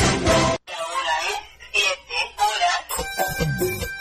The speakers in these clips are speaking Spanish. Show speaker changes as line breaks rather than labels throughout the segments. pues, pues, pues,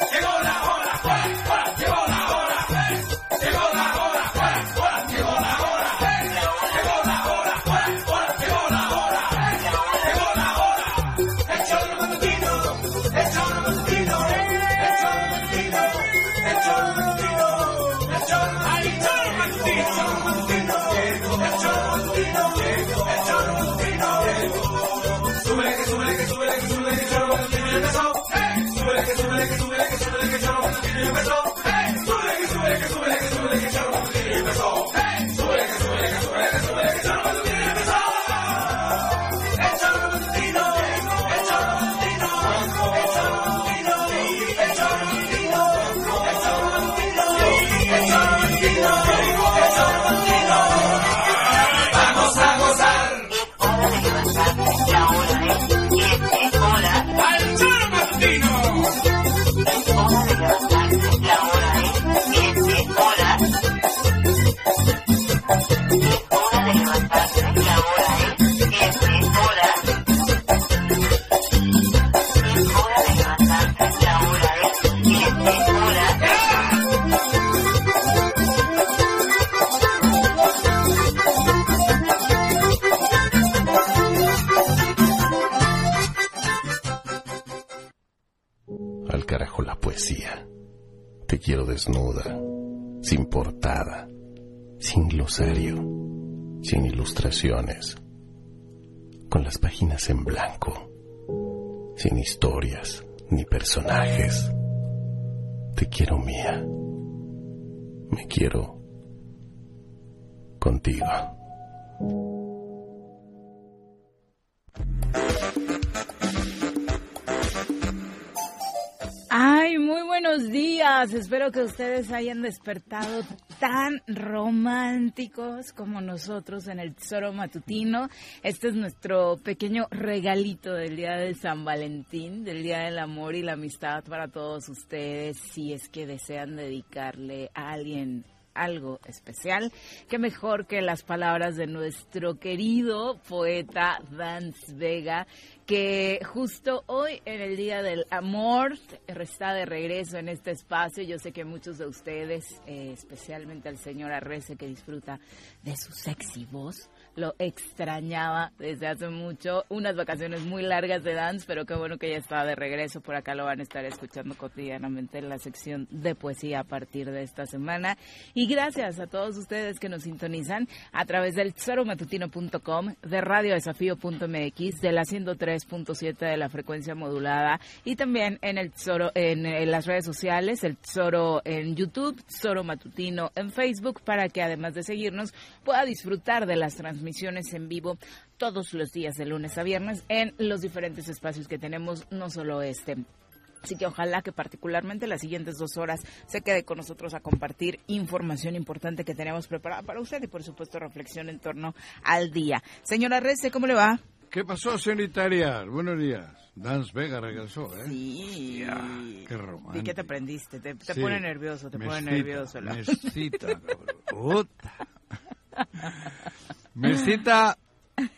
Al carajo la poesía. Te quiero desnuda, sin portada, sin glosario, sin ilustraciones, con las páginas en blanco, sin historias ni personajes. Te quiero mía. Me quiero contigo.
Ay, muy buenos días. Espero que ustedes hayan despertado tan románticos como nosotros en el Tesoro Matutino. Este es nuestro pequeño regalito del día de San Valentín, del día del amor y la amistad para todos ustedes. Si es que desean dedicarle a alguien algo especial, qué mejor que las palabras de nuestro querido poeta Vance Vega, que justo hoy en el Día del Amor está de regreso en este espacio. Yo sé que muchos de ustedes, eh, especialmente al señor Arrece, que disfruta de su sexy voz, lo extrañaba desde hace mucho. Unas vacaciones muy largas de dance, pero qué bueno que ya está de regreso. Por acá lo van a estar escuchando cotidianamente en la sección de poesía a partir de esta semana. Y gracias a todos ustedes que nos sintonizan a través del tesoromatutino.com, de radiodesafío.mx, de la 103.7 de la frecuencia modulada y también en el tesoro, en, en las redes sociales, el tesoro en YouTube, tesoro matutino en Facebook, para que además de seguirnos pueda disfrutar de las transmisiones transmisiones en vivo todos los días de lunes a viernes en los diferentes espacios que tenemos, no solo este. Así que ojalá que particularmente las siguientes dos horas se quede con nosotros a compartir información importante que tenemos preparada para usted y por supuesto reflexión en torno al día. Señora Rece, ¿cómo le va?
¿Qué pasó, señorita Arias? Buenos días. Dance Vega regresó, ¿eh?
Sí.
Ya, qué romántico.
¿Y qué te aprendiste? Te, te
Sí.
pone nervioso, te
Me
pone
excita,
nervioso. la-
Me excita, cabrón. Puta. Me excita,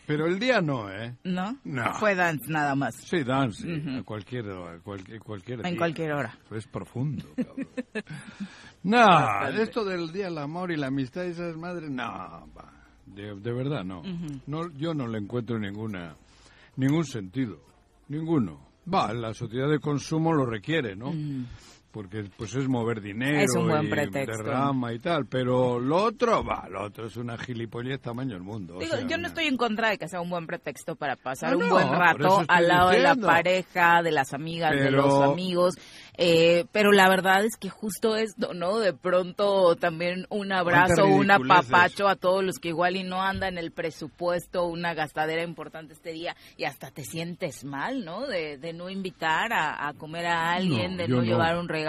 pero el día no, ¿eh?
¿No?
No.
Fue dance nada más,
Sí, dance, a cualquier, a cualquier, cualquier
en
día.
cualquier hora.
Es profundo, cabrón. No, Ah, esto del día del amor y la amistad y esas madres, no, va. De, de verdad no. no. Yo no le encuentro ninguna, ningún sentido, ninguno. Va, la sociedad de consumo lo requiere, ¿no? porque pues es mover dinero
Es un buen
y
pretexto.
derrama y tal, pero lo otro, va, lo otro es una gilipollez tamaño del mundo. o
Digo,
sea,
yo no estoy en contra de que sea un buen pretexto para pasar
Ah,
un
no,
buen
por eso
rato
estoy
al lado de la
diciendo.
pareja, de las amigas, de
Pero-
los amigos. eh, pero la verdad es que justo esto, ¿no? De pronto también un abrazo, un
ridiculeces.
apapacho a todos los que igual y no andan en el presupuesto, una gastadera importante este día y hasta te sientes mal, ¿no? De, de no invitar a, a comer a alguien,
No,
de
yo
no,
no.
llevar un regalo.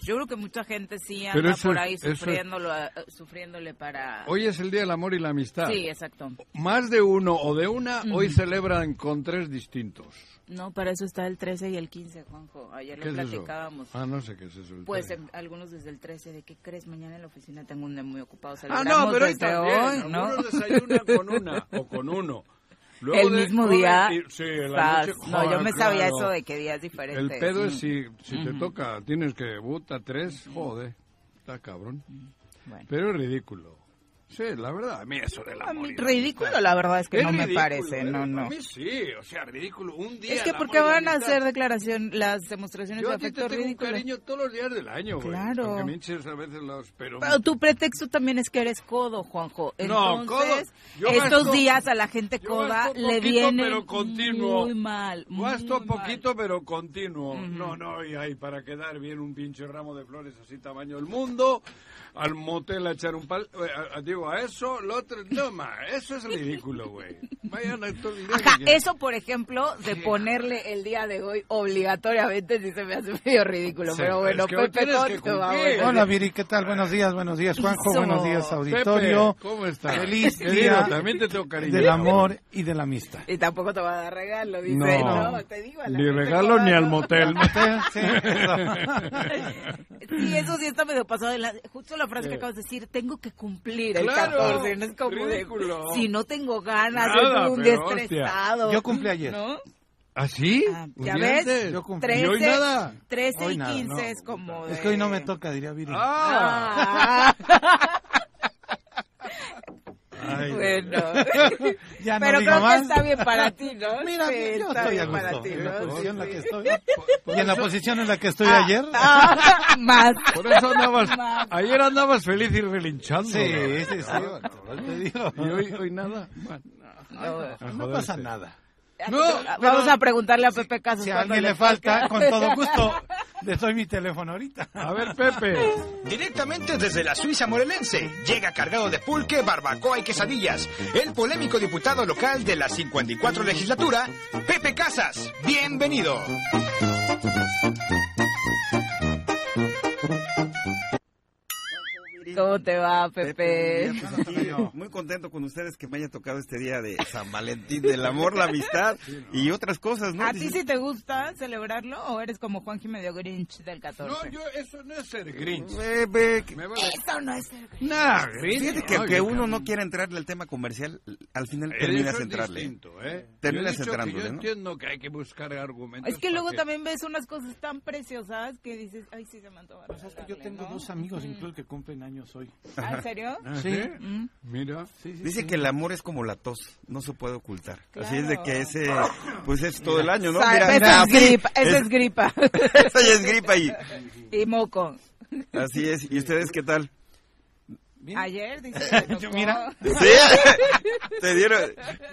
Yo creo que mucha gente sí
Pero
anda
eso
por
es-
ahí
eso es-
sufriéndolo, eh, sufriéndole para...
Hoy es el Día del Amor y la Amistad.
Sí, exacto.
Más de uno o de una hoy celebran con tres distintos.
No, para eso está el 13 y el 15, Juanjo. Ayer
¿Qué
lo
es eso?
platicábamos.
Ah, no sé qué es eso. el
Pues
tres.
em, algunos desde el 13, ¿de qué crees? Mañana en la oficina tengo un día muy ocupado.
Ah,
Celebramos
no, pero hoy
desde
también.
hoy, ¿no?
Algunos desayunan con una o con uno. Luego
El
de-
mismo
joder,
día.
y- sí, en la
Sas.
noche,
no, yo
joder,
me sabía
claro.
eso de que días diferentes. Mm.
El pedo es
sí.
si, si te toca, tienes que buta tres, joder, está cabrón.
Bueno.
Pero es ridículo. Sí, la verdad, a mí eso de la
A mí ridículo, la verdad es que no me parece, no,
eh, A
no.
mí sí, o sea, ridículo. Un día.
Es que
el
porque
amor y la
van a
amistad.
hacer declaración, las demostraciones
Yo
de
a ti te
afecto
tengo un
ridículas.
cariño todos los días del año, güey.
Claro.
Aunque me hinches a veces los. Pero,
Pero tu pretexto también es que eres codo, Juanjo.
No, codo.
Entonces,
Yo
estos
gasto-
días a la gente
yo
coda
gasto
le
poquito,
viene
pero continuo.
muy mal. muy
Gasto
mal.
poquito, pero continuo. No, no, y ahí para quedar bien un pinche ramo de flores así tamaño del mundo, al motel a echar un pal... eh, a- a- digo, a eso, lo otro... No, ma, eso es ridículo, güey. Vayan a todo el día
Ajá,
que quieran.
eso por ejemplo, de ponerle el día de hoy obligatoriamente sí se me hace medio ridículo,
Sí,
pero
pero
bueno,
es que hoy
Pepe
tienes que
Tonto, vamos.
cumplir.
Hola Viri, ¿qué tal? Buenos días, buenos días Juanjo,
Eso.
buenos días
Pepe,
auditorio
¿cómo estás?
Feliz
Querido,
día
también te tengo cariño.
del amor y de la amistad.
Y tampoco te va a dar regalo, dice, no,
No.
te digo a la
Ni
gente
regalo
que
ni
va,
al
¿no?
motel.
Sí, eso.
Sí, eso sí está medio pasado de la... Justo la frase que acabas de decir, tengo que cumplir el
Claro,
14, no es como de,
ridículo.
Si no tengo ganas,
Nada,
yo tuve un día
pero hostia.
estresado.
Yo cumplí ayer.
¿No?
¿Ah, sí?
Ah,
Un
¿Ya
día
ves?
antes.
Yo cumplí.
13,
Y hoy nada.
13
Hoy
y
nada,
15
no.
es como de...
Es que hoy no me toca, diría Viri.
¡Ah!
Ah.
Ay,
Bueno.
Ya no
Pero
digo
creo
más.
que está bien para ti, ¿no?
Mira,
Sí,
yo
está
estoy a
bien para
gusto.
ti,
En la
¿no?
posición en la que estoy. Y en la posición en la que estoy ayer.
Ah, más.
Por eso andabas... Ayer andabas feliz y relinchando.
Sí, sí, sí.
cabrón.
Te digo.
Y hoy, hoy nada. Bueno,
No,
a
No
joderse.
pasa nada.
Vamos a preguntarle a Pepe Casas
Si a
cuándo
alguien le
toca.
falta, con todo gusto, le doy mi teléfono ahorita.
A ver, Pepe.
Directamente desde la Suiza morelense, llega cargado de pulque, barbacoa y quesadillas, el polémico diputado local de la 54 legislatura, Pepe Casas. Bienvenido.
¿Cómo te va, Pepe?
Muy contento con ustedes que me haya tocado este día de San Valentín, del amor, la amistad y otras cosas, ¿no?
¿A ti sí te gusta celebrarlo o eres como Juanji medio Grinch del 14?
No, yo, eso no es ser Grinch.
Bebé,
Me vale.
Eso no es ser Grinch.
Nah, Grinch.
Fíjate que
no,
aunque
yo
uno no
cambio.
quiera entrarle al tema comercial, al final
Eso
terminas
es
entrarle.
distinto, ¿eh?
Terminas
Yo he dicho que
entrándole,
Yo
¿no?
entiendo que hay que buscar argumentos.
Es que luego
para
también ves unas cosas tan preciosas que dices, ay, sí se me antoja.
Pues es que yo
regalarle,
tengo
¿no?
dos amigos incluso que cumplen años hoy.
Mm. Ah, ¿En serio? Mm.
¿Ah,
Sí.
sí? Mira.
Sí, sí,
Dice
sí.
que el amor es como la tos, no se puede ocultar. Así es de
Claro.
que ese, pues es todo el año, ¿no?
Sa-
Mira,
esa es
así,
gripa, esa es
es-
gripa.
esa ya es gripa y
y moco.
así es. ¿Y ustedes qué tal?
Bien.
Ayer dice que
Yo,
tocó,
mira.
Sí, te dieron.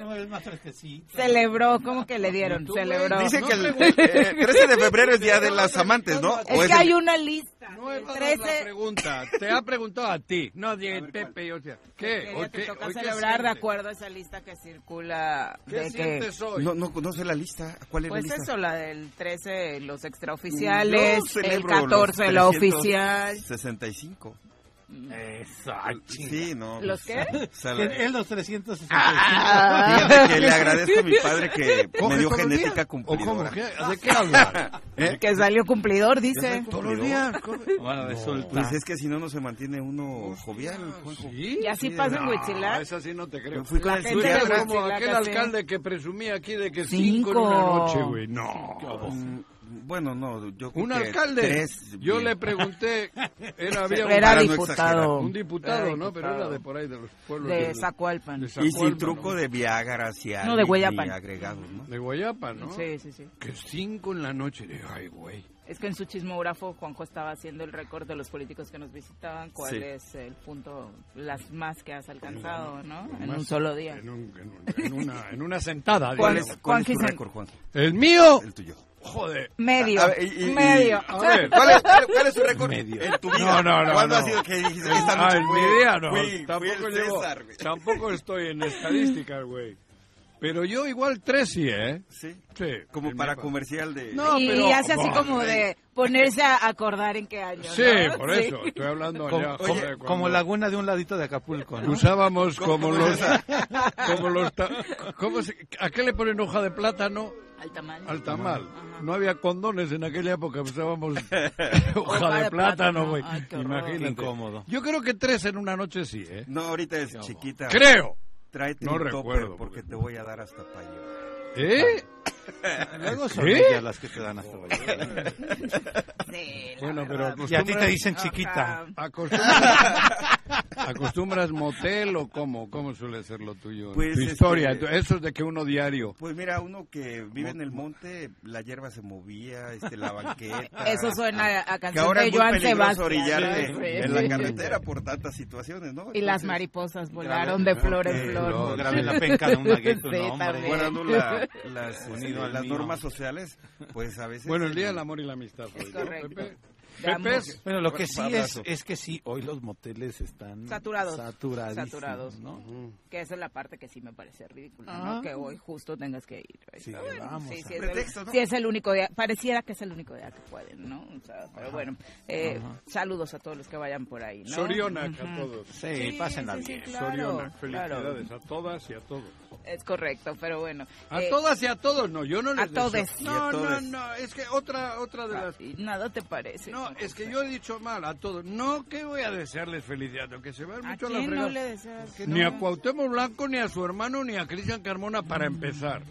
No, es más fresquecito.
celebró, ¿cómo que le dieron? Celebró.
Dice que el eh, 13 de febrero es día de las amantes, ¿no?
Es
¿O
que
el-
hay una lista.
No he
el
dado la
13
pregunta. Te ha preguntado a ti. No, de Pepe. O sea, ¿qué?
que
Hoy
ya te
qué-
toca
hoy qué
celebrar de
sientes?
acuerdo a esa lista que circula
¿Qué
de que
sientes hoy?
No, no, no sé la lista. ¿Cuál es
pues
la lista?
eso, la del 13, los extraoficiales,
Yo
el
celebro los
14, la
300.
oficial.
65.
Exacto.
Sí, no. pues,
¿Los qué? Ah.
O sea, la-
Es los 365.
Ah. Fíjate que le agradezco a mi padre que me dio
¿Todos los días?
genética
¿O cómo?
cumplidora. ¿Eh?
¿Qué- ¿De qué hablas?
Que salió cumplidor,
Yo
dice.
soy cumplidor.
Bueno, resulta.
Pues es que si no, no se mantiene uno jovial, Juanjo.
Ah, ¿Sí?
Y así pasa en
Ah,
Huitzilac.
esa sí no te creo.
Yo fui con
La
el
gente
Era
de
psiquiatra.
como
Huitzilac,
aquel
así.
alcalde que presumía aquí de que
Cinco.
cinco, en una noche, güey. No.
Mm, bueno, no, yo creo
Un
que
alcalde.
tres,
yo
bien.
le pregunté, era, había un,
Era
para no
diputado.
exagerar.
un diputado,
Era
¿no? Pero era
diputado.
de por ahí, de los pueblos.
De
del-
Zacualpan.
de
Y
Zacualpan,
sin truco
¿no?
de Viagra, hacia
No, de Guayapan.
agregados, ¿no?
De Guayapa, ¿no?
Sí, sí, sí.
Que cinco en la noche. Digo, ay, güey.
Es que en su chismógrafo Juanjo estaba haciendo el récord de los políticos que nos visitaban, cuál
Sí.
es el punto, las más que has alcanzado, ¿no?
Lo
En
más-
un solo día.
En, un- en un- en una, en una sentada.
¿Cuál
digamos.
es?
¿Cuál es tu
Juanquis en-
récord, Juan?
¿El mío?
El tuyo.
Joder.
Medio.
A ver, y- y- y-
medio.
A ver.
¿Cuál es, cuál, cuál es tu récord
Medio.
en tu
No,
vida?
no, no,
¿Cuándo
no.
ha sido que dijiste esta
Ah,
noche
en
fui-
mi idea no.
fui- fui
tampoco,
el
llevo-
César, güey?
tampoco estoy en estadísticas, güey. Pero yo igual tres sí, ¿eh?
Sí.
Sí.
Como
en
para
mi-
comercial de...
No,
y,
pero-
y hace así
Bueno,
como de ponerse a acordar en qué año.
Sí, pues,
¿no?
por
Sí.
eso. Estoy hablando
Como,
allá.
oye,
joder,
como
cuando-
laguna de un ladito de Acapulco, ¿no?
Usábamos como
¿Cómo
los...
es esa?
Como los ta- ¿cómo se- ¿A qué le ponen hoja de plátano
Al tamaño.
al tamal? No había condones en aquella época, usábamos hoja de
de
plátano,
plátano.
güey.
Ay, qué horror.
Imagínate.
Incómodo.
Yo creo que tres en una noche sí, ¿eh?
No, ahorita es chiquita.
Creo.
Tráete
No
un
recuerdo,
tope porque
porque-
te voy a dar hasta pa' allá.
¿Eh?
Luego son
¿Qué?
ellas las que te dan hasta
Sí, la
Bueno, pero
verdad.
Y a ti te
acostumbras-
dicen chiquita.
Ajá.
¿Acostumbras, acostumbras motel o cómo? ¿Cómo suele ser lo tuyo?
Pues,
tu historia,
este-
tu- eso es de que uno diario.
Pues mira, uno que vive en el monte, la hierba se movía, este, la banqueta.
Eso suena a, a
Que
canción
ahora
de
es muy
Joan
peligroso
Sebastián.
orillarte
Sí,
en
sí.
la carretera por tantas situaciones, ¿no?
Y las
Entonces,
mariposas volaron de flor en
Eh,
flor.
no,
Grabé la penca de un laguito,
Sí,
no, hombre.
también.
Guardando la- las,
Unido
este,
al
las
mío.
normas sociales, pues a veces...
Bueno, el día del amor y la amistad. Fue,
Es
¿no,
correcto.
Pepe?
De
Pepe,
amor.
es-
Bueno, lo que sí es,
Abrazo.
es que sí, hoy los moteles están
Saturados.
saturadísimos,
Saturados.
¿no?
Que esa es la parte que sí me parece ridícula,
Ajá.
¿no? Que hoy justo tengas que ir.
Sí,
Pero bueno,
vamos
sí,
a-
sí es
Pretexto,
el,
¿no?
sí es el único día. Pareciera que es el único día que pueden, ¿no? O sea, pero bueno, eh, saludos a todos los que vayan por ahí, ¿no?
Soriona
Ujú.
a todos.
Sí, pásenla
sí, sí,
bien.
claro,
Soriona,
claro.
felicidades a todas y a todos.
Es correcto, pero bueno.
A
eh,
todas y a todos, no, yo no les
a
deseo-
todes.
Y
No,
a
no,
todes.
no, es que otra otra de las
y Nada te parece.
No, es que yo he dicho mal a todos. No, que voy a desearles felicidad, aunque se van
¿A
mucho a, la
quién
fregada.
no le deseas?
Ni a Cuauhtémoc Blanco, ni a su hermano, ni a Cristian Carmona para empezar.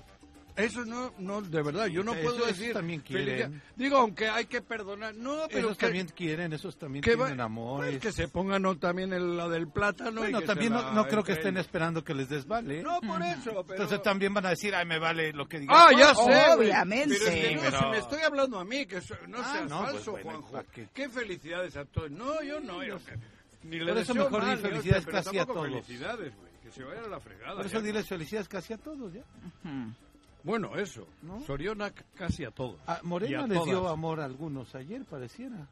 Eso no, no, de verdad, yo no
Mm. Eso-
puedo
eso
decir.
también
felicidad.
quieren.
Digo, aunque hay que perdonar. No, pero
Esos
que,
también quieren, esos también
que va-
tienen amores.
pues que se pongan ¿no? también el- la del plátano. y
bueno,
que
también
se
no,
la
no creo que estén
entreguen.
esperando que les desvale. ¿eh?
No, por eso, pero.
Entonces también van a decir, ay, me vale lo que digas.
Ah, ya sé. güey.
Obviamente.
Pero es que no,
Pero-
si me estoy hablando a mí, que so- no
Ah,
sea
no, pues
falso,
bueno,
Juanjo.
¿para qué?
Qué felicidades a todos. No, yo no. yo- ni le
Por eso
deseo
mejor
mal,
di
ni
felicidades
hostia, pero
casi a
tampoco
todos.
Felicidades, güey. Que se vayan a la fregada.
Por
ya.
eso diles felicidades casi a todos, ¿ya?
Ujú.
Bueno, eso.
¿No? Ah.
Soriona c- casi a todos.
A
Y
Morena
a
les dio
todas.
amor a algunos ayer, pareciera.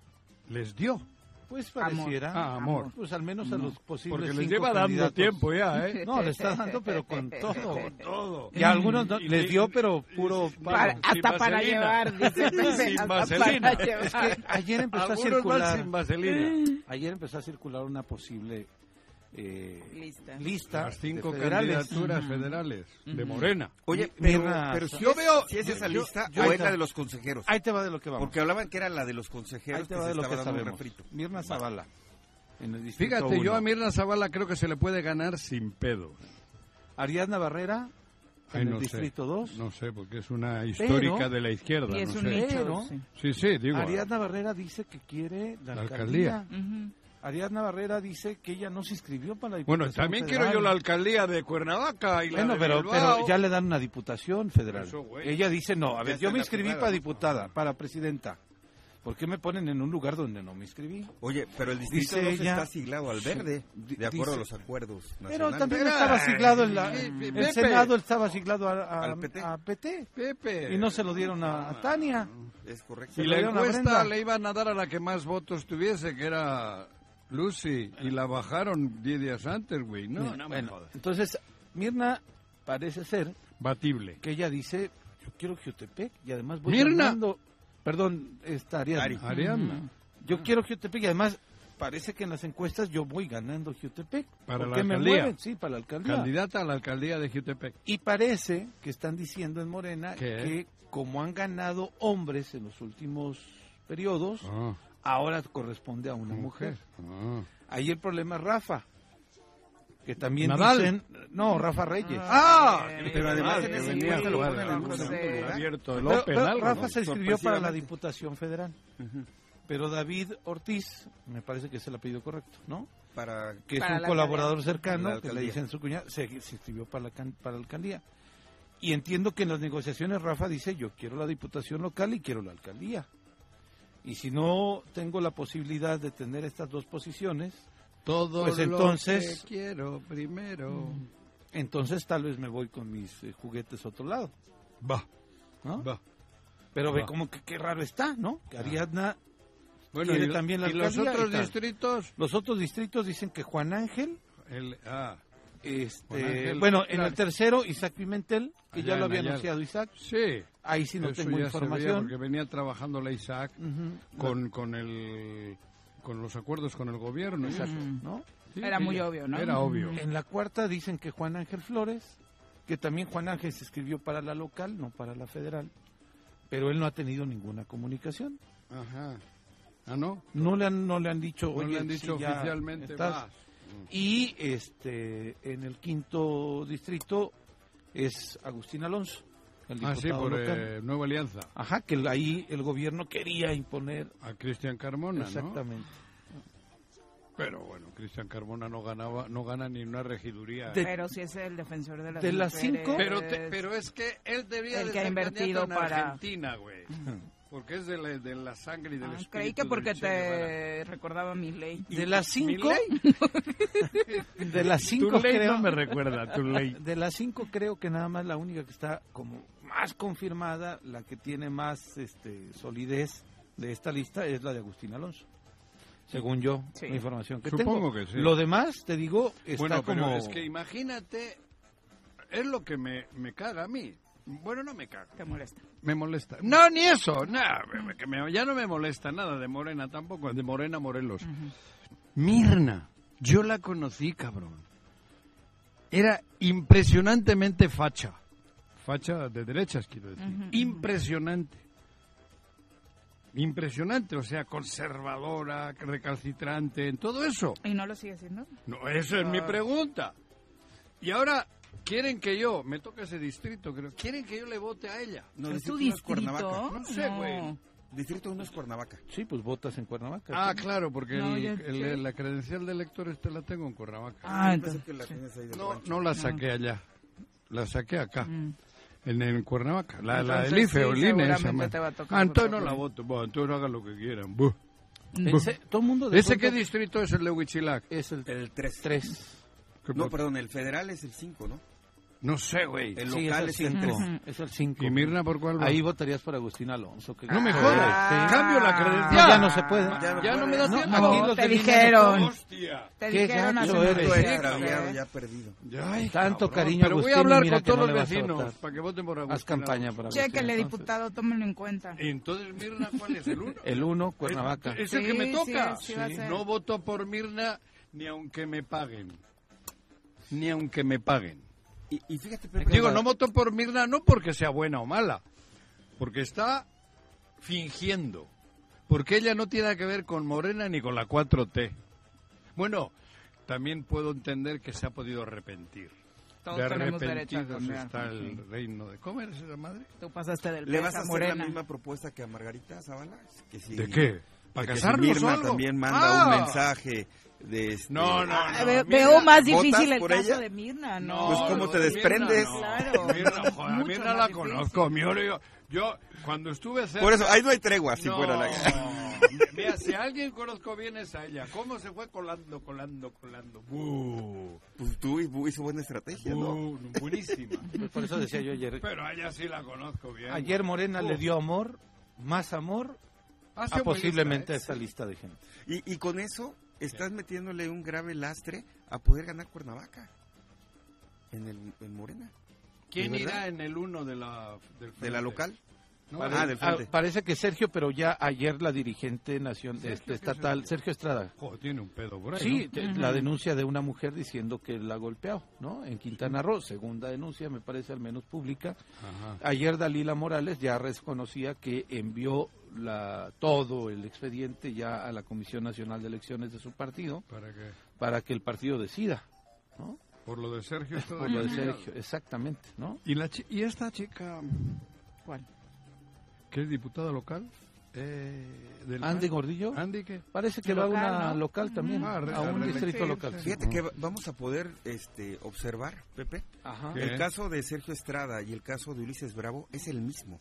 Les dio.
Pues
Amor.
pareciera.
Ah, amor.
Pues al menos a los posibles
Porque les
cinco
lleva dando
candidatos.
tiempo ya, ¿eh?
No, le está dando, pero con todo.
Con todo.
Y a algunos no-
Y-
les dio, pero puro
Para-
palo.
Sin
hasta para
vaselina.
llevar, dice Pepe,
Sin
hasta
vaselina.
para llevar.
Es que ayer empezó a
Algunos van
circular.
sin vaselina.
Ayer empezó a circular una posible eh,
Lista.
lista
Las cinco
de federales.
candidaturas federales de Morena.
Oye,
Mi-
pero,
Mirna-
pero si,
Yo
es-
veo-
si es esa
yo-
lista
yo-
o
ahí
es
está.
la de los consejeros.
Ahí te va de lo que vamos.
Porque hablaban que era la de los
Ahí
consejeros
te
que
va
se
de lo
estaba
que
dando un
sabemos.
refrito.
Mirna Zavala. En el distrito
Fíjate, yo
uno.
a Mirna Zavala creo que se le puede ganar sin pedo.
Ariadna Barrera. En
Ay,
el
no sé.
distrito 2.
No sé, porque es una histórica de la izquierda.
Y es
no
un
sé.
nicho,
Pero-
sí.
Sí, sí, digo.
Ariadna Barrera dice que quiere la,
La
alcaldía.
alcaldía.
Ujú.
Ariadna Barrera dice que ella no se inscribió para la diputación
Bueno, también
pues, federal.
quiero yo la alcaldía de Cuernavaca y la
Bueno,
de
pero,
Bilbao.
pero ya le dan una diputación federal.
Eso, güey.
Ella dice, no, a
Ya
ver,
está
yo
en
me
la
inscribí
primera,
para
¿no?
diputada, para presidenta. ¿Por qué me ponen en un lugar donde no me inscribí?
Oye, pero el distrito
Dice
2
ella-
está siglado al
Sí.
verde,
Di-
de acuerdo
dice-
a los acuerdos
Pero
nacionales.
también
Pero,
estaba siglado en la,
eh, eh,
el
Pepe.
Senado, estaba siglado a, a-
Al PT.
a PT.
Pepe.
Y no se lo dieron a, a Tania.
Es correcto.
Y
lo
la
dieron a
encuesta
Brenda.
le iban a dar a la que más votos tuviese, que era Lucy, y la bajaron 10 días antes, güey. No, no me
Bueno,
jodas.
entonces, Mirna parece ser
Batible.
que ella dice, yo quiero Jutepec y además voy
Mirna.
ganando- Perdón, esta Ariadna.
Ari.
Ariadna.
Yo quiero Jutepec y además parece que en las encuestas yo voy ganando Jutepec.
Para
¿Por
la
qué me
alcaldía.
mueven? Sí, para la alcaldía.
Candidata a la alcaldía de Jutepec.
Y parece que están diciendo en Morena
¿Qué?
que como han ganado hombres en los últimos periodos,
Ah,
ahora corresponde a una mujer.
mujer. Ah.
Ahí el problema es Rafa. que también
Nadal.
dicen... No, Rafa Reyes.
Ah,
que
sí,
pero además
Nadal,
que
que
venía
venía
lugar,
en algún
segundo
segundo
lugar.
abierto, el
Pero-
Open,
pero
algo,
Rafa
¿no?
se inscribió para la
Sorpresivamente.
Diputación Federal. Pero David Ortiz, me parece que es el apellido correcto, ¿no?
Para,
que es
para
un
la
colaborador
alcaldía. La
cercano, que le
alcaldía.
dicen su cuñado, se, se inscribió para la, can- para la alcaldía. Y entiendo que en las negociaciones Rafa dice, yo quiero la diputación local y quiero la alcaldía. Y si no tengo la posibilidad de tener estas dos posiciones,
Todo
pues
lo
entonces,
que quiero primero.
entonces tal vez me voy con mis eh, juguetes a otro lado.
Va.
¿no?
Va.
Pero ve
Va. Ah.
como que qué raro está, ¿no? Que Ariadna
Bueno,
quiere
y lo-
también la
y los
alcaldía
otros
tal.
distritos.
Los otros distritos dicen que Juan Ángel
El, ah,
Este,
Juan Ángel,
bueno, en
claro.
el tercero, Isaac Pimentel, que
Allá
ya
en
lo había
Nayarit.
anunciado Isaac.
Sí.
Ahí sí no
Eso
tengo
ya se veía
información.
porque venía trabajando la Isaac
Ujú.
con, con, el, con los acuerdos con el gobierno. y
Exacto,
eso.
¿no?
Sí, Era sí, muy ya. obvio, ¿no? Era obvio.
En la cuarta dicen que Juan Ángel Flores, que también Juan Ángel se escribió para la local, no para la federal, pero él no ha tenido ninguna comunicación.
Ajá. Ah, no.
No le han, no le han dicho,
No
oye,
le han dicho
sí, ya
oficialmente
estás.
más.
Y este, en el quinto distrito es Agustín Alonso, el
Ah,
diputado
sí, por
local.
eh, Nueva Alianza.
Ajá, que ahí el gobierno quería imponer.
A Cristian Carmona, ¿no?
Exactamente.
Pero bueno, Cristian Carmona no ganaba, no gana ni una regiduría.
pero si es el defensor de las
de las
mujeres,
cinco-
Pero, te- pero es que él debía
El
de
que ha
ser
invertido
candidato en
para-
Argentina, güey. Porque es de la, de la sangre y del
Ah,
espíritu
creí que
del
porque
Che Guevara.
te recordaba mi ley.
De las cinco, de las cinco
Tu ley
creo,
no me recuerda, tu ley.
De las cinco creo que nada más la única que está como más confirmada, la que tiene más este, solidez de esta lista es la de Agustín Alonso. Según yo,
Sí.
la información que tengo.
Supongo que sí.
Lo demás, te digo, está
bueno, pero
como
es que imagínate, es lo que me, me caga a mí. Bueno, no me caga.
Te molesta.
Me molesta. No, ni eso. Nada, que me- ya no me molesta nada de Morena tampoco, de Morena Morelos. Mirna, yo la conocí, cabrón. Era impresionantemente facha. Facha de derechas, quiero decir. Impresionante. Impresionante, o sea, conservadora, recalcitrante, en todo eso.
¿Y no lo sigue haciendo?
No, esa es mi
Ah.
pregunta. Y ahora quieren que yo, me toca ese distrito, creo, quieren que yo le vote a ella.
No,
¿Es tu
distrito uno
distrito?
es Cuernavaca.
No sé,
No.
güey.
Distrito 1 es Cuernavaca.
Sí, pues votas en Cuernavaca.
Ah,
¿sí?
claro, porque
No,
el-
ya
el-
sé.
la credencial de electores te la tengo en Cuernavaca.
Ah,
Yo pensé
entonces.
que la tienes ahí del
no,
rancho.
no la
Ah.
saqué allá, la saqué acá,
Mm.
en, en Cuernavaca. La, la
Entonces,
del IFE o
sí,
el INE, esa
seguramente
madre.
te va a tocar
Ah, entonces no
votar.
la voto. Bueno, entonces hagan lo que quieran. Buh.
Ese- todo el mundo de
¿Ese qué
pronto
distrito es el de Huichilac?
es el
El 3.
3.
¿Qué
No,
por-
perdón, el federal es el 5, ¿no?
no sé, güey.
El
Sí,
local
es
es
el
el 3.
5. Es el 5.
¿Y Mirna por cuál va?
Ahí votarías por Agustín Alonso. que-
No me
Sí.
jodas.
Ah.
Cambio la
Ya,
credencial.
no se puede.
Ya no
Ya no
puede.
me da
No,
tiempo.
aquí
No,
los
te
de Mirna-
dijeron.
Hostia.
Te
Qué
dijeron hace
gacho
unos
eres.
meses,
extraviado,
¿eh?
ya perdido.
Ay,
Tanto cariño,
Pero voy
Agustín,
a hablar
y mira
con
que no
todos
le
los
vas a
vecinos
votar.
para que voten por Agustín.
Haz campaña para Agustín
Chéquenle,
Alonso.
diputado, tómenlo en cuenta.
Entonces, Mirna, ¿cuál es el uno?
El 1, Cuernavaca.
Es el
Sí,
que me toca.
sí, sí va a ser.
No voto por Mirna ni aunque me paguen. Ni aunque me paguen.
Y, y fíjate, Pepe,
Digo,
la-
no voto por Mirna no porque sea buena o mala, porque está fingiendo. Porque ella no tiene nada que ver con Morena ni con la 4T. Bueno, también puedo entender que se ha podido arrepentir.
Todos
de
tenemos derecho a
arrepentidos
cambiar.
está el
Sí.
reino de... ¿Cómo eres esa madre?
Tú pasaste del
¿Le
pez
vas a
a
hacer
morena.
la misma propuesta que a Margarita Zavala? Que si-
¿De qué?
de
¿Para
que si
casarnos
Mirna
o algo?
también manda
¡Ah!
un mensaje de... este-
No, no,
Ah,
no.
ve-
Mirna-
veo más
¿votas
difícil el
por
caso
ella?
de Mirna,
No,
¿no?
Pues, ¿cómo
no,
te
Mirna,
desprendes?
no.
Claro.
Mirna, joder, a
Mucho
Mirna
más
la
difícil.
conozco. Mi oro, yo, yo, cuando estuve cerca...
Por eso, ahí no hay tregua, si
No,
fuera la...
Mira, si alguien conozco bien es a ella. ¿Cómo se fue colando, colando, colando? Uh,
Pues tú hizo hizo buena estrategia, ¿no?
uh, buenísima.
Pues Por eso decía yo ayer.
Pero a ella sí la conozco bien.
Ayer Morena
Uh,
le dio amor, más amor,
ha
a
sido
posiblemente a
buenista,
esta
¿eh?
lista de gente.
Y, y con eso estás metiéndole un grave lastre a poder ganar Cuernavaca. En, el, en Morena.
¿Quién
¿De verdad?
irá en el uno de la, del
¿De la
frente?
local?
No,
Ah,
de-
del frente.
Ah, parece que Sergio, pero ya ayer la dirigente nación,
Sergio,
este,
¿qué
estatal,
Sergio?
Sergio Estrada.
Joder, tiene un pedo por ahí.
Sí,
¿no?
te- la denuncia de una mujer diciendo que la ha golpeado, ¿no? En Quintana Roo, segunda denuncia, me parece al menos pública.
Ajá.
Ayer Dalila Morales ya reconocía que envió la, todo el expediente ya a la Comisión Nacional de Elecciones de su partido
¿Para qué?
para que el partido decida, ¿no?
Por lo de Sergio. todo
Por lo de
bien.
Sergio, exactamente, ¿no?
¿Y, la chi- y esta chica
¿Cuál?
que es diputada local? Eh, del
Andy
PAN.
Gordillo.
Andy que...
Parece que va a una local también,
Ah, re-
a un
re-
distrito
sí,
local.
sí.
Fíjate que va- vamos a poder este, observar, Pepe.
Ajá.
El
¿Qué?
caso de Sergio Estrada y el caso de Ulises Bravo es el mismo.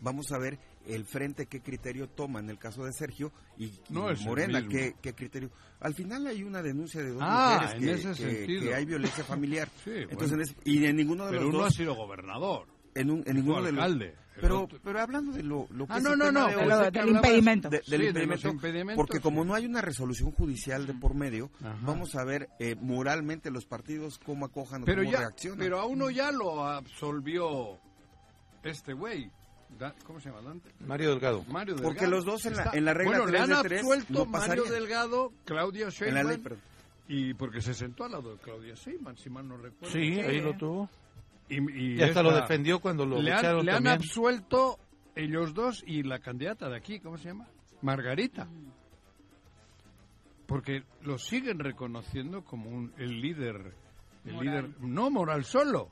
Vamos a ver el frente qué criterio toma en el caso de Sergio y, y
No es el
Morena
mismo.
qué, qué criterio. Al final hay una denuncia de dos
Ah,
mujeres
en
que,
ese
que-
sentido.
que hay violencia familiar.
Sí, bueno.
Entonces, en es- y en ninguno de
Pero
los
uno
dos,
ha sido gobernador.
en, un- en ninguno de los
alcalde. El
Pero,
otro-
pero hablando de lo, lo que
Ah,
es
no,
el
no,
tema
no.
de
pero
hoy,
Lo
sé
del
que hablabas-
impedimento.
de- del
Sí, de los
impedimento,
impedimentos,
porque como
sí.
no hay una resolución judicial de por medio,
Ajá.
vamos a ver eh, moralmente los partidos cómo acojan o
Pero,
cómo
ya,
reaccionan.
pero a uno ya lo absolvió este güey. Da- ¿Cómo se llama? Dante?
Mario Delgado.
Mario Delgado.
Porque los dos en la-
Está-
en la regla
bueno, le
3 de
han
3
absuelto
no
Mario
pasaría.
Delgado, Claudia
en la ley,
Sheinbaum.
perdón.
y porque se sentó al lado de Claudia Sheinbaum, si mal no recuerdo.
Sí, ahí lo tuvo.
Y,
Y hasta lo
esta-
defendió cuando lo
le han,
echaron
le han
también.
absuelto ellos dos y la candidata de aquí, ¿cómo se llama? Margarita. Porque lo siguen reconociendo como un- el líder, el líder, no moral solo,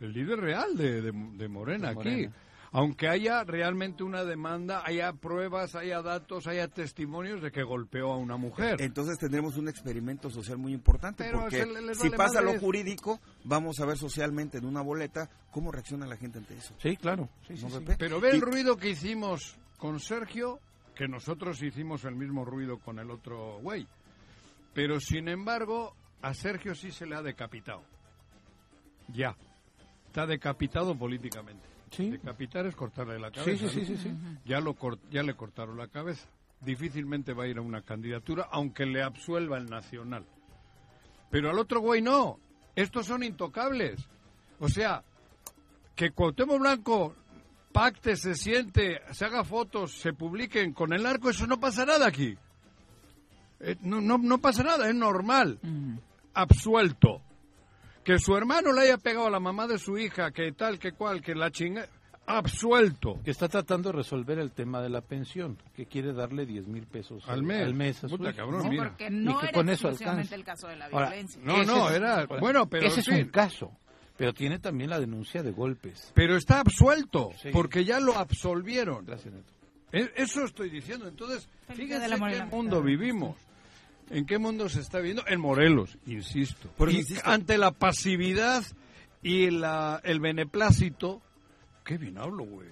el líder real de, de- de Morena
De
aquí.
Morena.
Aunque haya realmente una demanda, haya pruebas, haya datos, haya testimonios de que golpeó a una mujer.
Entonces tendremos un experimento social muy importante,
Pero
porque
se le- les
si
vale
pasa lo
madres.
jurídico, vamos a ver socialmente en una boleta cómo reacciona la gente ante eso.
Sí, claro. Sí, sí,
¿No,
sí.
Pepe?
Pero ve
Y-
el ruido que hicimos con Sergio, que nosotros hicimos el mismo ruido con el otro güey. Pero sin embargo, a Sergio sí se le ha decapitado. Ya. Está decapitado políticamente.
Sí.
Decapitar es cortarle la
Sí,
cabeza.
sí, sí,
¿no?
sí, sí.
Ya, lo cor- ya le cortaron la cabeza. Difícilmente va a ir a una candidatura, aunque le absuelva el nacional. Pero al otro güey no. Estos son intocables. O sea, que Cuauhtémoc Blanco pacte, se siente, se haga fotos, se publiquen con el arco, eso no pasa nada aquí. Eh, no, no, no pasa nada, es normal. Absuelto. Que su hermano le haya pegado a la mamá de su hija, que tal, que cual, que la chinga... Absuelto.
Que está tratando de resolver el tema de la pensión, que quiere darle 10 mil pesos
Al mes.
a su
Puta,
hijo,
cabrón,
¿no?
mira.
Porque no
Y que
era
con eso
exclusivamente
alcanza.
el caso de la
Ahora,
violencia.
No,
ese
no,
es-
era-
Ahora,
bueno, pero
Ese es
sí.
un caso, pero tiene también la denuncia de golpes.
Pero está absuelto,
Sí.
porque ya lo absolvieron.
Gracias, Neto.
E- Eso estoy diciendo. Entonces,
Felicidades
fíjense
a la
en qué
Morena.
mundo vivimos. ¿En qué mundo se está viviendo? En Morelos, insisto.
Por eso
y
insisto.
ante la pasividad y la- el beneplácito. Qué bien hablo, güey.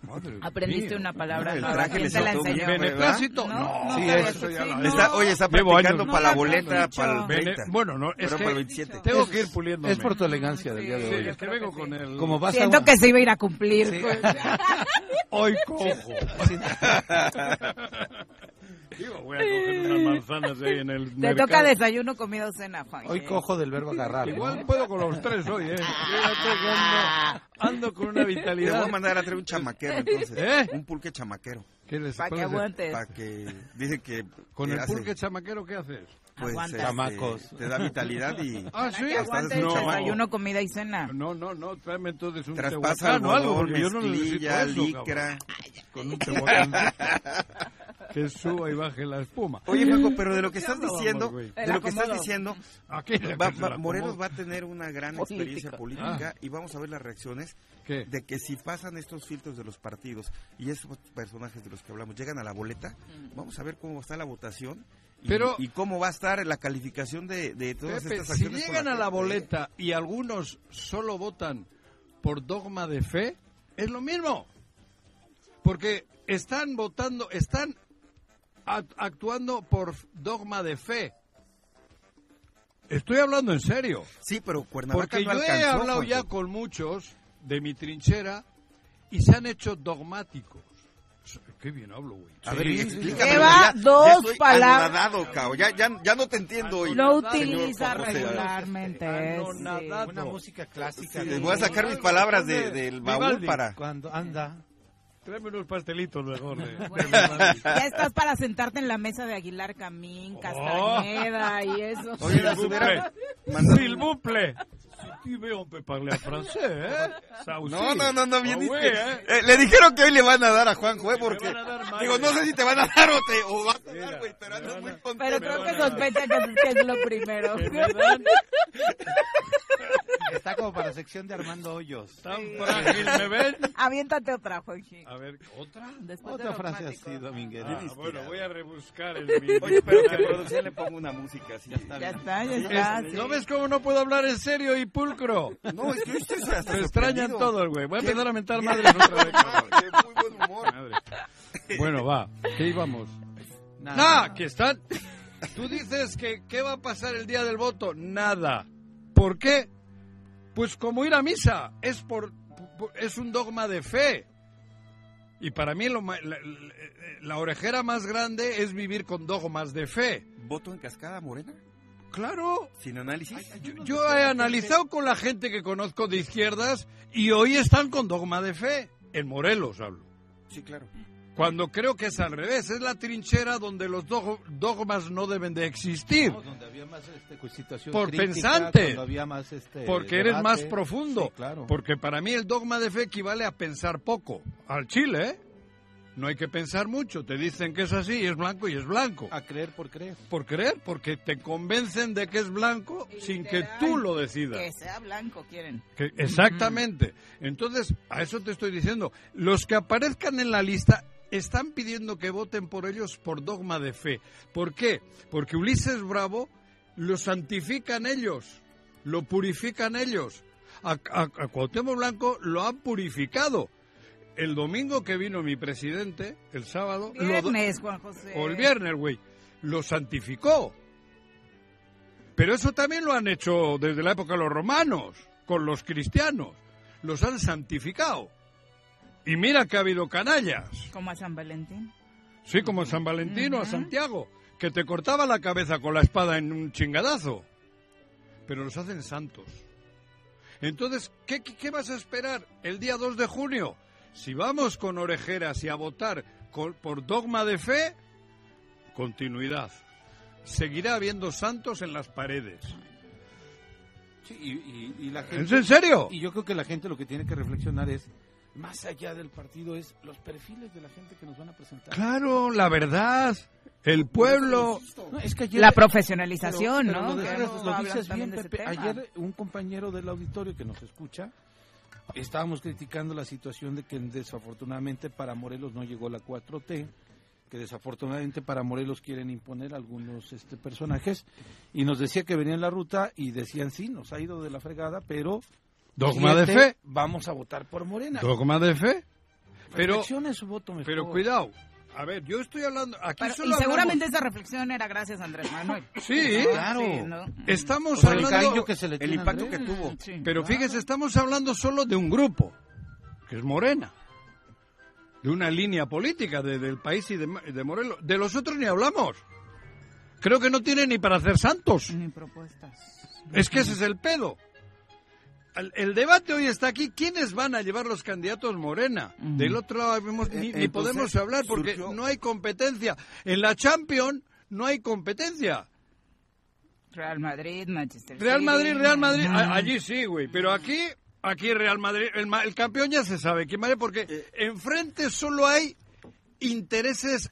Madre
Aprendiste
mía.
una palabra
El
nueva.
traje
¿Quién
les
te la
saltó bien,
enseñó?
¿Beneplácito?
¿verdad?
No,
No, no
pues sí,
sabes,
eso ya
sí,
la-
no.
Está- oye, está
Llevo años.
practicando
No
para la
lo
boleta,
habíamos
para el
dicho.
Bene-
30.
Bueno, no, es
Pero
que
para el 27.
tengo que ir puliéndome.
Es por tu elegancia del día
Sí,
de hoy.
es que vengo con el...
Como vas a
Siento
una-
que se iba a ir a cumplir. pues.
Hoy cojo. Digo, voy a coger unas manzanas ahí en el
Te
mercado.
toca desayuno, comida o cena, Juan.
Hoy cojo del verbo agarrar. ¿no?
Igual puedo con los tres hoy, ¿eh? Fíjate que ando, ando con una
Te voy
vitalidad.
a mandar a traer un chamaquero, entonces.
¿Eh?
Un pulque chamaquero.
¿Qué les
Para que
puedo hacer?
aguantes.
Para que. Dicen que.
¿Con
que
el
hace,
pulque chamaquero qué haces?
Pues,
Aguanta.
este,
Chamacos.
Te da vitalidad y.
Ah, sí.
Que aguante
No.
desayuno, comida y cena.
No, no, no, tráeme entonces un
Traspasa
tehuacán o algo,
algodón,
porque yo no necesito
mezclilla,
eso,
licra.
cabrón. Con un tehuacán. que suba y baje la espuma.
Oye, Paco, pero de lo que
¿Qué
estás
hablábamos,
diciendo,
Mm. güey?
de lo que estás diciendo,
Aquí la
va-
que se la
va- Morelos
acomodo.
va a tener una gran experiencia
Ah.
política y vamos a ver las reacciones
¿Qué?
de que si pasan estos filtros de los partidos y estos personajes de los que hablamos llegan a la boleta,
Mm.
vamos a ver cómo está la votación y,
Pero-
y cómo va a estar la calificación de, de todas
Pepe,
estas
si
acciones. con
llegan a la
gente.
boleta y algunos solo votan por dogma de fe, es lo mismo. Porque están votando, están a- actuando por dogma de fe. Estoy hablando en serio.
Sí, pero Cuernavaca
Porque
no
yo he
alcanzó,
hablado
Juanjo.
ya con muchos de mi trinchera y se han hecho dogmáticos. Qué bien hablo, güey.
A ver, explícame.
Lleva
ya- ya
dos
estoy
palabras.
anonadado, cao. Ya, ya, ya no te entiendo hoy.
No
señor
utiliza
Juan José.
Ah,
regularmente. sí.
Anonadado.
Una música clásica.
Sí, les voy a sacar mis palabras de- del baúl
Vivaldi.
para...
Cuando anda.
Tráeme unos pastelitos mejor. de-
Ya estás para sentarte en la mesa de Aguilar
Oh.
Camín, Castañeda y eso.
Oye, las hubiera
buple.
mandado-
Silbuple. qui veut, on peut parler français, hein Ça aussi.
No, no, no, no, bien
Ah,
dice.
ouais, hein.
Eh, le dijeron que hoy le van a dar a Juanjo, ¿eh? Porque.
van a dar madre.
Digo, no sé si te van a dar o te. O vas a dar, güey.
Pero creo que sospecha que, que es lo primero.
Está como para sección de Armando Hoyos.
frágil, ¿me ven?
Aviéntate otra, Juanji.
A ver, ¿otra?
Después
Otra
de
frase
romántico.
así, Domínguez.
Ah,
Inspirada.
bueno, voy a rebuscar el
Oye, pero que a producción le pongo una música así. Ya está,
Ya está, ya está. sí.
¿No ves cómo no puedo hablar en serio y pulcro?
No, es que usted se
Me extrañan todos, güey. Voy a empezar a mentar madre
muy buen humor.
Bueno, va. ¿Qué íbamos? Nada, que están. Tú dices que ¿qué va a pasar el día del voto? Nada. ¿Por qué? Pues como ir a misa, es por, por- es un dogma de fe. Y para mí lo ma- la, la- la orejera más grande es vivir con dogmas de fe.
¿Voto en cascada, Morena?
Claro,
¿Sin análisis?
yo, yo he analizado con la gente que conozco de izquierdas y hoy están con dogma de fe. En Morelos hablo.
Sí, claro.
Cuando creo que es al revés, es la trinchera donde los dog- dogmas no deben de existir.
No, donde había más este, cu- situación
Por
crítica,
pensante.
cuando había más, este,
Porque eres
debate.
más profundo.
Sí, claro.
Porque para mí el dogma de fe equivale a pensar poco. Al Chile, ¿eh? No hay que pensar mucho. Te dicen que es así y es blanco y es blanco.
A creer por creer.
Por creer, porque te convencen de que es blanco sin que
Literal.
tú lo decidas.
Que sea blanco, quieren.
Que- exactamente. Entonces, a eso te estoy diciendo. Los que aparezcan en la lista están pidiendo que voten por ellos por dogma de fe. ¿Por qué? Porque Ulises Bravo lo santifican ellos, lo purifican ellos. A, a- a Cuauhtémoc Blanco lo han purificado. El domingo que vino mi presidente, el sábado, lo do-
Viernes, Juan José.
o el viernes, güey, lo santificó. Pero eso también lo han hecho desde la época de los romanos, con los cristianos. Los han santificado. Y mira que ha habido canallas.
Como a San Valentín.
Sí, como San Valentino a Santiago, que te cortaba la cabeza con la espada en un chingadazo. Pero los hacen santos. Entonces, ¿qué, qué- qué vas a esperar el día 2 de junio? Si vamos con orejeras y a votar con- por dogma de fe, continuidad. Seguirá habiendo santos en las paredes.
Sí, y, y- y la gente,
¿Es en serio?
Y yo creo que la gente lo que tiene que reflexionar es, más allá del partido, es los perfiles de la gente que nos van a presentar.
Claro, la verdad, el pueblo...
No, es que ayer-
La profesionalización,
Pero-
¿no?
pero lo
Que
decías-
no
lo
hablan
dices
también
bien,
de ese
Pepe.
tema.
Ayer un compañero del auditorio que nos escucha, estábamos criticando la situación de que desafortunadamente para Morelos no llegó la 4T, que desafortunadamente para Morelos quieren imponer algunos este, personajes, y nos decía que venía en la ruta y decían, sí, nos ha ido de la fregada, pero...
Dogma de
siete,
fe.
Vamos a votar por Morena.
Dogma de fe. Pero,
Reflexione su voto mejor.
pero cuidado. A ver, yo estoy hablando... Aquí
Pero-
solo
y
hablamos-
seguramente esa reflexión era gracias a Andrés Manuel.
Sí,
Claro.
¿no?
O
Estamos
sea, el
hablando,
cariño que se le
El
tiene a
impacto que
Andrés.
tuvo.
Sí.
pero fíjese, estamos hablando solo de un grupo, que es Morena, de una línea política de- del país y de, de Morelos. De los otros ni hablamos. Creo que no tiene ni para hacer santos.
Ni propuestas.
Es que ese es el pedo. El, el debate hoy está aquí. ¿Quiénes van a llevar los candidatos Morena? Del otro lado vemos- ni,
Eh,
ni
Entonces,
podemos hablar porque
surgió-
no hay competencia. En la Champions no hay competencia.
Real Madrid, Manchester
Real
City.
Madrid, Real Madrid,
Ajá.
a- allí sí, güey, pero aquí, aquí Real Madrid, el, ma- el campeón ya se sabe quién va a ir,
Eh.
porque enfrente solo hay intereses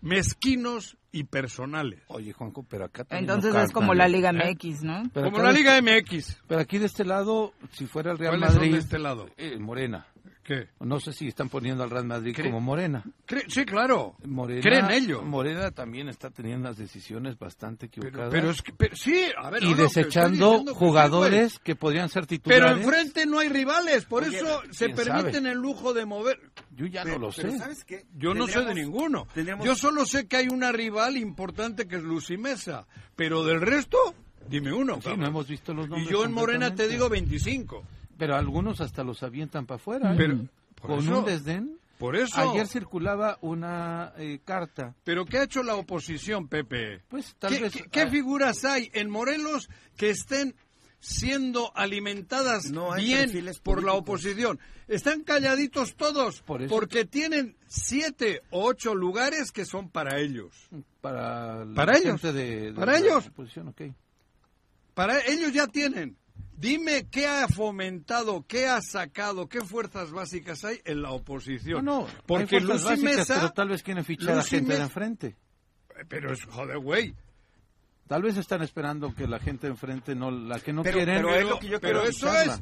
mezquinos y personales,
Oye, Juanjo, pero acá también
Entonces
nos
es como
cantan,
la
¿eh?
Liga MX, ¿no?
Pero
como
acá
la
de-
Liga MX.
Pero aquí de este lado, si fuera el Real
¿Cuáles son
Madrid,
de este lado?
eh, Morena.
¿Qué?
No sé si están poniendo al Real Madrid
Cre-
como Morena.
Cre- sí, claro,
Morena.
creen ellos.
Morena también está teniendo unas decisiones bastante
Pero,
equivocadas.
pero es que, pero- sí, a ver,
y
no, no, que estoy
desechando
diciendo que sí, güey.
jugadores que podrían ser titulares.
pero enfrente no hay rivales, por eso se
¿quién sabe?
permiten el lujo de mover.
Yo ya
Pero-
no lo
pero
sé.
¿sabes qué?
Yo no sé de
Tendríamos-
ninguno.
tendríamos-
Yo solo sé que hay una rival importante que es Lucy Mesa. Pero del resto, dime uno.
Sí,
cabrón.
no hemos visto los
y
nombres.
yo en Morena te
completamente.
digo 25.
Pero algunos hasta los avientan para afuera. ¿eh?
Pero- por
con
eso-
un desdén.
Por eso.
Ayer circulaba una eh, carta.
Pero ¿qué ha hecho la oposición, Pepe?
Pues tal
¿Qué,
vez.
qué- qué
ah,
figuras hay en Morelos que estén siendo alimentadas
No hay
bien
perfiles
por la
políticos.
oposición? Están calladitos todos
Por eso-
porque tienen siete o ocho lugares que son para ellos.
para la
Para ellos.
gente de, de
Para
la
ellos.
oposición, ok.
Para ellos ya tienen. Dime qué ha fomentado, qué ha sacado, qué fuerzas básicas hay en la oposición.
No, no,
porque
hay fuerzas
Lucy
básicas,
Mesa,
pero tal vez quieren fichar a
Lucy
gente de
Mesa-
enfrente.
Pero es joder, güey.
Tal vez están esperando que la gente de enfrente no la que no
pero,
quieren.
pero- pero eso es.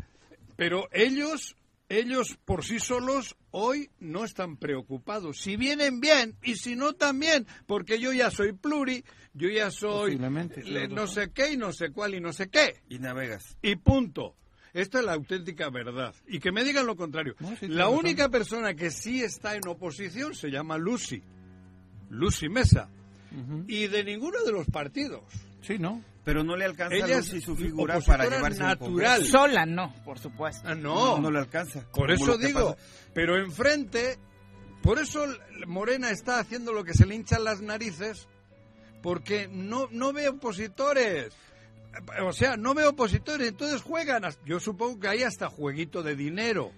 Pero ellos, ellos por sí solos hoy no están preocupados. Si vienen bien y si no también, porque yo ya soy pluri, yo ya soy le-
claro.
no sé qué y no sé cuál y no sé qué.
Y navegas.
Y punto. Esta es la auténtica verdad. Y que me digan lo contrario.
tienes
la
razón.
única persona que sí está en oposición se llama Lucy. Lucy Mesa. Y de ninguno de los partidos.
Sí, ¿no?
Pero no le alcanza
Ella
a
es
Lucy su figura
opositora
para llevarse un
natural.
Congreso.
Sola no, por supuesto.
Ah, no.
No, no le alcanza.
Por
Como
eso
lo que
digo, pero enfrente, por eso l- Morena está haciendo lo que se le hinchan las narices, porque no, no ve opositores. O sea, no ve opositores, entonces juegan. as- Yo supongo que hay hasta jueguito de dinero.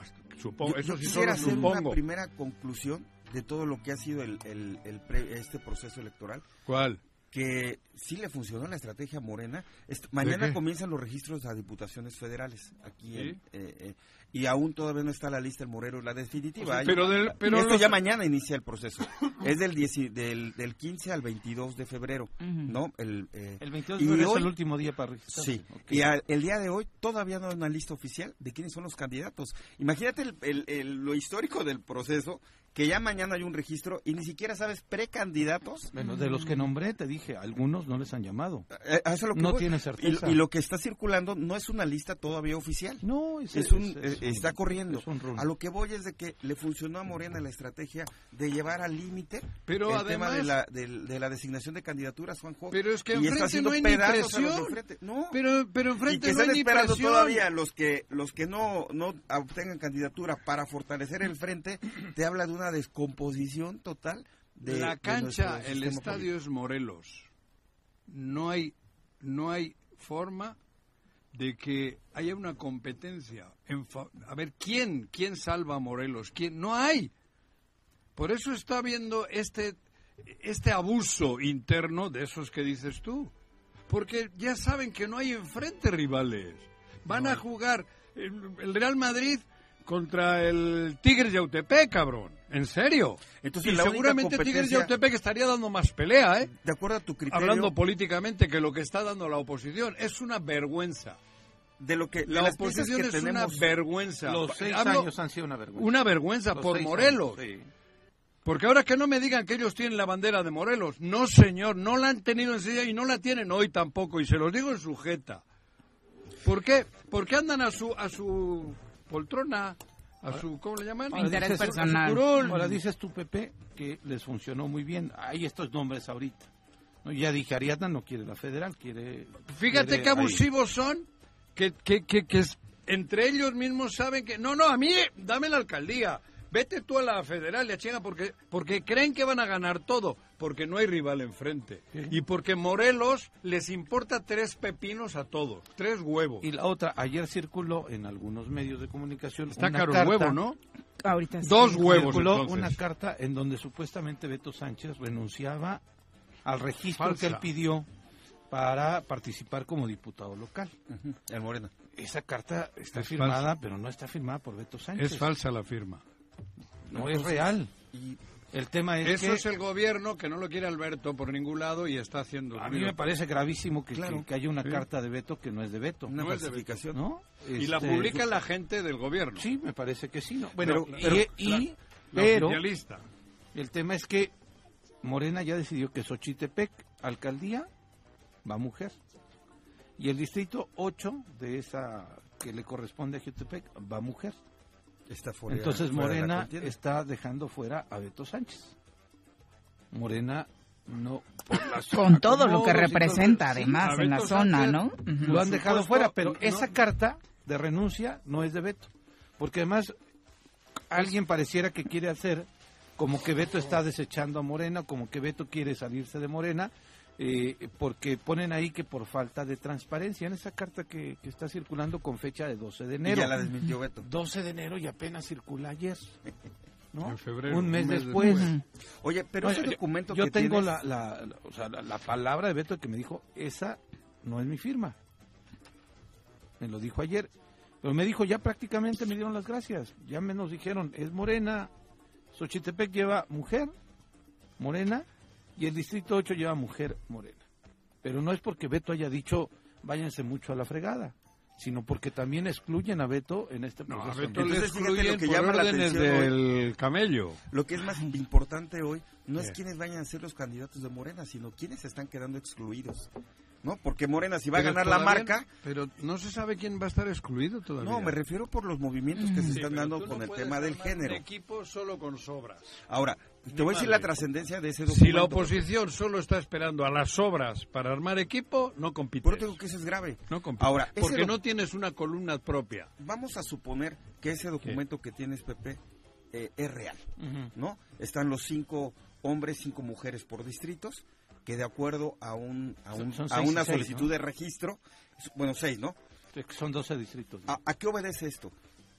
Hasta- Supongo,
Yo-
eso
yo
sí
quisiera
solo
hacer una
supongo.
primera conclusión de todo lo que ha sido el, el- el pre- este proceso electoral.
¿Cuál?
Que sí le funcionó la estrategia morena. Est-
qué?
mañana comienzan los registros a diputaciones federales aquí. en-
Sí.
eh, eh, y aún todavía no está la lista el Morero, la definitiva.
O sea,
Hay-
Pues
este
pero del- pero
esto
los-
ya mañana inicia el proceso. es del, dieci- del, del 15 al 22 de febrero,
Ujú.
¿no? El, eh,
El 22
y
de febrero es
hoy-
el último día para registrar.
Sí, y al- el día de hoy todavía no hay una lista oficial de quiénes son los candidatos. Imagínate el- el- el- lo histórico del proceso, que ya mañana hay un registro y ni siquiera sabes precandidatos.
Bueno, de los que nombré, te dije, algunos no les han llamado.
Eh, a eso es lo que
no
voy.
tiene
Y-
certeza.
Y, lo que está circulando no es una lista todavía oficial.
No, es,
un,
es- es
eh, está
un-
corriendo.
es un rumor.
a lo que voy es de que le funcionó a Morena la estrategia de llevar al límite
Pero
el
además-
tema de la, del- de la designación de candidaturas, Juanjo.
Pero es que
Y está
enfrente
haciendo
no hay ni
pedazos a los de
presión.
enfrente. No.
Pero, pero
y que
enfrente no
están
hay ni
esperando
presión.
todavía los que los que no no obtengan candidatura para fortalecer el frente te habla de una descomposición total de
la
de nuestro
cancha, el
sistema
estadio
político.
es Morelos. No hay, no hay forma de que haya una competencia. En fa- a ver, ¿quién, quién salva a Morelos? ¿Quién? No hay. Por eso está habiendo este, este abuso interno de esos que dices tú. Porque ya saben que no hay enfrente rivales. Van a jugar el el Real Madrid contra el Tigres de Autepec, cabrón. ¿En serio?
Entonces,
y
la única
seguramente Tigres de
competencia-
Autepec estaría dando más pelea, ¿eh?
de acuerdo a tu criterio
Hablando políticamente que lo que está dando la oposición es una vergüenza.
de lo que de
La
las piezas
oposición
que
es
tenemos
una vergüenza.
Los seis
Hablo-
años han sido una vergüenza.
Una vergüenza
Los
por
seis
Morelos.
años, sí.
Porque ahora que no me digan que ellos tienen la bandera de Morelos. No, señor, no la han tenido en serio y no la tienen hoy tampoco. Y se los digo en sujeta. ¿Por qué? Porque andan a su, a su poltrona, a su, ¿cómo le llaman?
Ahora dices-
A su curul.
Ahora dices tú, Pepe, que les funcionó muy bien. Hay estos nombres ahorita. No, ya dije, Ariadna no quiere la federal, quiere...
Fíjate
quiere
qué
ahí.
abusivos son, que, que, que, que es- entre ellos mismos saben que... No, no, a mí dame la alcaldía, vete tú a la federal y a China porque, porque creen que van a ganar todo, porque no hay rival enfrente. Y porque Morelos les importa tres pepinos a todos, tres huevos.
Y la otra, ayer circuló en algunos medios de comunicación...
Está
una
caro el
carta-
huevo, ¿no?
Ahorita
Dos huevos,
Circuló
entonces.
una carta en donde supuestamente Beto Sánchez renunciaba al registro
Falsa.
que él pidió para participar como diputado local.
el Morena
Esa carta está
Es
firmada,
falsa.
pero no está firmada por Beto Sánchez.
Es falsa la firma.
No es real. El tema es
Eso
que
es el gobierno que no lo quiere Alberto por ningún lado y está haciendo...
a mí
ruido.
me parece gravísimo que,
Claro.
que- que haya una
Sí.
carta de Beto que no es de Beto.
una
No es de
falsificación
¿No?
Y la
Este,
publica la gente del gobierno.
Sí, me parece que sí. ¿no? Bueno,
Pero-
y-
pero-
y,
la- la
pero
oficialista.
el tema es que Morena ya decidió que Xochitepec, alcaldía, va mujer. Y el distrito 8 de esa que le corresponde a Jutepec va mujer.
está fuera
Entonces
fuera de la
Morena
contienda.
está dejando fuera a Beto Sánchez. Morena no. por las-
Con todo lo que
acomodos y
representa,
sí,
además,
a
en la
Beto
zona,
Sánchez
¿no? Ujú.
Lo han dejado
supuesto,
fuera, pero
no-
esa carta de renuncia no es de Beto. Porque además, alguien pareciera que quiere hacer como que Beto está desechando a Morena, como que Beto quiere salirse de Morena. eh, porque ponen ahí que por falta de transparencia en esa carta que, que está circulando con fecha de 12 de
Y
enero.
ya la desmintió Beto
12 de enero y apenas circula ayer. ¿no?
En febrero,
un mes después.
oye pero
No,
ese
yo-
documento
yo
que
tengo la,
tienes-
la, la- o sea, la- la palabra de Beto que me dijo, esa no es mi firma. me lo dijo ayer. Pero me dijo, ya prácticamente me dieron las gracias. Ya me nos dijeron, es morena. Xochitepec lleva mujer, morena. Y el distrito 8 lleva mujer, morena. Pero no es porque Beto haya dicho, váyanse mucho a la fregada. Sino porque también excluyen a Beto en este
No,
proceso.
a Beto le excluyen por órdenes del camello.
Lo que es más importante hoy no es quiénes vayan a ser los candidatos de Morena, sino quiénes están quedando excluidos. ¿No? Porque Morena, si va
Pero
a ganar la
todavía-
marca,
Pero no se sabe quién va a estar excluido todavía.
No, me refiero por los movimientos
Mm.
que se están dando con el tema del género.
equipo solo con sobras.
Ahora, te voy a decir
madre.
la trascendencia de ese documento.
Si la oposición solo está esperando a las obras para armar equipo, no compites. Pero tengo
que eso es grave.
No compites.
Ahora, ese
porque
doc-
no tienes una columna propia.
Vamos a suponer que ese documento que tienes, Pepe, eh, es real,
Ujú.
¿no? Están los cinco hombres, cinco mujeres por distritos, que de acuerdo a, un, a,
Son-
un-
son
a
seis y
una
seis,
solicitud
¿no?
de registro, s- bueno, seis, ¿no?
Son 12 distritos.
¿A, a qué obedece esto?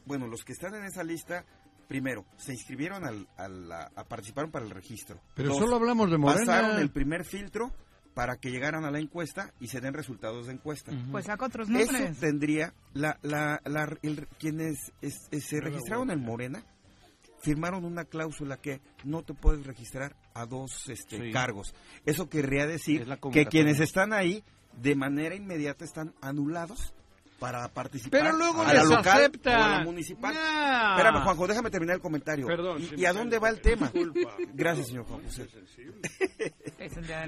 Bueno, los que están en esa lista, primero, se inscribieron al, al- a, a- participaron para el registro.
Pero
Dos,
solo hablamos de Morena.
Pasaron el primer filtro para que llegaran a la encuesta y se den resultados de encuesta.
Pues saca otros
Eso
nombres.
tendría la, la, la- el- quienes es- es- se registraron en Morena firmaron una cláusula que no te puedes registrar a dos este,
Sí.
cargos. Eso querría decir
Es la
que
convocatoria.
quienes están ahí de manera inmediata están anulados para participar
Pero luego
a la
les
local
aceptan.
o a la municipal.
Nah.
Espérame, Juanjo, déjame terminar el comentario.
Perdón,
¿Y,
sí
y
me
a dónde
callo,
va el tema?
disculpa.
Gracias, señor Juan José.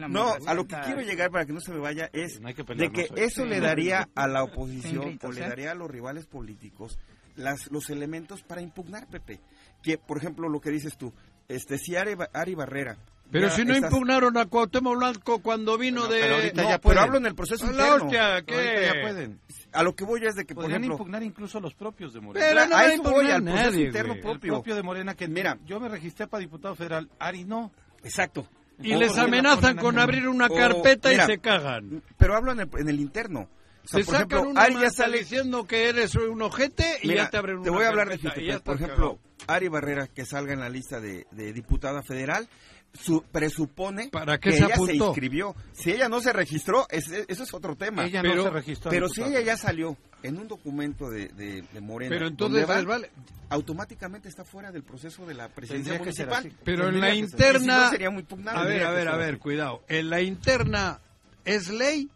No, a lo que quiero llegar para que no se me vaya es
No hay que
de
pelearnos
que
hoy.
eso
Sí.
le daría a la
Sin
oposición
gritos,
o le
¿eh?
daría a los rivales políticos las, los elementos para impugnar, Pepe. Que, por ejemplo, lo que dices tú, este, si Ari, Ba- Ari Barrera...
Pero
ya
si no
estás-
impugnaron a Cuauhtémoc Blanco cuando vino de...
pero ahorita ya pueden. Ah, la hostia, ¿qué?
Ahorita ya pueden.
A lo que voy es de que, por
Podrían
ejemplo...
impugnar incluso los propios de Morena.
Pero no A va a eso impugnar voy, al proceso nadie, interno güey. propio.
El propio de Morena que mira, yo me registré para diputado federal, Ari no.
Exacto.
Y les amenazan con abrir una carpeta y se cagan.
Pero hablan en el, en el interno. O sea,
Te
por
sacan
ejemplo,
una
Ari ya
manta
sale...
diciendo que eres un ojete y
Mira,
ya te abren
te
una
voy a hablar de
carpeta y ya
Fitepec. Por
estás
ejemplo, Ari Barrera, que salga en la lista de, de diputada federal, su- presupone
qué
que
se
ella se
apuntó?
inscribió. Si ella no se registró, es- es- eso es otro tema.
Ella no
pero,
se registró a
Pero si
diputada.
ella ya salió en un documento de, de, de Morena,
Pero
donde
entonces
va,
les vale.
automáticamente está fuera del proceso de la presidencia
Tendría que ser
municipal.
así.
Pero en la
Tendría que ser así.
interna...
Si no, sería muy pugnable.
A ver,
Tendría
a
que
ver,
ser
a
así.
ver, cuidado. En la interna es ley.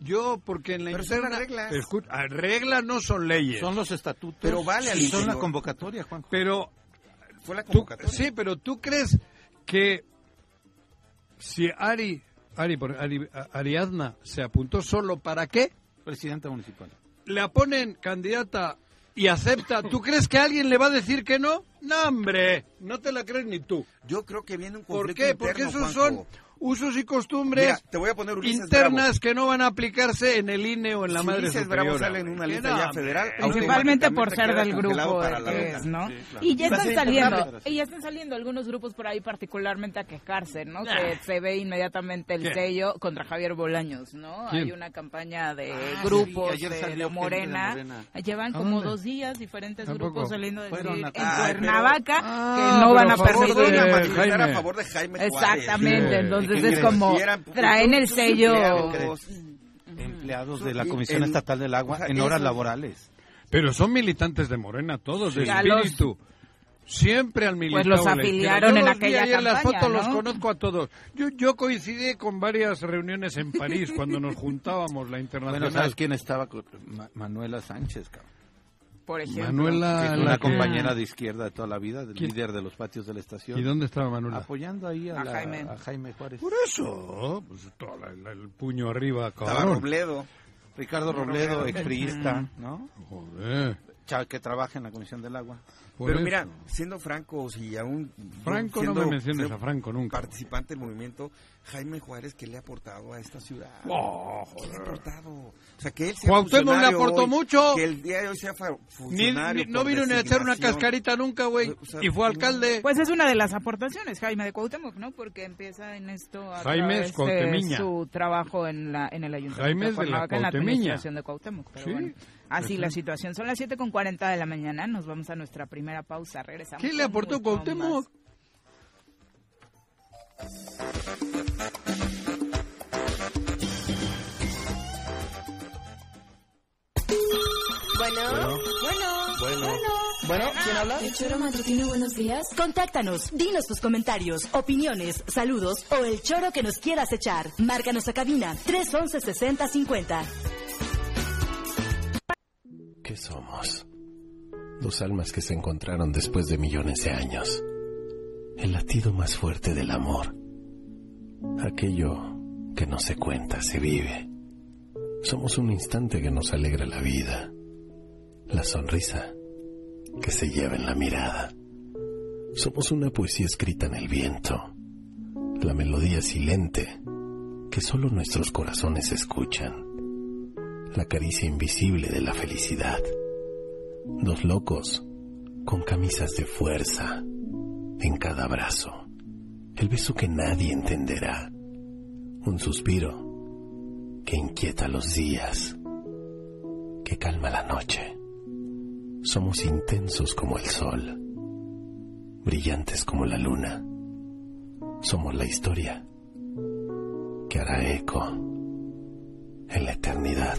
Yo, porque en la
Pero son
interna...
las reglas.
Escu- ah, reglas no son leyes.
Son los estatutos.
Pero vale al
y son la
interior.
convocatoria, Juan.
Pero
Fue la
tú,
convocatoria.
sí, pero tú crees que si Ari, Ari, por- Ari- a- Ariadna se apuntó solo para qué,
Presidenta municipal.
la ponen candidata y acepta, ¿tú crees que alguien le va a decir que no? No, hombre, no te la crees ni tú.
Yo creo que viene un
¿Por
conflicto
qué? Porque
interno,
esos
Juanjo.
son usos y costumbres
Mira, te voy a poner Ulises Bravo.
internas que no van a aplicarse en el INE o en la
Si
madre
Ulises
superiora.
Bravo sale en una
Que
lista
no,
ya
hombre.
federal,
Principalmente por ser
automáticamente
del
queda congelado
grupo
para la
que es,
local.
¿no?
Sí, claro.
Y ya
Va a
están
ser
saliendo,
impugnables.
y ya están saliendo algunos grupos por ahí particularmente a quejarse, ¿no?
Nah.
Se, se ve inmediatamente el
¿Quién?
sello contra Javier Bolaños, ¿no?
¿Quién?
Hay una campaña de
Ah,
eh, grupos
sí, ayer
de,
salió
de
gente de
Morena. Ah,
Morena.
Llevan
¿A
como
dónde?
dos días diferentes
Tampoco.
grupos saliendo de
Fueron
decir
a-
en
Ay, pero-
Cuernavaca
Ah,
que no
pero
van
a
a
favor
permitir
de-
la
Van a
manifestación.
manifestar
Jaime.
a favor de Jaime Juárez.
Exactamente,
Sí.
entonces
¿Qué
es
crees?
como
Si eran-
traen el
sus
sello.
empleados,
Empleados
Eso-
de la
y
Comisión
el-
Estatal del Agua
o sea,
en horas
eso-
laborales.
Pero son militantes de Morena todos, de
Sí, a los-
espíritu. Siempre al militar.
Pues los
le quiero.
afiliaron
Yo
en
los vi
aquella
ahí en las
campaña,
fotos los
¿no?
conozco a todos. Yo, yo coincidí con varias reuniones en París cuando nos juntábamos la internacional.
Bueno, ¿sabes quién estaba? con- Ma- Manuela Sánchez, cabrón.
Por ejemplo,
Que
Manuela,
es
la
una
que-
compañera de izquierda de toda la vida, del
¿Quién?
líder de los patios de la estación.
¿Y dónde estaba Manuela?
Apoyando ahí a,
A
la-
Jaime.
a Jaime Juárez.
Por eso, pues, toda la- la- el puño arriba,
Estaba
cabrón.
Robledo.
Ricardo Robledo, expriista, ¿no?
Joder,
Cha- que trabaja en la Comisión del Agua.
por
Pero
eso.
mira, siendo francos y aún...
Franco, no
siendo-
me menciones
siendo
a Franco nunca.
Participante del movimiento, Jaime Juárez, que le ha aportado a esta ciudad?
Oh,
¿Qué le ha
joder.
aportado? O sea, que él sea
Cuauhtémoc le
funcionario
aportó
hoy,
mucho.
Que el día de hoy sea fa-
Ni-
funcionario
ni- no
por
vino ni a echar una
designación.
cascarita nunca, güey.
O sea,
Y fue
no.
alcalde.
Pues es una de las aportaciones, Jaime de Cuauhtémoc, ¿no? Porque empieza en esto a
Jaime
través
es
de
Cuautemiña.
su trabajo en la en el ayuntamiento
Jaime es de la
Cuernavaca, en la
Cuautemiña.
administración de Cuauhtémoc. Pero
Sí,
bueno, así
pues
la
sí.
situación. Son las 7.40 de la mañana, nos vamos a nuestra primera pausa, regresamos.
¿Qué le
con
aportó
mucho
Cuauhtémoc?
más.
Bueno. Bueno.
Bueno.
Bueno, ¿quién habla?
El Choro Matutino, buenos días.
Contáctanos, dinos tus comentarios, opiniones, saludos o el choro que nos quieras echar. Márcanos a cabina 311 6050.
¿Qué somos? Dos almas que se encontraron después de millones de años. El latido más fuerte del amor. Aquello que no se cuenta se vive. Somos un instante que nos alegra la vida. La sonrisa que se lleva en la mirada. Somos una poesía escrita en el viento. La melodía silente que solo nuestros corazones escuchan. La caricia invisible de la felicidad. Dos locos con camisas de fuerza en cada brazo. El beso que nadie entenderá. Un suspiro que inquieta los días, que calma la noche. Somos intensos como el sol, brillantes como la luna. Somos la historia que hará eco en la eternidad.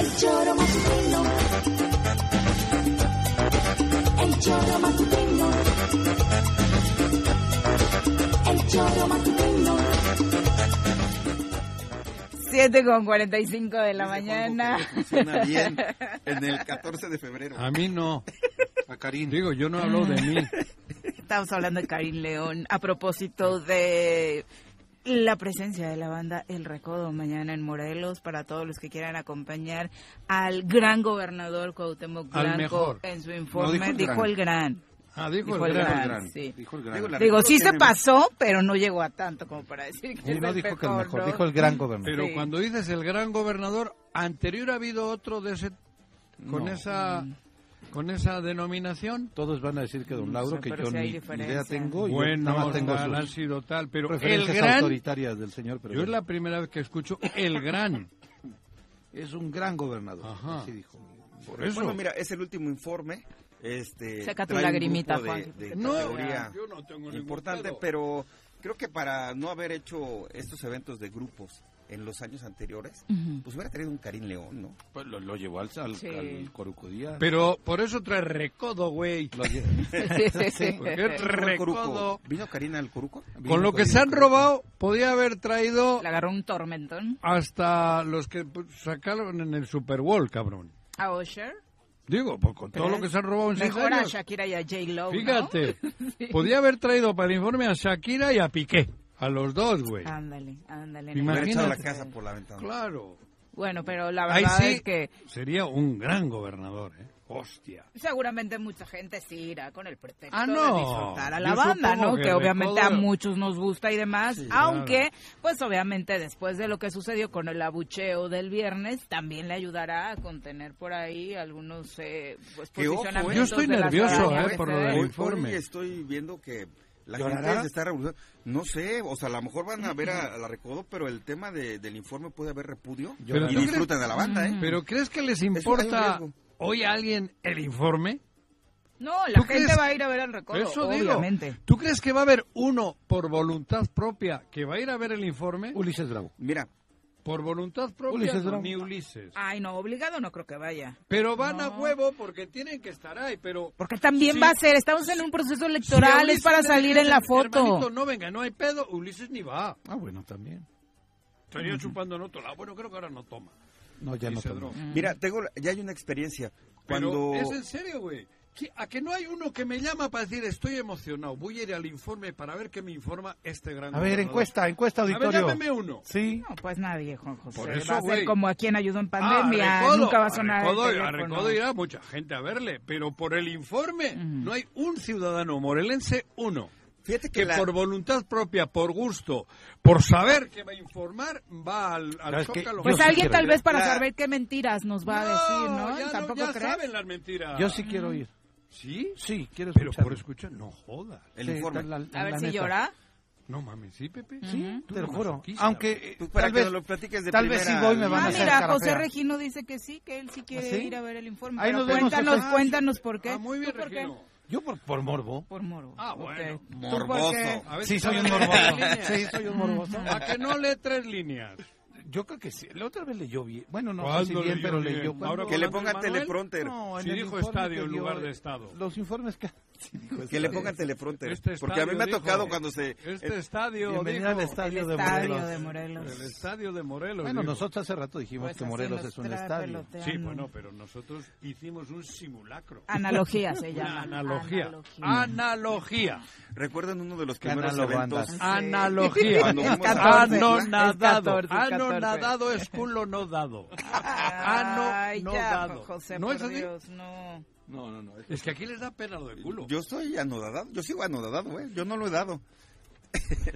El choro matutino. El choro matutino. El choro matutino.
7 con 45 de la mañana.
Suena bien. En el 14 de febrero.
A mí no. A Karim. Digo, yo no hablo de mí.
Estamos hablando de Karim León a propósito de la presencia de la banda El Recodo mañana en Morelos para todos los que quieran acompañar al gran gobernador Cuauhtémoc
Al
Blanco
mejor.
en su
No,
informe
dijo el
dijo
gran.
el gran.
Ah, dijo,
Dijo
el
el
gran.
gran, sí.
sí. Dijo el gran.
Digo, sí se pasó, pero no llegó a tanto como para decir que
Sí,
es
no
el
dijo que el
mejor,
mejor,
¿no?
dijo el gran gobernador. Pero
Sí.
cuando dices el gran gobernador, anterior ha habido otro de ese con
No.
esa con esa denominación.
Todos van a decir que don Lauro, que yo ni idea tengo. y
bueno,
nada más tengo
tal,
sus
ha sido tal, pero el
preferencias
gran
autoritarias del señor. Pero
Yo es
bueno.
la primera vez que escucho el gran.
Es un gran gobernador.
Ajá.
así dijo.
Por eso.
Bueno, mira, es el último informe. Este,
Saca tu
trae un
lagrimita,
grupo de,
Juan.
de
No,
categoría
yo no tengo ningún
importante,
pedo.
pero creo que para no haber hecho estos eventos de grupos en los años anteriores,
Ujú.
pues hubiera tenido un Karim León, ¿no?
Pues lo, lo llevó al, al,
Sí.
al Corucudía.
Pero por eso trae recodo, güey. Porque es recodo.
¿Vino Karina al Coruco?
Con lo que se han robado, podía haber traído
Le agarró un tormentón
hasta los que pues, sacaron en el Super Bowl, cabrón.
a Usher.
Digo, pues, con todo
Pero
lo que se han robado en seis
Mejor a
años.
Shakira y a J-Lo, ¿no?
Fíjate,
Sí.
podía haber traído para el informe a Shakira y a Piqué. A los dos, güey.
Ándale, ándale.
Me hubiera echado la
Imagínate.
casa
por la ventana.
Claro.
Bueno, pero la
Ahí
verdad
sí
es que
sería un gran gobernador, ¿eh? Hostia.
seguramente mucha gente sí irá con el pretexto
Ah,
de
no.
disfrutar a la
Yo
banda,
supongo
¿no?
que
Que obviamente a
recodo-
muchos nos gusta y demás,
Sí,
aunque, pues obviamente después de lo que sucedió con el abucheo del viernes, también le ayudará a contener por ahí algunos eh, pues,
Que ojo,
posicionamientos.
¿eh?
de las arañas,
Hoy-
¿eh?
hoy estoy viendo que la
¿Llorará?
gente se está revolucionando. No sé, o sea, a lo mejor van a ver a, a la Recodo, pero el tema de- del informe puede haber repudio.
Pero
y
¿tú
disfrutan
crees-
de la banda,
Mm.
¿eh?
Pero ¿crees que les
un- hay un
importa
riesgo.
hoy a alguien el informe?
No, la
¿Tú
gente
crees-
va a ir a ver el recodo,
Eso digo.
obviamente.
¿Tú crees que va a haber uno por voluntad propia que va a ir a ver el informe?
Ulises Bravo.
Mira.
Por voluntad propia,
Ulises Bravo.
ni Ulises.
Ay, no, obligado no creo que vaya.
Pero van a huevo porque tienen que estar ahí, pero...
Porque también va a ser, estamos en un proceso electoral, es para salir en la foto.
no venga, no hay pedo, Ulises ni va.
Ah, bueno, también.
Estaría chupando en otro lado. Bueno, creo que ahora no toma.
No, ya no.
Dice
tengo.
Drogo.
Mira, tengo, la- ya hay una experiencia.
Pero
Cuando
es en serio, güey. Sí, a que no hay uno que me llama para decir estoy emocionado, voy a ir al informe para ver qué me informa este gran.
A ver,
gobernador"?
encuesta, encuesta,
A ver,
auditorio.
llámeme uno.
Sí.
No, pues nadie, Juan José.
Por eso,
va a ser
güey.
como a quien ayudó en pandemia.
Ah, Recodo,
Nunca va a sonar. el
Recodo, a
teléfono.
Recodo irá mucha gente a verle, pero por el informe no hay un ciudadano morelense, uno. Fíjate que,
la-
por voluntad propia, por gusto, por saber que va a informar, va al, al
¿Sabes qué?
Zócalo.
Pues
Yo sí
alguien
quiero
tal
ir.
vez para
La-
saber qué mentiras nos va a decir, ¿no?
ya,
Tampoco
ya
crees.
saben las mentiras.
Yo sí quiero ir.
¿Sí?
Sí, quiero
Pero
escuchar.
por escuchar, no joda.
El Sí, informe. la- la-
A ver
la
si
neta.
llora.
No mames, sí, Pepe.
Sí,
Tú
te lo
eres
juro.
masoquista,
Aunque eh,
Pues para
tal
que
vez,
nos lo platiques de
tal vez si
primera
voy me van a
Ah,
hacer
mira,
cara
José
fea.
Regino dice que sí, que él sí quiere
¿Ah, sí?
ir a ver el informe.
Ahí
Pero
nos vemos,
cuéntanos,
José.
cuéntanos por qué.
Ah, muy bien,
¿Tú por qué?
Regino.
Yo por, por morbo.
Por moro.
Ah, bueno.
Ok. ¿Tú por qué?
Morboso.
A ver
Sí,
si
soy un
saben las
morboso.
líneas.
Sí, soy un morboso.
A que no le tres líneas.
Yo creo que sí. La otra vez leyó bien. Bueno, no sé
¿Cuándo
si bien,
leyó
pero
bien?
leyó.
Ahora
cuando-
Que le
Andrés
pongan
Manuel?
teleprompter.
No, en
Si
el
dijo
informe
estadio
que
en
dio,
lugar de
eh,
estado.
Los informes que... Sí, dijo
Que le
estadio.
pongan teleprompter.
Este
porque a mí
estadio
me ha
dijo,
tocado cuando se... eh,
Este estadio.
eh, Bienvenido
dijo,
al estadio de
Estadio
Morelos.
de Morelos.
El estadio de Morelos.
Bueno,
dijo.
nosotros hace rato dijimos
Pues
que
así
Morelos
los
es un
trae
estadio.
peloteando.
Sí, bueno, pero nosotros hicimos un simulacro.
Analogía se
Una
llama.
analogía. Analogía.
¿Recuerdan uno de los
Qué
primeros
análogo
eventos?
andas.
Analogía.
Cuando fuimos a-
Anonadado.
Es 14, es 14.
Anonadado es culo no dado.
Ay, ya,
Anonadado.
José,
¿No
por
es así?
Dios, no.
No, no, no. Es que aquí les da pena lo de culo.
Yo estoy anodadado. Yo sigo anodadado, güey. Yo no lo he dado.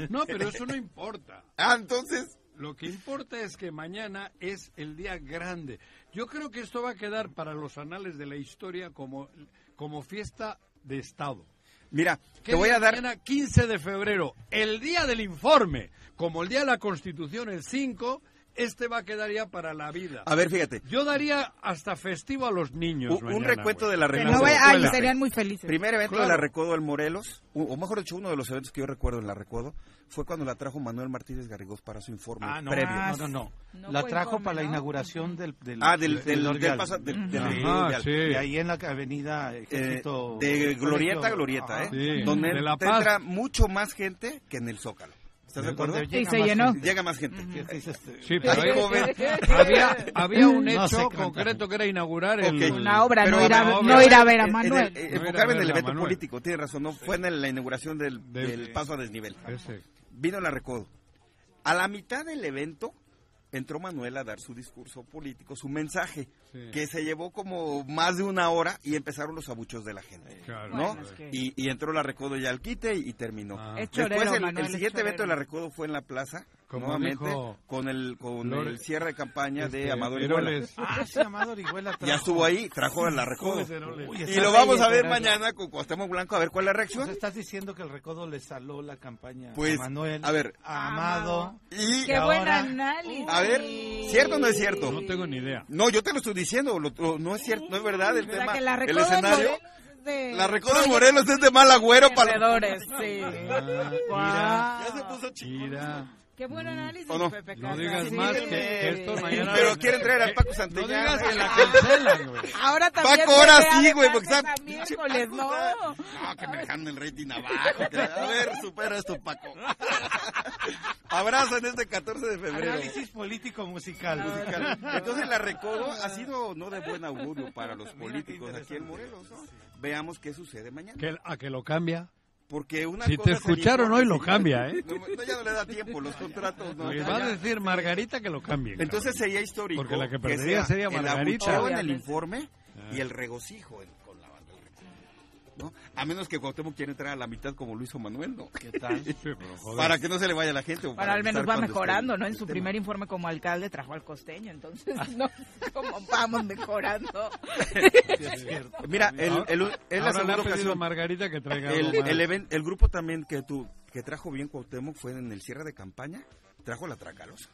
No, pero eso no importa.
Ah, entonces...
Lo que importa es que mañana es el día grande. Yo creo que esto va a quedar para los anales de la historia como, como fiesta de Estado.
Mira,
¿Qué
te voy
día
a dar...
Mañana 15 de febrero, el día del informe, como el día de la Constitución, el 5, este va a quedar ya para la vida.
A ver, fíjate.
Yo daría hasta festivo a los niños.
Un- un
mañana,
recuento
güey.
de la
Que
regla.
no vaya- ay,
Escuela.
serían muy felices.
Primer evento
Claro.
de la Recodo en Morelos, u- o mejor dicho, uno de los eventos que yo recuerdo en la Recodo, fue cuando la trajo Manuel Martínez Garrigós para su informe
Ah, no,
previo.
no, no, no.
No
la
fue
trajo
informe,
para la
¿no?
inauguración del... del
Ah, del, del,
corredor
del
vial.
paso- del- del-
Ajá,
del-
sí.
Y ahí en la avenida Ejército...
eh, de glorieta a
Colegio-
glorieta,
Ajá.
¿eh?
Sí.
Donde
De La
te
Paz.
entra mucho más gente que en el Zócalo. ¿Estás de acuerdo?
Donde llega
Y se
más
llenó.
gente.
Llega más gente.
Que- que es este-
Sí, pero ahí-
Como ven,
había, había un
No sé
hecho
cantar.
concreto que era inaugurar el...
Ok.
Una obra,
Pero
no ir a,
una
no
obra.
ir a ver a
en- en
Manuel.
el- eh,
No era
enfocarme en el
verla,
evento
Manuel.
político, tienes razón, no fue en la inauguración del,
Del-
del paso a desnivel.
Ese.
Vino la Recodo. A la mitad del evento entró Manuel a dar su discurso político, su mensaje,
Sí.
que se llevó como más de una hora y empezaron los abuchos de la gente.
Claro.
¿no?
Bueno, es que-
y, y entró la Recodo ya al quite y, y terminó.
Ah.
Es
Después
chorero,
el- el,
Manuel, es
siguiente evento de
chorero.
la Recodo fue en la plaza,
Como
nuevamente,
dijo
con el con
Lore-
el cierre de campaña
Este,
de Amador Iguala.
Heroles.
Ah, sí, Amado Orihuela
Ya
trajo-
estuvo ahí, trajo a la Recodo.
Uy, Heroles.
Uy,
Y
está
lo vamos
bello,
a ver
Heroles.
mañana con Cuauhtémoc Blanco a ver cuál es la
O sea,
reacción.
estás diciendo que el recodo le saló la
Ah,
campaña
Pues,
a Manuel,
a ver.
a Amado.
Y
Qué buen
ahora-
análisis.
a ver, ¿cierto o no es cierto?
No tengo ni idea.
No, yo te lo estoy diciendo, lo- lo- no es cierto, no es verdad
O
el
sea,
tema,
que la
el
recodo en
escenario.
Morelos es de-
La Recodo de Morelos es de mal agüero para
Perdedores, sí.
Ah, Mira,
Ya se puso chico.
mira. Mm.
Qué buen análisis,
¿O no?
Pepe
No
Casas.
digas
Sí.
más que, que esto mañana...
Pero quieren traer a Paco
No
Santillán.
digas que la
güey.
cancelan, güey.
Ahora también.
Paco, ahora
Pepe,
sí,
además
güey, porque
es
está-
a miércoles, no.
No, que me dejan el rating abajo. que- A ver, supera esto, Paco. Abrazo en este 14 de febrero.
Análisis político musical. Ah,
Entonces la recodo ha sido no de buen augurio para los políticos aquí en Morelos. ¿no? Veamos qué sucede mañana.
Que- a que lo cambia.
Porque una
Si te
cosa es el
escucharon hoy, lo
informe,
cambia, ¿eh?
No, no, ya no le da tiempo, los contratos no.
Les va a decir Margarita que lo cambie.
Entonces
cabrón.
sería histórico.
Porque la que perdería
perdería
sería Margarita. Ah.
El abucheo en el
Obviamente.
informe y el regocijo en- con la banda del recodo. ¿no? A menos que Cuauhtémoc quiera entrar a la mitad como Luis Manuel, ¿no? ¿Qué tal?
Sí, pero joder.
Para que no se le vaya la gente. o
Bueno, al menos
estar
va
cuando esté
mejorando, ¿no? En
el
su
tema.
primer informe como alcalde trajo al costeño, entonces no como vamos mejorando.
Mira, el, el, es
Ahora
la
le ha
segunda
pedido a
ocasión.
Margarita que traiga
El,
algo más.
el, even- el grupo también que tu, que trajo bien Cuauhtémoc fue en el cierre de campaña, trajo la Tracalosa,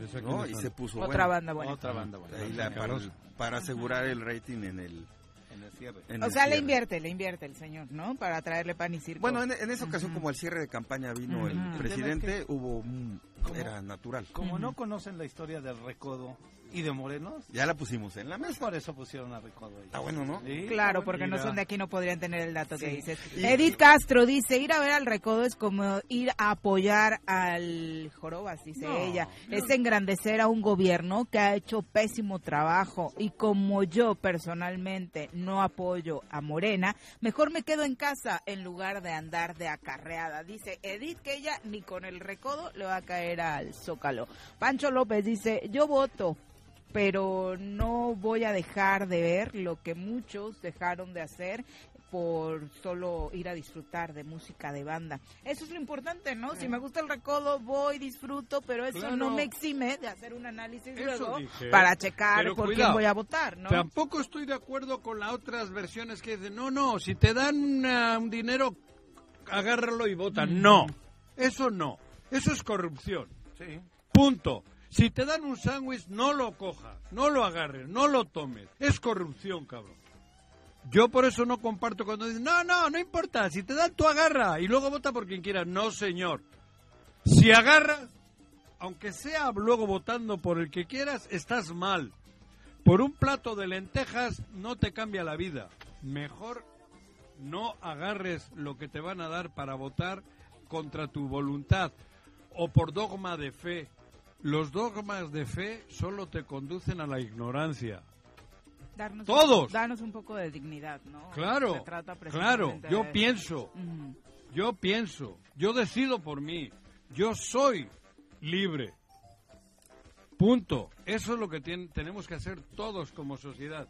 Esa que
¿no?
nos
Y
han-
se puso
Otra
bueno,
banda buena.
Otra banda, bueno.
ahí la- para,
Tracalosa.
para asegurar el rating en el...
En el cierre.
en
O
el
sea, le
cierre.
invierte, le invierte el señor, ¿no? Para traerle pan y circo.
Bueno, en, en esa ocasión, como al cierre de campaña vino
Ujú.
el presidente, hubo... un-
¿Cómo?
Era natural.
Como no conocen la historia del recodo, y de morenos.
Ya la pusimos Pues en la mesa.
Por eso pusieron a Recodo ahí.
Está bueno, ¿no?
Sí,
Claro,
está
porque no
buena.
son de aquí, no podrían tener el dato que
Sí.
dices. Eh,
Y-
Edith Castro dice, ir a ver al recodo es como ir a apoyar al jorobas, dice
No,
ella.
no.
Es engrandecer a un gobierno que ha hecho pésimo trabajo y como yo personalmente no apoyo a Morena, mejor me quedo en casa en lugar de andar de acarreada. Dice Edith que ella ni con el recodo le va a caer al zócalo. Pancho López dice, yo voto pero no voy a dejar de ver lo que muchos dejaron de hacer por solo ir a disfrutar de música de banda. Eso es lo importante, ¿no? Si me gusta el recodo, voy, disfruto, pero eso
Claro.
no me exime de hacer un análisis luego
dije.
para checar
Pero
por
cuidado,
quién voy a votar, ¿no?
Tampoco estoy de acuerdo con las otras versiones que dicen, no, no, si te dan una- un dinero, agárralo y vota. No, eso no. Eso es corrupción.
Sí.
Punto. Si te dan un sándwich, no lo cojas, no lo agarres, no lo tomes. Es corrupción, cabrón. Yo por eso no comparto cuando dicen, no, no, no importa, si te dan, tú agarra y luego vota por quien quieras. No, señor. Si agarras, aunque sea luego votando por el que quieras, estás mal. Por un plato de lentejas no te cambia la vida. Mejor no agarres lo que te van a dar para votar contra tu voluntad o por dogma de fe. Los dogmas de fe solo te conducen a la ignorancia.
Darnos-
todos.
Danos un poco de dignidad, ¿no?
Claro,
Se trata
claro,
precisamente de-
yo pienso,
Ujú.
yo pienso, yo decido por mí, yo soy libre. Punto. Eso es lo que tien- tenemos que hacer todos como sociedad.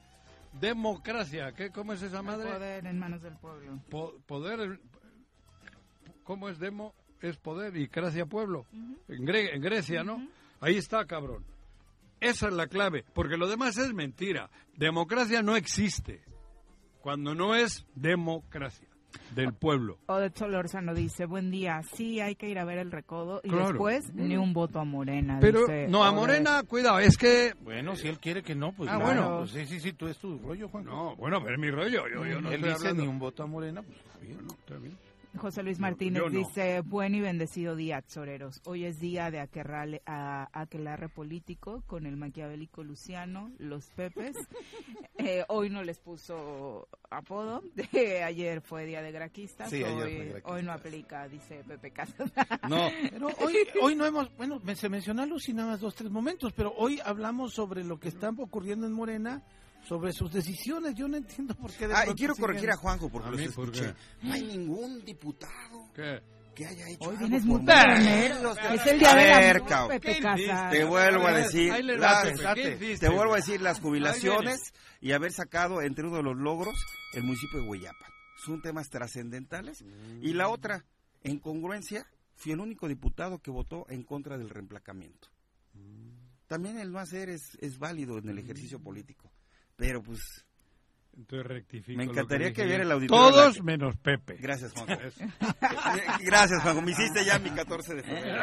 Democracia, ¿qué, ¿cómo es esa
El
madre?
poder en manos del pueblo.
Po- poder, ¿cómo es demo? Es poder y gracia pueblo. en, Gre- en Grecia, ¿no? Ahí está, cabrón. Esa es la clave, porque lo demás es mentira. Democracia no existe cuando no es democracia del pueblo.
Odette Solórzano dice, buen día, sí hay que ir a ver el recodo y
Claro.
después pues, ni un voto a Morena.
Pero
dice
no, a
Odette.
Morena, cuidado, es que...
Bueno, si él quiere que no, pues
Ah,
no,
bueno.
pues sí, sí, sí, tú es tu rollo, Juan.
No, bueno, pero es mi rollo, yo- yo no
Él
estoy
dice
hablando-
ni un voto a Morena, pues está bien.
José Luis Martínez
yo no.
dice, buen y bendecido día, Choreros. Hoy es día de aquerrale- a- aquelarre político con el maquiavélico Luciano, los Pepes. Eh, hoy no les puso apodo, ayer fue día de graquistas, hoy,
Sí, ayer fue graquistas.
hoy no aplica, dice Pepe Casas.
No, pero hoy, hoy no hemos, bueno, me- se mencionó a Lucy nada más dos, tres momentos, pero hoy hablamos sobre lo que está ocurriendo en Morena, sobre sus decisiones. Yo no entiendo por qué. de
Ah, y
pronto
quiero
siguen-
corregir a Juanjo porque
A
los
mí, ¿por
escuché.
qué?
No hay ningún diputado
¿Qué?
que haya hecho
Hoy
algo
vienes
por
muy
Morena.
pionero.
Los-
Es el día
a
del amor,
ver, cabrón.
Pepe Casas.
Te vuelvo a
Ahí
decir,
le
las-
date,
date.
¿qué
te
hiciste?
vuelvo a decir las
Ahí
jubilaciones y haber sacado entre uno de los logros el municipio de Hueyapan. Son temas trascendentales. Y la otra, en congruencia, fui el único diputado que votó en contra del reemplacamiento.
Mm.
También el no hacer es, es válido en el ejercicio político. Pero pues
Entonces rectifico.
me
lo
encantaría
dije
que viera
yo.
el auditorio.
Todos menos Pepe.
Gracias, Juanjo.
Eso.
Gracias, Juanjo. Me hiciste ya mi 14 de febrero.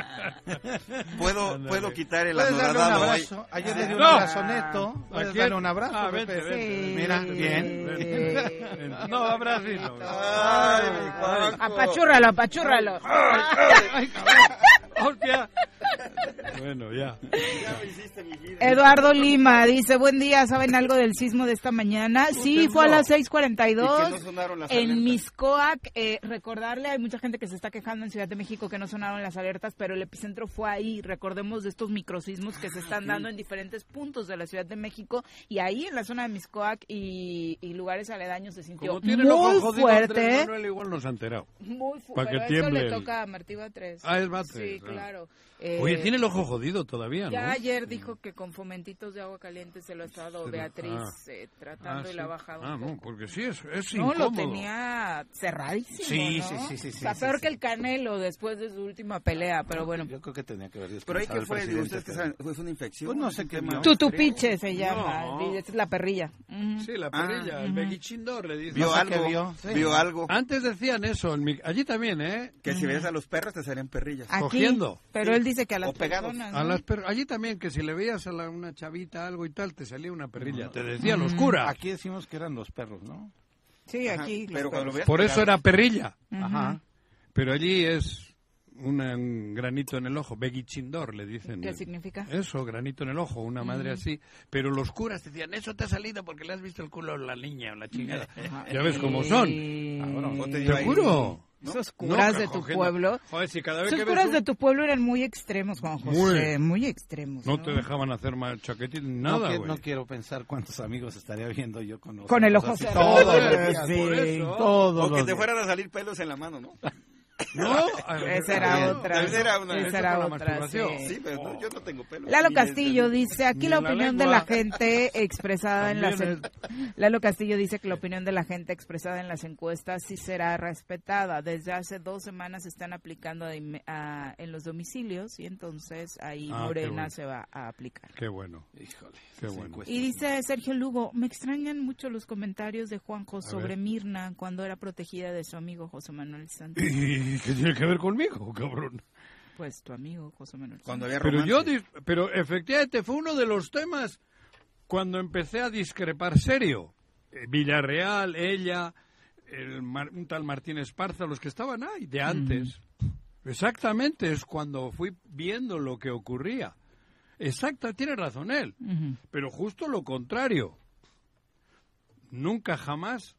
Puedo,
Ándale.
puedo quitar el
Puedes darle un
anodadado hoy.
abrazo. Ayer le di un
No.
abrazo neto.
¿A
Puedes
quién?
darle un abrazo.
Ah, vente,
Pepe.
vente, vente,
Mira,
vente,
bien.
vente, vente. No, abracito.
Ay, mi Juanjo.
Apachúrralo, apachúrralo.
¡Hostia! Bueno, ya.
Eduardo Lima dice, buen día, ¿saben algo del sismo de esta mañana? Sí, fue a las
Y que no
6.42
sonaron las
en
alertas.
Miscoac. eh, recordarle, hay mucha gente que se está quejando en Ciudad de México que no sonaron las alertas, pero el epicentro fue ahí. Recordemos de estos microsismos que se están dando en diferentes puntos de la Ciudad de México y ahí en la zona de Miscoac y, y lugares aledaños se sintió
Como tiene el
muy
ojo jodido, Andrés
fuerte.
Manuel igual nos ha enterado.
Muy fuerte.
Para que
Pero eso
tiemble
le
el-
toca a Martí Batres.
Ah, es Batres,
Sí,
ah.
claro. Eh,
Oye, tiene el ojo jodido todavía, ¿no?
ya ayer dijo que con fomentitos de agua caliente se lo ha estado
Se lo-
Beatriz
ah.
eh, tratando
Ah,
y la ha
sí.
bajado
Ah,
un poco.
no, porque sí, es, es
No, lo
incómodo.
tenía cerradísimo,
Sí,
¿no?
sí, sí, sí, sí,
O sea,
sí,
peor
sí.
que el Canelo después de su última pelea, pero bueno.
Yo creo que tenía que haber
Pero ahí
descansado
que
el
fue, digo,
presidente,
ustedes que
pero-
saben, fue una infección.
Pues no sé qué
tema.
Tutupiche se
No.
llama, y esta es la perrilla. Ujú.
Sí, la
Ah.
perilla, el beguichindor le dice.
Vio
No sé
algo,
qué
Sí. vio algo.
Antes decían eso, en mi- allí también, ¿eh?
Que si ves a los perros te salían perrillas.
Aquí,
cogiendo.
pero
Sí.
él dice que a las
O pegados.
personas...
A
¿no?
las per- Allí también, que si le veías a la- una chavita algo y tal, te salía una perrilla. Te decía los curas.
Aquí decimos que eran los perros, ¿no?
Sí,
Ajá,
aquí. los
pero
perros.
cuando lo veas
Por eso
pegados.
era perrilla.
Ujú.
Pero allí es una- un granito en el ojo, beguichindor le dicen.
¿Qué significa? Mm.
Eso, granito en el ojo, una madre
Ujú.
así. Pero los curas decían, eso te ha salido porque le has visto el culo a la niña o la chingada. ya ves cómo son.
Cabrón.
Te juro.
Esos
No,
curas de
cajo,
tu
gente.
pueblo.
Joder, si cada vez
Esos
que ves
curas
un-
de tu pueblo eran muy extremos, Juan José. Muy, extremos.
No te dejaban hacer más chaquetito, nada,
no,
güey.
qui- no quiero pensar cuántos amigos estaría viendo yo con los
Con el ojo
ojos así
cerrado.
Todos
Por
los días,
eso.
por eso.
Todos
Todos
O que
los
te
días.
fueran a salir pelos en la mano, ¿no?
No,
Esa era
Bien.
otra.
Esa era una.
Esa
Eso
era
con la
otra,
masturbación.
sí.
Sí, pero no, yo no tengo pelos.
Lalo
Ni
Castillo dice, aquí
ni
la
la
opinión de
lengua".
la gente expresada en las
También
en- Lalo Castillo dice que la opinión de la gente expresada en las encuestas sí será respetada. Desde hace dos semanas se están aplicando a inme- a- en los domicilios y entonces ahí
Ah, qué
Morena
bueno.
se va a aplicar.
Qué bueno. Híjole. Qué bueno.
Y dice Sergio Lugo, me extrañan mucho los comentarios de Juanjo sobre
ver.
Mirna cuando era protegida de su amigo José Manuel Santos.
¿Y qué tiene que ver conmigo, cabrón?
Pues tu amigo José Manuel Santos.
pero yo dis- pero efectivamente fue uno de los temas cuando empecé a discrepar serio Eh, Villarreal ella el Mar- un tal Martín Esparza los que estaban ahí de antes exactamente es cuando fui viendo lo que ocurría exacta tiene razón él pero justo lo contrario nunca jamás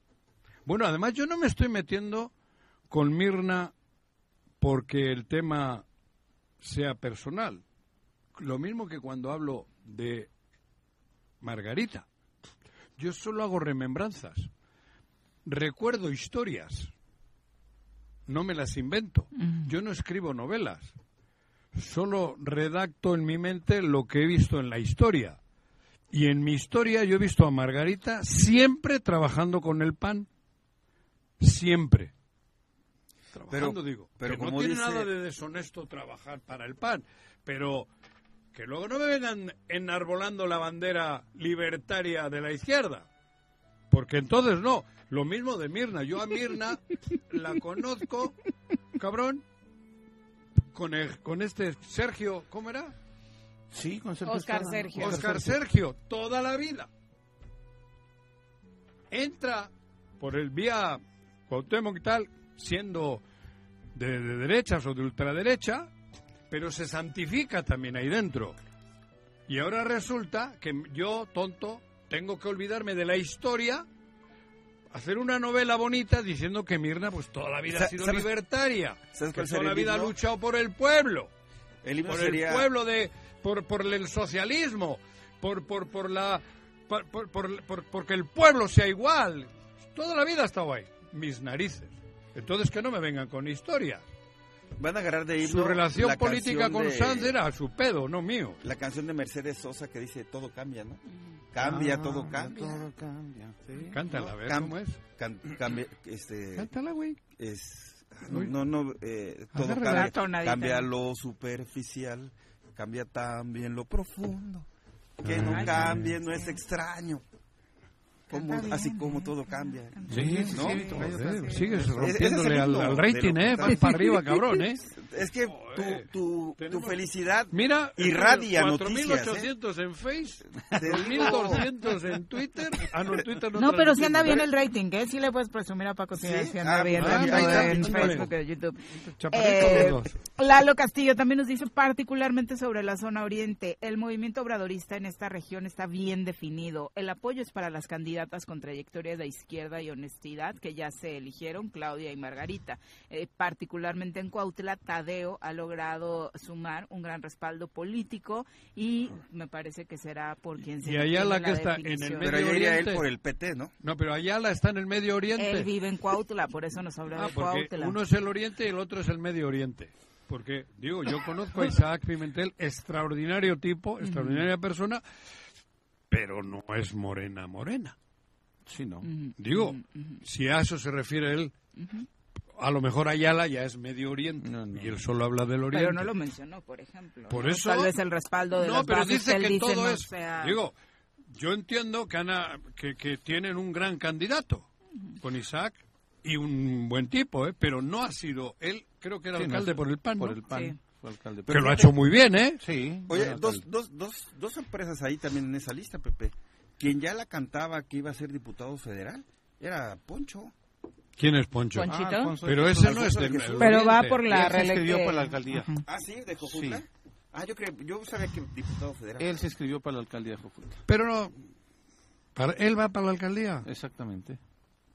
bueno además yo no me estoy metiendo con Mirna porque el tema sea personal. Lo mismo que cuando hablo de Margarita. Yo solo hago remembranzas. Recuerdo historias. No me las invento. Yo no escribo novelas. Solo redacto en mi mente lo que he visto en la historia. Y en mi historia yo he visto a Margarita siempre trabajando con el pan. Siempre. Trabajando, digo.
pero
que no
como
tiene
dice-
nada de deshonesto trabajar para el pan. Pero que luego no me vengan enarbolando la bandera libertaria de la izquierda. Porque entonces no. Lo mismo de Mirna. Yo a Mirna la conozco, cabrón, con, el- con este Sergio, ¿cómo era?
Sí, con
Oscar Estrada. Sergio.
Oscar Sergio, toda la vida. Entra por el vía Cuauhtémoc y tal, siendo de, de derechas o de ultraderecha, pero se santifica también ahí dentro. Y ahora resulta que yo, tonto, tengo que olvidarme de la historia, hacer una novela bonita diciendo que Mirna, pues toda la vida ha
Sa-
sido
¿sabes-
libertaria,
¿sabes
que
cuál
toda
sería
la
el
vida ha
himno?
luchado por el pueblo,
El himno
por
sería-
el pueblo de, por, por el socialismo, por, por, por la, por, por- por- por- porque el pueblo sea igual. Toda la vida ha estado ahí, mis narices. Entonces que no me vengan con historias.
Van a agarrar de
Su
himno
relación
la
política
canción
con
de-
Sanz era su pedo, no mío.
La canción de Mercedes Sosa que dice todo cambia, ¿no?
Ah,
Cambia, todo cambia.
Todo cambia, sí.
Cántala, a ver
Cam-
cómo es.
can- cambia, este,
Cántala, güey.
Es, ah,
Uy.
no, no, eh, todo
Agárrala.
cambia.
La tonadita.
Cambia lo superficial, cambia también lo profundo.
Ah,
Que
Ay,
no cambie,
sí.
no es extraño. Como-
Canta bien,
así como todo cambia.
Sí, sí,
¿No?
sí,
Todo
sí,
cambia.
sigues
Ese- ese es el
rompiéndole al-
himno
al
de lo
rating,
que
¿eh?
está-
Vas para arriba, cabrón, ¿eh?
Es que tu, tu, tu felicidad
Mira,
irradia noticias. ¿eh?
4.800 en Face,
Te digo.
2.200 en Twitter. Ah, no, en Twitter no
No, pero si
transmite.
anda bien el rating, ¿eh? Sí Ah, le puedes presumir a Paco si si
Ah,
anda bien tanto en Facebook. YouTube.
Chaparrito
Eh,
de dos.
Lalo Castillo también nos dice particularmente sobre la zona oriente. El movimiento obradorista en esta región está bien definido. El apoyo es para las candidatas con trayectoria de izquierda y honestidad que ya se eligieron, Claudia y Margarita. Eh, particularmente en Cuautla, Tadeo ha logrado sumar un gran respaldo político y me parece que será por quien se
Y allá la
determine
que está en el
definición.
Medio Oriente. PT, ¿no? No, pero allá la está en el Medio Oriente.
Él vive en Cuautla, por eso nos habla
Ah,
de
porque
Cuautla.
uno es el Oriente y el otro es el Medio Oriente. Porque, digo, yo conozco a Isaac Pimentel, extraordinario tipo, extraordinaria persona, pero no es morena, morena. Sí, no. Digo, si a eso se refiere él, a lo mejor Ayala ya es Medio Oriente y él solo habla del Oriente.
Pero no lo mencionó, por ejemplo.
Por
¿no?
eso.
Tal vez el respaldo de
No,
las
pero
bases
dice
él
que
dice
todo
no
es.
sea-
Digo, yo entiendo que, Ana- que, que tienen un gran candidato con Isaac y un buen tipo, ¿eh? pero no ha sido. Él creo que era
Sí, no,
alcalde por el PAN.
por
¿no?
el PAN, Sí. fue alcalde.
Que lo ha
fíjate-
hecho muy bien, ¿eh?
Oye, dos, dos, dos, dos empresas ahí también en esa lista, Pepe. Quien ya la cantaba que iba a ser diputado federal era Poncho.
¿Quién es Poncho?
Ponchito.
Ah, Alfonso Pero ese no es del-
del Pero va por la
Él se inscribió
reelección.
para la alcaldía.
Ah, sí, de Jojutla.
Sí.
Ah, yo, creo, yo sabía que diputado federal.
Él se inscribió para la alcaldía de Jojutla.
Pero no. Para, ¿Él va para la alcaldía?
Exactamente.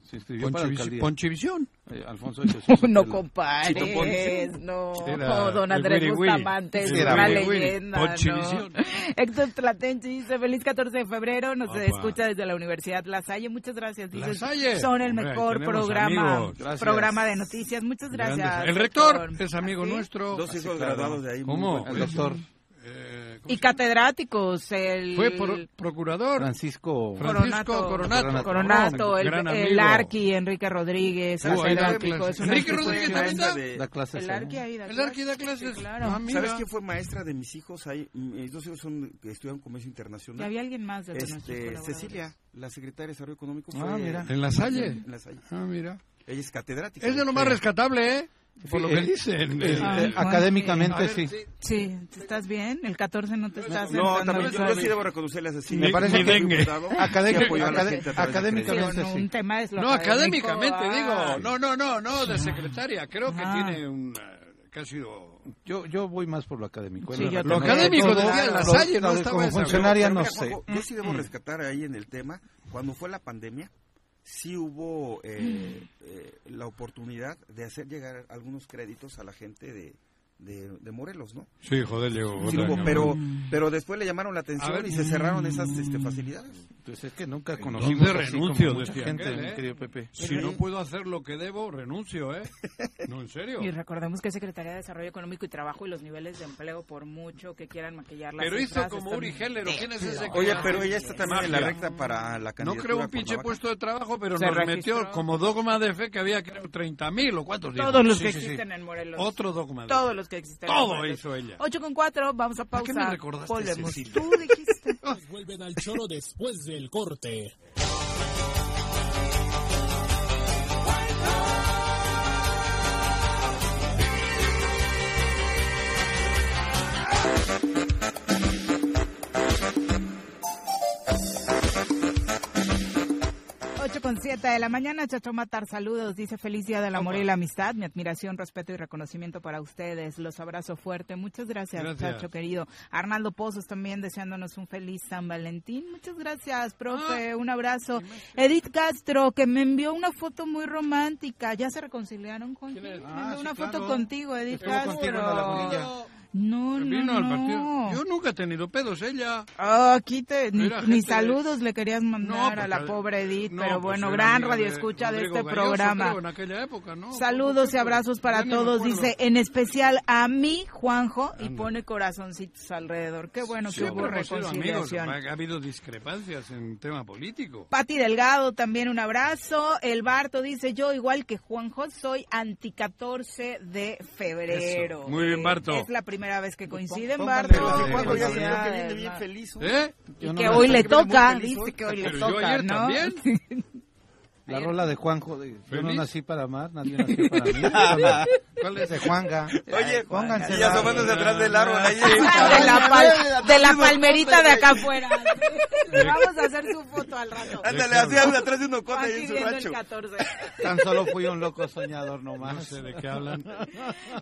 Se inscribió para la
Ponchivisión.
alcaldía.
Ponchivisión.
Eh, Alfonso de Jesús.
no
Otelo.
compares, no. Oh,
Era
don
el
Andrés
Wiri Wiri.
Bustamante es
Era
una
Wiri Wiri.
leyenda.
Ponchivisión.
¿no? Héctor Platenchi dice: Feliz 14 de febrero. Nos
Opa.
escucha desde la Universidad La Salle. Muchas gracias. dice,
La Salle.
Son el
Hombre,
mejor
tenemos
programa
amigos. Gracias.
programa de noticias. Muchas gracias. ¿Ah,
El rector es amigo nuestro. Ah,
Dos hijos graduados de ahí, muy
¿Cómo?
buen colegio.
doctor.
Eh,
Eh,
Y catedráticos. El...
Fue pro- procurador.
Francisco.
Francisco
Coronato,
Coronato.
Coronato, el,
Gran
el
amigo.
Arqui, Enrique Rodríguez,
Estuvo ahí dando
catedrático,
clases.
es una
Enrique Rodríguez también da.
institución.
Da clases
El
ahí.
Arqui ahí da
El Arqui da clases.
sí, claro.
Ah, mira.
¿Sabes quién fue maestra de mis hijos? Ahí, mis dos hijos son, que estudian comercio internacional.
Y había alguien más de nuestros
este,
colaboradores.
Cecilia, la secretaria de Desarrollo Económico.
Ah,
fue-
mira. ¿En La Salle?
En La Salle.
Ah, mira.
Ella es catedrática.
Es de lo más
Sí.
rescatable, ¿eh? Por lo que
Eh,
dicen.
eh,
Este,
eh, académicamente,
A ver,
sí.
Ah, Sí, ¿estás bien? El 14 no te estás
No,
sentando
también,
bien.
yo, yo sí debo reconocerle a Cecilia.
Me parece
porque
que-
fue diputado,
académico-
que apoyó a la
acadé-
gente a través de
académicamente
credenciales.
No, un tema es lo
No,
académico. Ah.
académicamente digo. No, no, no, no, de secretaria. Creo que
Ah.
tiene un. eh, que ha sido.
Yo, yo voy más por lo académico.
Sí,
Era
yo
la-
también.
la-
Lo académico,
todo,
decía
lo-
La
lo-
Salle,
lo
no
de
estaba
Como
esa,
funcionaria,
Pero
no
mira,
sé. Mm.
Juanjo, yo sí
Mm,
debo rescatar ahí en el tema, cuando fue la pandemia, sí hubo eh,
Mm.
eh, la oportunidad de hacer llegar algunos créditos a la gente de, de, de Morelos, ¿no?
Sí, joder, llegó.
Sí hubo, pero,
Mm.
pero después le llamaron la atención y se cerraron esas este, facilidades.
Pues es que nunca conocimos
Entonces
así como
renuncio,
mucha
decía
gente,
aquel,
mi
¿eh?
querido Pepe.
Si no puedo hacer lo que debo, renuncio, ¿eh? No, en serio.
Y recordemos que es Secretaría de Desarrollo Económico y Trabajo y los niveles de empleo, por mucho que quieran maquillar las
Pero hizo
cifras,
como
están-
Uri Geller, ¿o quién es ese que
Oye,
hace?
pero ella está también en la
Magia.
recta para la
No
candidatura.
creo un
por
pinche
Navaja.
puesto de trabajo, pero
Se
nos
registró.
metió como dogma de fe que había, creo, 30 mil o cuántos. dijo?
Todos los
Sí,
que
sí, sí.
existen en Morelos.
Otro dogma de
Todos
fe.
los que existen en
Todo
Morelos.
hizo ella.
8 con 4, vamos a pausa.
qué me recordaste,
Volvemos.
Cecilia?
Tú dijiste.
Vuelven al choro después del corte.
Ocho con siete de la mañana, Chacho Matar, saludos, dice feliz día del amor y la amistad, mi admiración, respeto y reconocimiento para ustedes, los abrazo fuerte, muchas gracias,
Gracias.
Chacho querido. Arnaldo Pozos también deseándonos un feliz San Valentín, muchas gracias, profe, un abrazo. Edith Castro, que me envió una foto muy romántica, ya se reconciliaron con
Ah, sí,
una foto
claro.
contigo, Edith
Estuvo
Castro.
contigo en la lagunilla.
No, no,
Vino al partido.
no.
Yo nunca he tenido pedos, ella.
Ah, aquí te, ni,
Era
ni
gente-
saludos le querías
No,
mandar
porque-
a la pobre Edith,
No,
pero
pues
bueno,
era
gran
amiga de
radioescucha de,
Rodrigo
este
Galloso,
programa.
creo, en aquella época, ¿no? pues,
Saludos y abrazos para
Ya ni me
todos,
acuerdo.
dice en especial a mí, Juanjo, y pone corazoncitos alrededor. Qué bueno que hubo
Siempre hemos sido amigos.
reconciliación.
Ha habido discrepancias en tema político.
Pati Delgado, también un abrazo. El Barto dice, yo igual que Juanjo, soy anti 14 de febrero.
Eso. Muy bien, Barto.
Es la primera vez que coinciden,
Póngale
Barto.
la de-
Juanjo ya se vio que viene
Felicidades,
bien
va.
feliz. hoy.
¿Eh?
Y
Yo no
que
me-
hoy le
Está muy
toca,
feliz
dice
hoy.
que hoy le
Pero yo
toca,
ayer
¿no?
también.
La rola de Juanjo. de- Yo no
¿Feliz?
nací para amar, nadie nació para mí.
¿Cuál es?
De Juanga.
Oye,
Pónganse
y asomándose atrás del árbol ahí.
de la, pal- de la palmerita de acá afuera. Vamos a hacer su foto al rato.
Ándale, así hazle atrás de un ocote ahí
Aquí
en su
viendo el
rancho.
14.
Tan solo fui un loco soñador nomás.
No sé de qué hablan.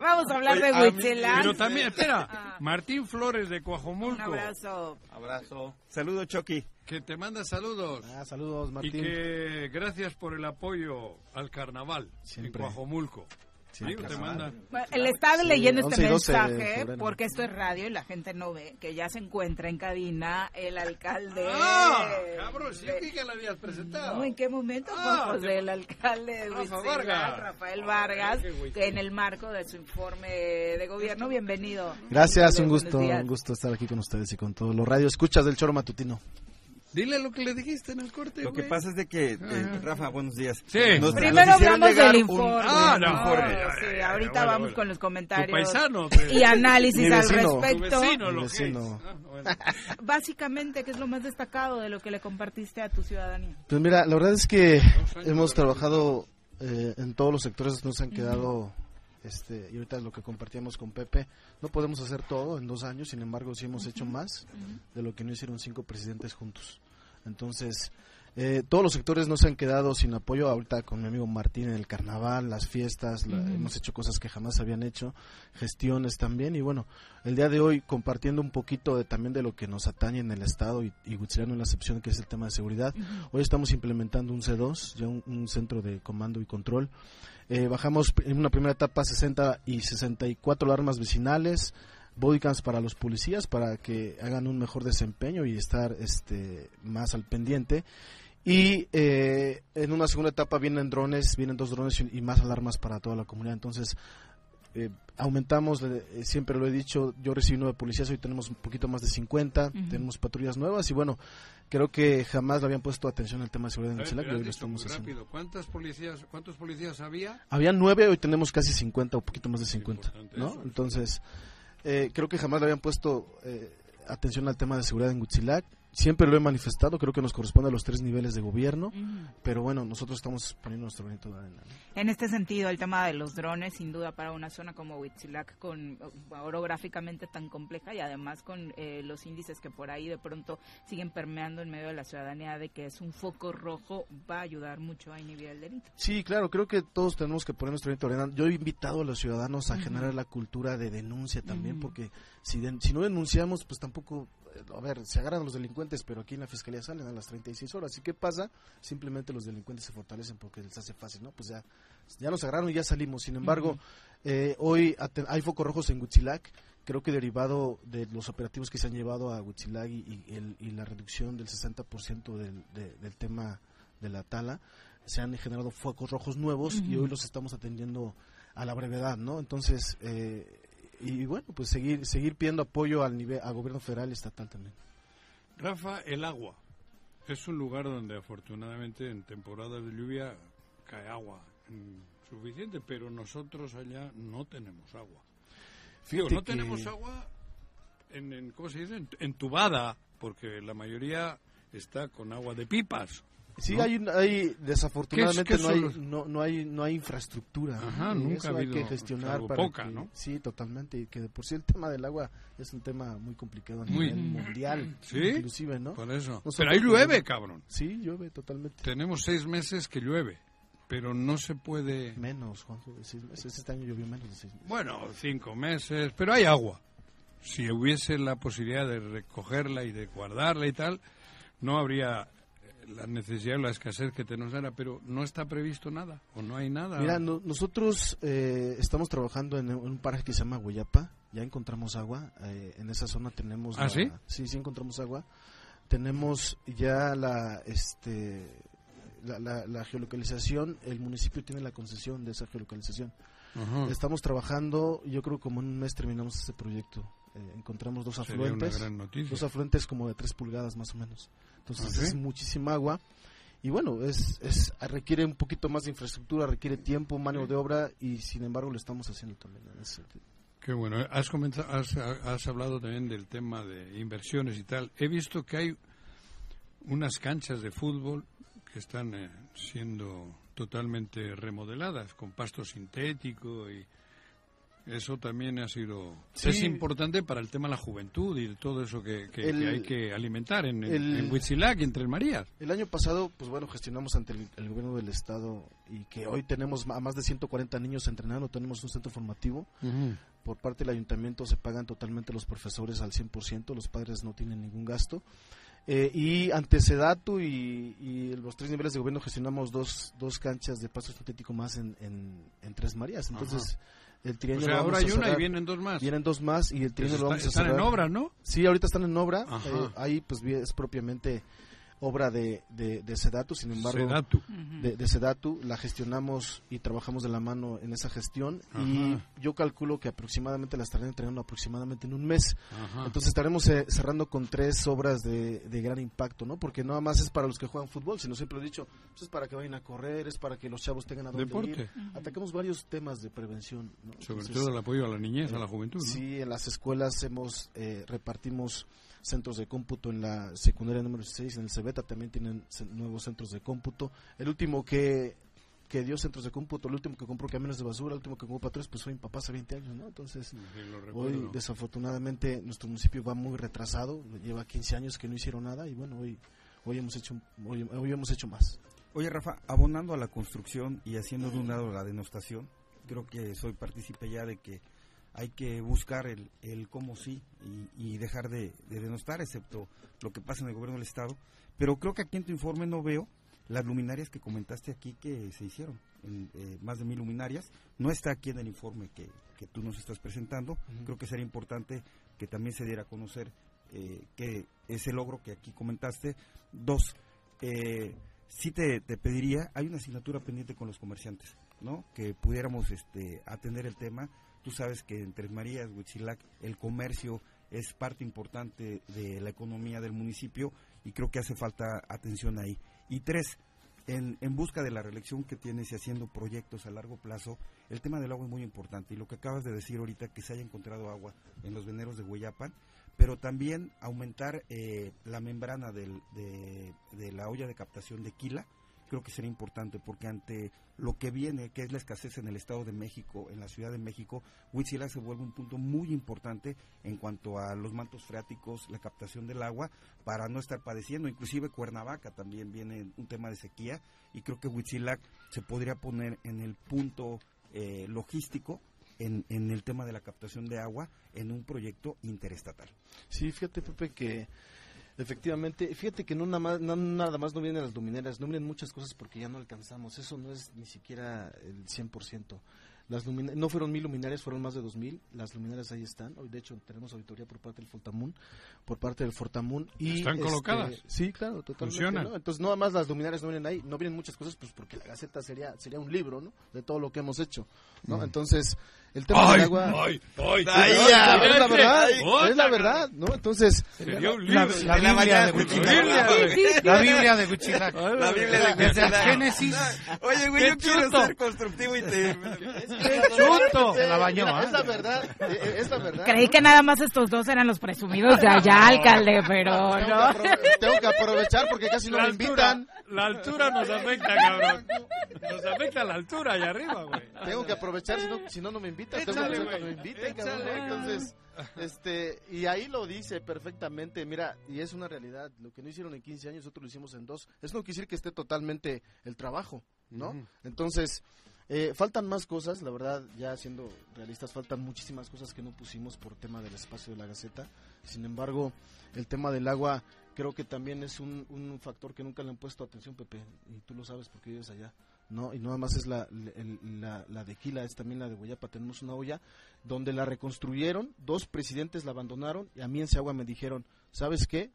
Vamos a hablar de Ah.
Oye, a mí-
Huitzelán.
Pero también, espera, Martín Flores de Coajomulco.
Un abrazo.
Abrazo.
Saludos, Chucky.
Que te manda saludos.
Ah, saludos,
y que gracias por el apoyo al carnaval
Siempre.
en Coajomulco.
Siempre.
Digo, te
Carnaval.
manda.
Bueno, le estaba
Sí,
leyendo este
11 y 12 de
mensaje
febrero.
porque esto es radio y la gente no ve que ya se encuentra en cabina el alcalde.
¡Ah! Cabrón, si yo vi que la habías presentado.
No, ¿En qué momento?
Ah,
Pues,
te-
el alcalde de
Rafa
Huitzelán,
Vargas.
Rafael Vargas,
qué güey.
que en el marco de su informe de gobierno. Bienvenido.
Gracias, un
Buenos
gusto,
días.
un gusto estar aquí con ustedes y con todos los radio escuchas del Choro Matutino.
Dile lo que le dijiste en el corte,
Lo que
güey.
pasa es de que, eh, Rafa, buenos días.
Sí.
Primero hablamos del informe.
Ah, no.
No,
informe.
sí, ahorita vamos con los comentarios
Tu paisano, pues.
y análisis
Mi
al
vecino.
respecto.
Tu vecino, lo
Mi
que
vecino.
es. Ah, bueno.
Básicamente, ¿qué es lo más destacado de lo que le compartiste a tu ciudadanía?
Pues mira, la verdad es que hemos trabajado eh, en todos los sectores, nos han quedado, este, y ahorita lo que compartíamos con Pepe, no podemos hacer todo en dos años, sin embargo sí hemos hecho más de lo que no hicieron cinco presidentes juntos. Entonces, Eh, todos los sectores no se han quedado sin apoyo. Ahorita con mi amigo Martín en el carnaval, las fiestas, la-
Ujú.
hemos hecho cosas que jamás habían hecho, gestiones también. Y bueno, el día de hoy compartiendo un poquito de, también de lo que nos atañe en el Estado y, y Huitzilán no es la excepción, que es el tema de seguridad.
Ujú.
Hoy estamos implementando un C2, ya un, un centro de comando y control. Eh, bajamos pr- en una primera etapa 60 y 64 alarmas vecinales, bodycams para los policías para que hagan un mejor desempeño y estar este más al pendiente. Y eh, en una segunda etapa vienen drones, vienen dos drones y, y más alarmas para toda la comunidad. Entonces, eh, aumentamos, le- eh, siempre lo he dicho, yo recibí nueve policías, hoy tenemos un poquito más de 50,
Ujú.
tenemos patrullas nuevas y bueno, creo que jamás le habían puesto atención al tema de seguridad en
A ver,
Huitzilac
pero
y
Eh, has
hoy lo
dicho
estamos
muy
haciendo.
rápido. ¿Cuántas policías, ¿Cuántos policías había?
Había nueve, hoy tenemos casi 50 o poquito más de 50, ¿no? Entonces, eh, creo que jamás le habían puesto eh, atención al tema de seguridad en Huitzilac. Siempre lo he manifestado, creo que nos corresponde a los tres niveles de gobierno,
Ujú.
pero bueno, nosotros estamos poniendo nuestro granito de arena. ¿no?
En este sentido, el tema de los drones, sin duda, para una zona como Huitzilac, con eh, orográficamente tan compleja y además con eh, los índices que por ahí de pronto siguen permeando en medio de la ciudadanía de que es un foco rojo, va a ayudar mucho a inhibir el delito.
Sí, claro, creo que todos tenemos que poner nuestro granito de arena. Yo he invitado a los ciudadanos a
Ujú.
generar la cultura de denuncia también,
Ujú.
porque si, den- si no denunciamos, pues tampoco, eh, a ver, se agarran los delincuentes, pero aquí en la fiscalía salen a las 36 horas. ¿Y qué pasa? Simplemente los delincuentes se fortalecen porque les hace fácil, ¿no? Pues ya, ya nos agarraron y ya salimos. Sin embargo,
Ujú.
eh, hoy ate- hay focos rojos en Huitzilac. Creo que derivado de los operativos que se han llevado a Huitzilac y, y el- y la reducción del 60% del, de- del tema de la tala, se han generado focos rojos nuevos y
Ujú.
hoy los estamos atendiendo a la brevedad, ¿no? Entonces, eh, y bueno, pues seguir seguir pidiendo apoyo al nivel a gobierno federal y estatal también.
Rafa, el agua. Es un lugar donde afortunadamente en temporadas de lluvia cae agua mm, suficiente, pero nosotros allá no tenemos agua. Digo,
Fíjate
no tenemos
que-
agua en, en- ¿cómo se dice? En- Entubada, porque la mayoría está con agua de pipas.
Sí,
¿no?
hay, un- hay desafortunadamente
¿Qué es- qué
no, hay,
son los-
no, no hay no hay infraestructura.
Ajá,
Y
nunca
eso
ha
hay que
habido,
gestionar
salvo
para
poca,
que-
¿no?
Sí, totalmente, y que de por sí el tema del agua es un tema muy complicado a
Muy. Mm.
nivel mundial,
Sí,
inclusive, ¿no?
por eso.
Nosotros
Pero ahí
tenemos- este
llueve, cabrón.
Sí, llueve totalmente.
Tenemos seis meses que llueve, pero no se puede...
Menos, Juanjo, de seis meses. Este año llovió menos de seis meses.
Bueno, cinco meses, pero hay agua. Si hubiese la posibilidad de recogerla y de guardarla y tal, no habría eh, la necesidad o la escasez que tenemos ahora, pero no está previsto nada, o no hay nada.
Mira, no- nosotros eh, estamos trabajando en un paraje que se llama Guayapa. Ya encontramos agua. eh, en esa zona tenemos.
¿Ah,
la-
sí?
Sí, sí encontramos agua. Tenemos ya la, este, la, la- la geolocalización. El municipio tiene la concesión de esa geolocalización.
Ajá.
Estamos trabajando. Yo creo que como en un mes terminamos ese proyecto. Eh, encontramos dos
Sería una
afluentes.
gran noticia.
Dos afluentes como de tres pulgadas más o menos. Entonces
¿Ah, sí?
es muchísima agua. Y bueno, es, es requiere un poquito más de infraestructura, requiere tiempo, mano de obra y sin embargo lo estamos haciendo también. en ese sentido.
Qué bueno. Has, comenzado, has, has hablado también del tema de inversiones y tal. He visto que hay unas canchas de fútbol que están eh, siendo totalmente remodeladas con pasto sintético y eso también ha sido
Sí.
es importante para el tema de la juventud y todo eso que, que- que
El-
hay que alimentar en, en-
el-
en Huitzilac, entre el Marías.
El año pasado, pues bueno, gestionamos ante el, el gobierno del estado y que hoy tenemos a más de 140 niños entrenando, tenemos un centro formativo. Por parte del ayuntamiento se pagan totalmente los profesores al 100%, los padres no tienen ningún gasto. Eh, y ante Sedatu y, y los tres niveles de gobierno gestionamos dos, dos canchas de paso sintético más en, en, en Tres Marías. Entonces, el trienio
O sea,
lo
ahora
vamos a
hay una y
cerrar.
vienen dos más. Pues
Vienen dos más y el trienio
Está-
lo vamos a
están en
cerrar.
obra, ¿no?
Sí, ahorita están en obra.
Ajá.
Eh, ahí pues vi- es propiamente obra de, de, de Sedatu, sin embargo,
Sedatu.
De, de Sedatu la gestionamos y trabajamos de la mano en esa gestión y
Ajá.
yo calculo que aproximadamente la estarán entregando aproximadamente en un mes.
Ajá.
Entonces estaremos eh, cerrando con tres obras de, de gran impacto, ¿no? Porque nada más es para los que juegan fútbol, sino siempre he dicho, pues es para que vayan a correr, es para que los chavos tengan a dónde
Deporte.
ir. Atacamos varios temas de prevención, ¿no?
Sobre
Entonces,
todo el apoyo a la niñez, a
eh,
la juventud. ¿no?
Sí, en las escuelas hemos eh, repartimos centros de cómputo en la secundaria número 6, en el Cebeta también tienen ce- nuevos centros de cómputo. El último que que dio centros de cómputo, el último que compró camiones de basura, el último que compró patrones, pues fue mi papá hace 20 años, ¿no? Entonces,
lo recuerdo.
hoy desafortunadamente nuestro municipio va muy retrasado, lleva 15 años que no hicieron nada y bueno, hoy Hoy hemos hecho, hoy, hoy hemos hecho más.
Oye, Rafa, abonando a la construcción y haciendo de un lado la denostación, creo que soy partícipe ya de que hay que buscar el, el cómo sí y, y dejar de, de denostar, excepto lo que pasa en el gobierno del Estado. Pero creo que aquí en tu informe no veo las luminarias que comentaste aquí que se hicieron, en, eh, más de mil luminarias. No está aquí en el informe que, que tú nos estás presentando. Creo que sería importante que también se diera a conocer eh, que ese logro que aquí comentaste. Dos, eh, sí te, te pediría, hay una asignatura pendiente con los comerciantes, ¿no? Que pudiéramos este, atender el tema. Tú sabes que en Tres Marías, Huitzilac, el comercio es parte importante de la economía del municipio y creo que hace falta atención ahí. Y tres, en, en busca de la reelección que tienes y haciendo proyectos a largo plazo, el tema del agua es muy importante. Y lo que acabas de decir ahorita, que se haya encontrado agua en los veneros de Hueyapan, pero también aumentar eh, la membrana del- de, de la olla de captación de quila, creo que sería importante, porque ante lo que viene, que es la escasez en el Estado de México, en la Ciudad de México, Huitzilá se vuelve un punto muy importante en cuanto a los mantos freáticos, la captación del agua, para no estar padeciendo. Inclusive Cuernavaca también viene un tema de sequía, y creo que Huitzilac se podría poner en el punto eh, logístico en, en el tema de la captación de agua en un proyecto interestatal.
Sí, fíjate, Pepe, que efectivamente, fíjate que no nada más no, nada más no vienen las luminarias, no vienen muchas cosas porque ya no alcanzamos. Eso no es ni siquiera el 100%. Las lumina- no fueron mil luminarias, fueron más de dos mil. Las luminarias ahí están. Hoy, de hecho, tenemos auditoría por parte del Fortamun, por parte del Fortamun. Y, este,
¿Están colocadas?
Sí, claro, totalmente.
Funcionan.
¿no? Entonces, nada más las luminarias no vienen ahí, no vienen muchas cosas, pues porque la Gaceta sería sería un libro, ¿no? De todo lo que hemos hecho, ¿no?
Mm.
Entonces, el tema del agua...
¡Ay! ¡Ay!
Ay, ya, es la verdad, es la verdad, ¿no? Entonces,
Sería un
la, la
libro. De la
Biblia
mañana,
de
güey.
Huichilac.
Sí, sí, sí.
La Biblia de Huichilac.
La Biblia
de Huichilac.
Génesis.
Oye,
güey, yo quiero ser
constructivo y te...
¡Qué
chuto!
Se la bañó,
Mira,
¿ah?
es la
verdad, es la verdad.
Creí que nada más estos dos eran los presumidos de allá, alcalde, pero
Tengo
no.
que aprove- Tengo que aprovechar porque casi no
La
me
altura,
invitan.
La altura nos afecta, cabrón. Nos afecta la altura allá arriba, güey.
Tengo que aprovechar, si no, si no, no me invitan. Tengo que
Échale,
aprovechar cuando
güey.
me inviten, cabrón.
Échale.
Entonces, este, y ahí lo dice perfectamente. Mira, y es una realidad. Lo que no hicieron en 15 años, nosotros lo hicimos en dos. Eso no quiere decir que esté totalmente el trabajo, ¿no?
Ujú.
Entonces, eh, faltan más cosas, la verdad, ya siendo realistas, faltan muchísimas cosas que no pusimos por tema del espacio de la Gaceta. Sin embargo, el tema del agua creo que también es un, un factor que nunca le han puesto atención, Pepe, y tú lo sabes porque vives allá. No, y no nada más es la, el- la, la de Quila, es también la de Guayapa. Tenemos una olla donde la reconstruyeron, dos presidentes la abandonaron y a mí en Seagua me dijeron, ¿sabes qué?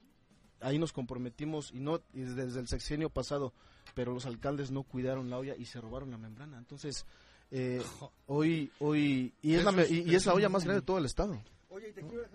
ahí nos comprometimos y no y desde el sexenio pasado, pero los alcaldes no cuidaron la olla y se robaron la membrana. Entonces, eh, hoy, hoy, y es, la,
Eso
me-
es-
y, y
eso
es la
es
olla
un-
más grande de todo el estado.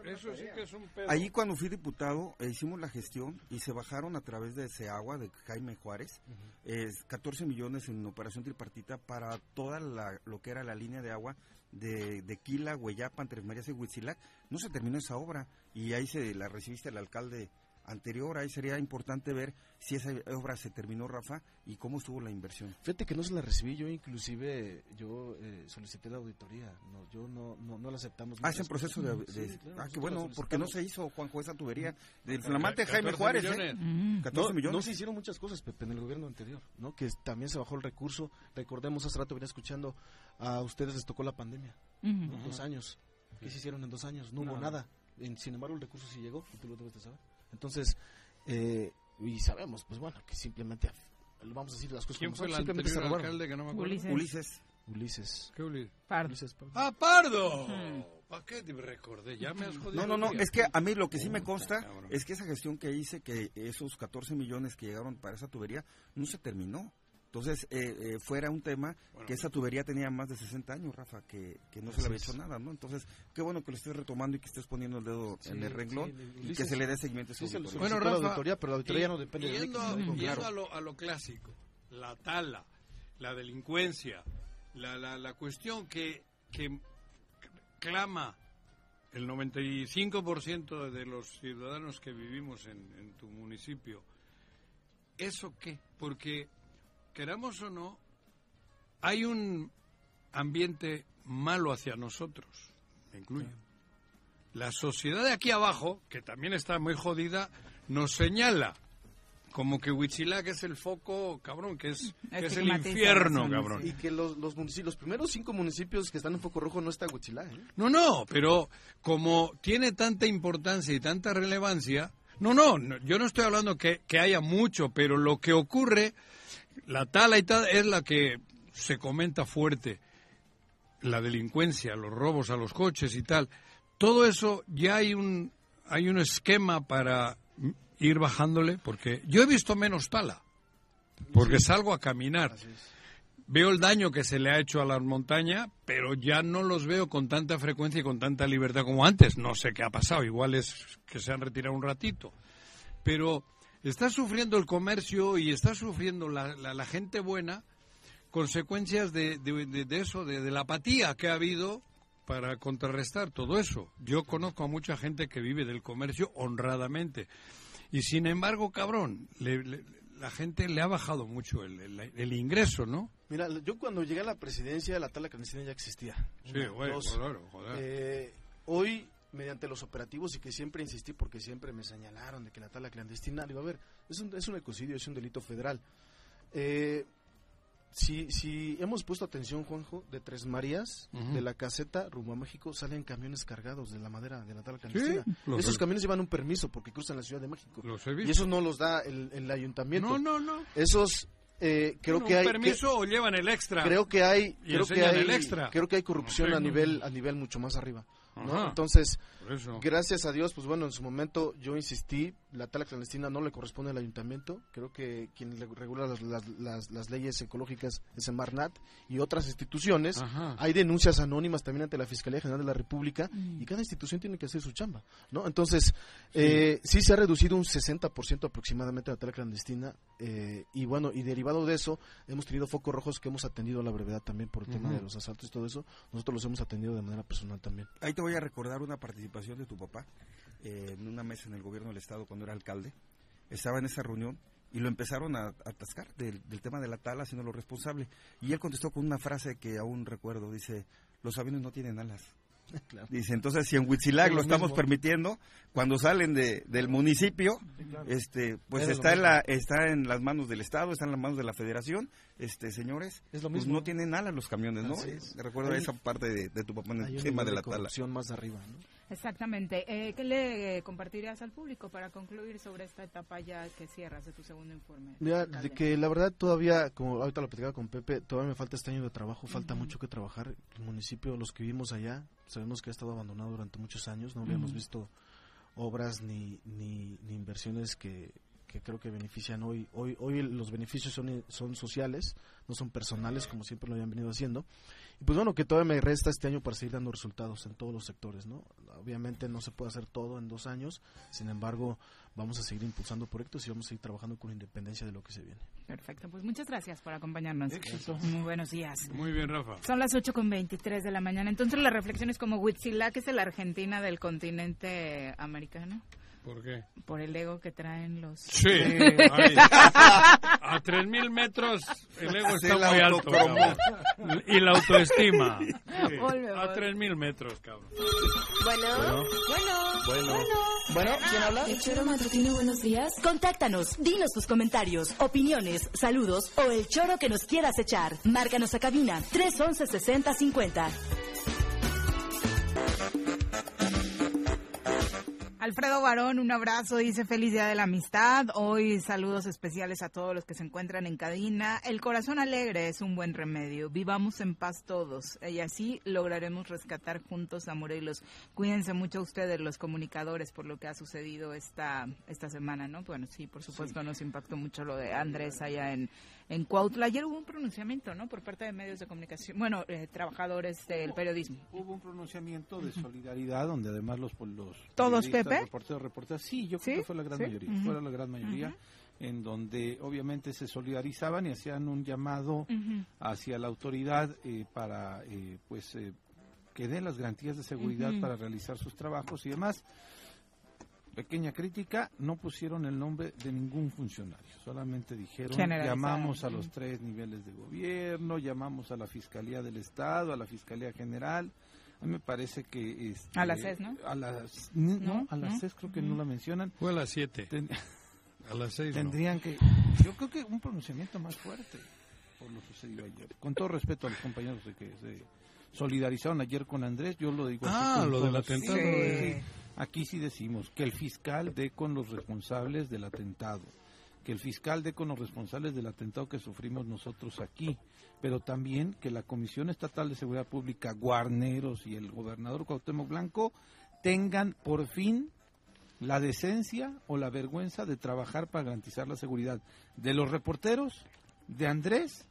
Eso sí que es un pedo.
Allí cuando fui diputado eh, hicimos la gestión y se bajaron a través de Seagua, de Jaime Juárez, es 14 millones en operación tripartita para toda la, lo que era la línea de agua de, de Quila, Hueyapan, Tres Marías y Huitzilac. No se terminó esa obra y ahí se la recibiste el alcalde anterior. Ahí sería importante ver si esa obra se terminó, Rafa, y cómo estuvo la inversión.
Fíjate que no se la recibí yo, inclusive yo eh, solicité la auditoría, no, yo no, no, no la aceptamos.
Ah, es en
Nosotros-
proceso de... de-
Sí, claro,
ah, qué
nosotros la
bueno, porque no
solicitamos.
se hizo, Juanjo, esa tubería del
Ca-
flamante Jaime
14
Juárez. ¿eh?
millones.
14
no,
millones.
no se hicieron muchas cosas, Pepe, en el gobierno anterior, ¿no? Que es- también se bajó el recurso. Recordemos, hace rato venía escuchando, a ustedes les tocó la pandemia,
Ujú.
¿no?
Ajá.
Dos años. ¿Qué se hicieron en dos años? No hubo
Nada.
nada. En- sin embargo, el recurso sí llegó, y tú lo debes de saber. Entonces, eh, y sabemos, pues bueno, que simplemente, vamos a decir las cosas
¿Quién
como
fue
son,
el
simplemente se
anterior
robaron.
alcalde que no me acuerdo? Ulises.
Ulises. Ulises.
¿Qué Ulises?
Pardo.
¡Ah, Pardo!
Hmm.
¿Para qué te recordé? Ya me has jodido.
No, no, no,
el día.
es que a mí lo que sí me
Puta,
consta
cabrón.
es que esa gestión que hice, que esos 14 millones que llegaron para esa tubería, no se terminó. Entonces, eh, eh, fuera un tema que esa tubería tenía más de 60 años, Rafa, que, que no se
pues. Así
le había
es.
hecho nada, ¿no? Entonces, qué bueno que lo estés retomando y que estés poniendo el dedo
Sí,
en el renglón
sí, le-
y que
Ulises-
se le dé seguimiento a esa
sí, se lo
auditoría.
solicitó la auditoría, pero la auditoría
y-
ya no depende de mí,
yendo
que se lo
a-
digo
yendo
claro.
a, lo, a lo clásico, la tala, la delincuencia, la, la, la cuestión que, que clama el 95% de los ciudadanos que vivimos en, en tu municipio. ¿Eso qué? Porque, queramos o no, hay un ambiente malo hacia nosotros, me incluyo. La sociedad de aquí abajo, que también está muy jodida, nos señala Como que Huitzilac es el foco, cabrón, que es, que es el
Estigmatiza,
infierno,
Este sí,
cabrón.
Y que los, los, municipios, los primeros cinco municipios que están en foco rojo no está Huitzilá, ¿eh?
No, no, pero como tiene tanta importancia y tanta relevancia, no, no, no, yo no estoy hablando que, que haya mucho, pero lo que ocurre, la tala y tal, es la que se comenta fuerte, la delincuencia, los robos a los coches y tal. Todo eso ya hay un, hay un esquema para ir bajándole, porque yo he visto menos tala, porque salgo a caminar. Veo el daño que se le ha hecho a la montaña, pero ya no los veo con tanta frecuencia y con tanta libertad como antes. No sé qué ha pasado, igual es que se han retirado un ratito. Pero está sufriendo el comercio y está sufriendo la, la- la gente buena consecuencias de, de- de- de eso, de, de la apatía que ha habido para contrarrestar todo eso. Yo conozco a mucha gente que vive del comercio honradamente. Y sin embargo, cabrón, le- le- la gente le ha bajado mucho el, el- el ingreso, ¿no?
Mira, yo cuando llegué a la presidencia, la tala clandestina ya existía.
Sí, güey, claro, joder.
Eh, hoy, mediante los operativos y que siempre insistí porque siempre me señalaron de que la tala clandestina, digo, a ver, es un, es un ecocidio, es un delito federal. Eh, si, si hemos puesto atención, Juanjo, de Tres Marías,
Ujú.
de la caseta rumbo a México, salen camiones cargados de la madera de la tala
Sí,
clandestina.
los
Esos
he-
camiones llevan un permiso porque cruzan la Ciudad de México.
Los he
Y
visto.
eso no los da el, el ayuntamiento.
No, no, no.
Esos... eh, creo
Bueno,
que
un
hay que-
permiso o llevan el extra.
creo que hay
Y
creo que
enseñan
hay
el extra.
creo que hay corrupción
No sé,
a
no.
nivel a nivel mucho más arriba ¿no?
Ajá.
entonces
Por eso.
gracias a Dios pues bueno en su momento yo insistí la tala clandestina no le corresponde al ayuntamiento creo que quien le regula las, las- las- las leyes ecológicas es Marnat y otras instituciones
Ajá.
hay denuncias anónimas también ante la Fiscalía General de la República y cada institución tiene que hacer su chamba no entonces eh, sí se ha reducido un 60% aproximadamente la tala clandestina eh, y bueno, y derivado de eso, hemos tenido focos rojos que hemos atendido a la brevedad también por el tema
Ujú.
de los asaltos y todo eso. Nosotros los hemos atendido de manera personal también.
Ahí te voy a recordar una participación de tu papá eh, en una mesa en el gobierno del estado cuando era alcalde. Estaba en esa reunión y lo empezaron a, a atascar del, del tema de la tala, siendo lo responsable. Y él contestó con una frase que aún recuerdo. Dice, los aviones no tienen alas.
Claro.
Dice, entonces si en Huitzilac
Es
lo,
lo
estamos
mismo.
permitiendo, cuando salen de, del municipio,
claro.
este, pues
Es lo
está en,
mismo.
la, está en las manos del Estado, está en las manos de la Federación. Este, señores,
Es lo
pues
mismo.
no tienen alas los camiones, ¿no?
Así es.
Recuerda
Hay-
esa parte de, de tu papá en
Hay
el
un
tema
nivel
de
de
la tala.
corrupción más arriba, ¿no?
Exactamente. Eh, ¿Qué le compartirías al público para concluir sobre esta etapa ya que cierras de tu segundo informe?
Mira,
alcalde?
de que Eh, la verdad todavía, como ahorita lo platicaba con Pepe, todavía me falta este año de trabajo, falta
Ujú.
mucho que trabajar. El municipio, los que vivimos allá, sabemos que ha estado abandonado durante muchos años, no
Ujú.
habíamos visto obras ni, ni, ni inversiones que, que creo que benefician hoy. Hoy hoy los beneficios son, son sociales, no son personales como siempre lo habían venido haciendo. Y pues bueno, que todavía me resta este año para seguir dando resultados en todos los sectores, ¿no? Obviamente no se puede hacer todo en dos años, sin embargo, vamos a seguir impulsando proyectos y vamos a seguir trabajando con independencia de lo que se viene.
Perfecto, pues muchas gracias por acompañarnos.
Éxito.
Muy buenos días.
Muy bien, Rafa.
Son las 8 con 23 de la mañana. Entonces, la reflexión es como Huitzilac es la Argentina del continente americano.
¿Por qué?
Por el ego que traen los.
Sí, ahí. a 3.000 metros el ego
Se
está
la
muy alto.
autopromo.
cabrón. Y la autoestima. Sí,
Volvemos.
A 3.000 metros, cabrón.
Bueno,
Bueno.
bueno, ¿quién habla? El Choro Matutino, buenos días. Contáctanos, dinos tus comentarios, opiniones, saludos o el choro que nos quieras echar. Márcanos a cabina 311-6050.
Alfredo Barón, un abrazo, dice feliz día de la amistad. Hoy saludos especiales a todos los que se encuentran en cadena. El corazón alegre es un buen remedio. Vivamos en paz todos y así lograremos rescatar juntos a Morelos. Cuídense mucho ustedes, los comunicadores, por lo que ha sucedido esta, esta semana, ¿no? Bueno, sí, por supuesto nos impactó mucho lo de Andrés allá en, en Cuautla. Ayer hubo un pronunciamiento, ¿no? Por parte de medios de comunicación, bueno, eh, trabajadores del periodismo.
Hubo un pronunciamiento de solidaridad donde además los los
¿Todos,
periodistas,
Pepe?
reporteros reporteras sí yo creo que fue la gran
¿Sí?
mayoría
Ujú.
fue la gran mayoría
Ujú.
en donde obviamente se solidarizaban y hacían un llamado hacia la autoridad eh, para eh, pues eh, que dé las garantías de seguridad
Ujú.
para realizar sus trabajos y demás. Pequeña crítica, no pusieron el nombre de ningún funcionario, solamente dijeron
Generalizaron.
llamamos a los
Ujú.
tres niveles de gobierno, llamamos a la Fiscalía del Estado, a la Fiscalía General. A mí me parece que... este,
A la SES, ¿no?
A las, no,
¿No?
a la
¿No?
SES creo que no
Ujú.
la mencionan.
Fue a las 7. A las seis, no.
Tendrían que. Yo creo que un pronunciamiento más fuerte por lo sucedido ayer. Con todo respeto a los compañeros de que se solidarizaron ayer con Andrés, yo lo digo. así
Ah,
con
lo del
todo-
atentado.
Sí.
Sí.
Aquí sí decimos que el fiscal dé con los responsables del atentado. Que el fiscal dé con los responsables del atentado que sufrimos nosotros aquí. Pero también que la Comisión Estatal de Seguridad Pública, Guarneros y el gobernador Cuauhtémoc Blanco tengan por fin la decencia o la vergüenza de trabajar para garantizar la seguridad de los reporteros, de Andrés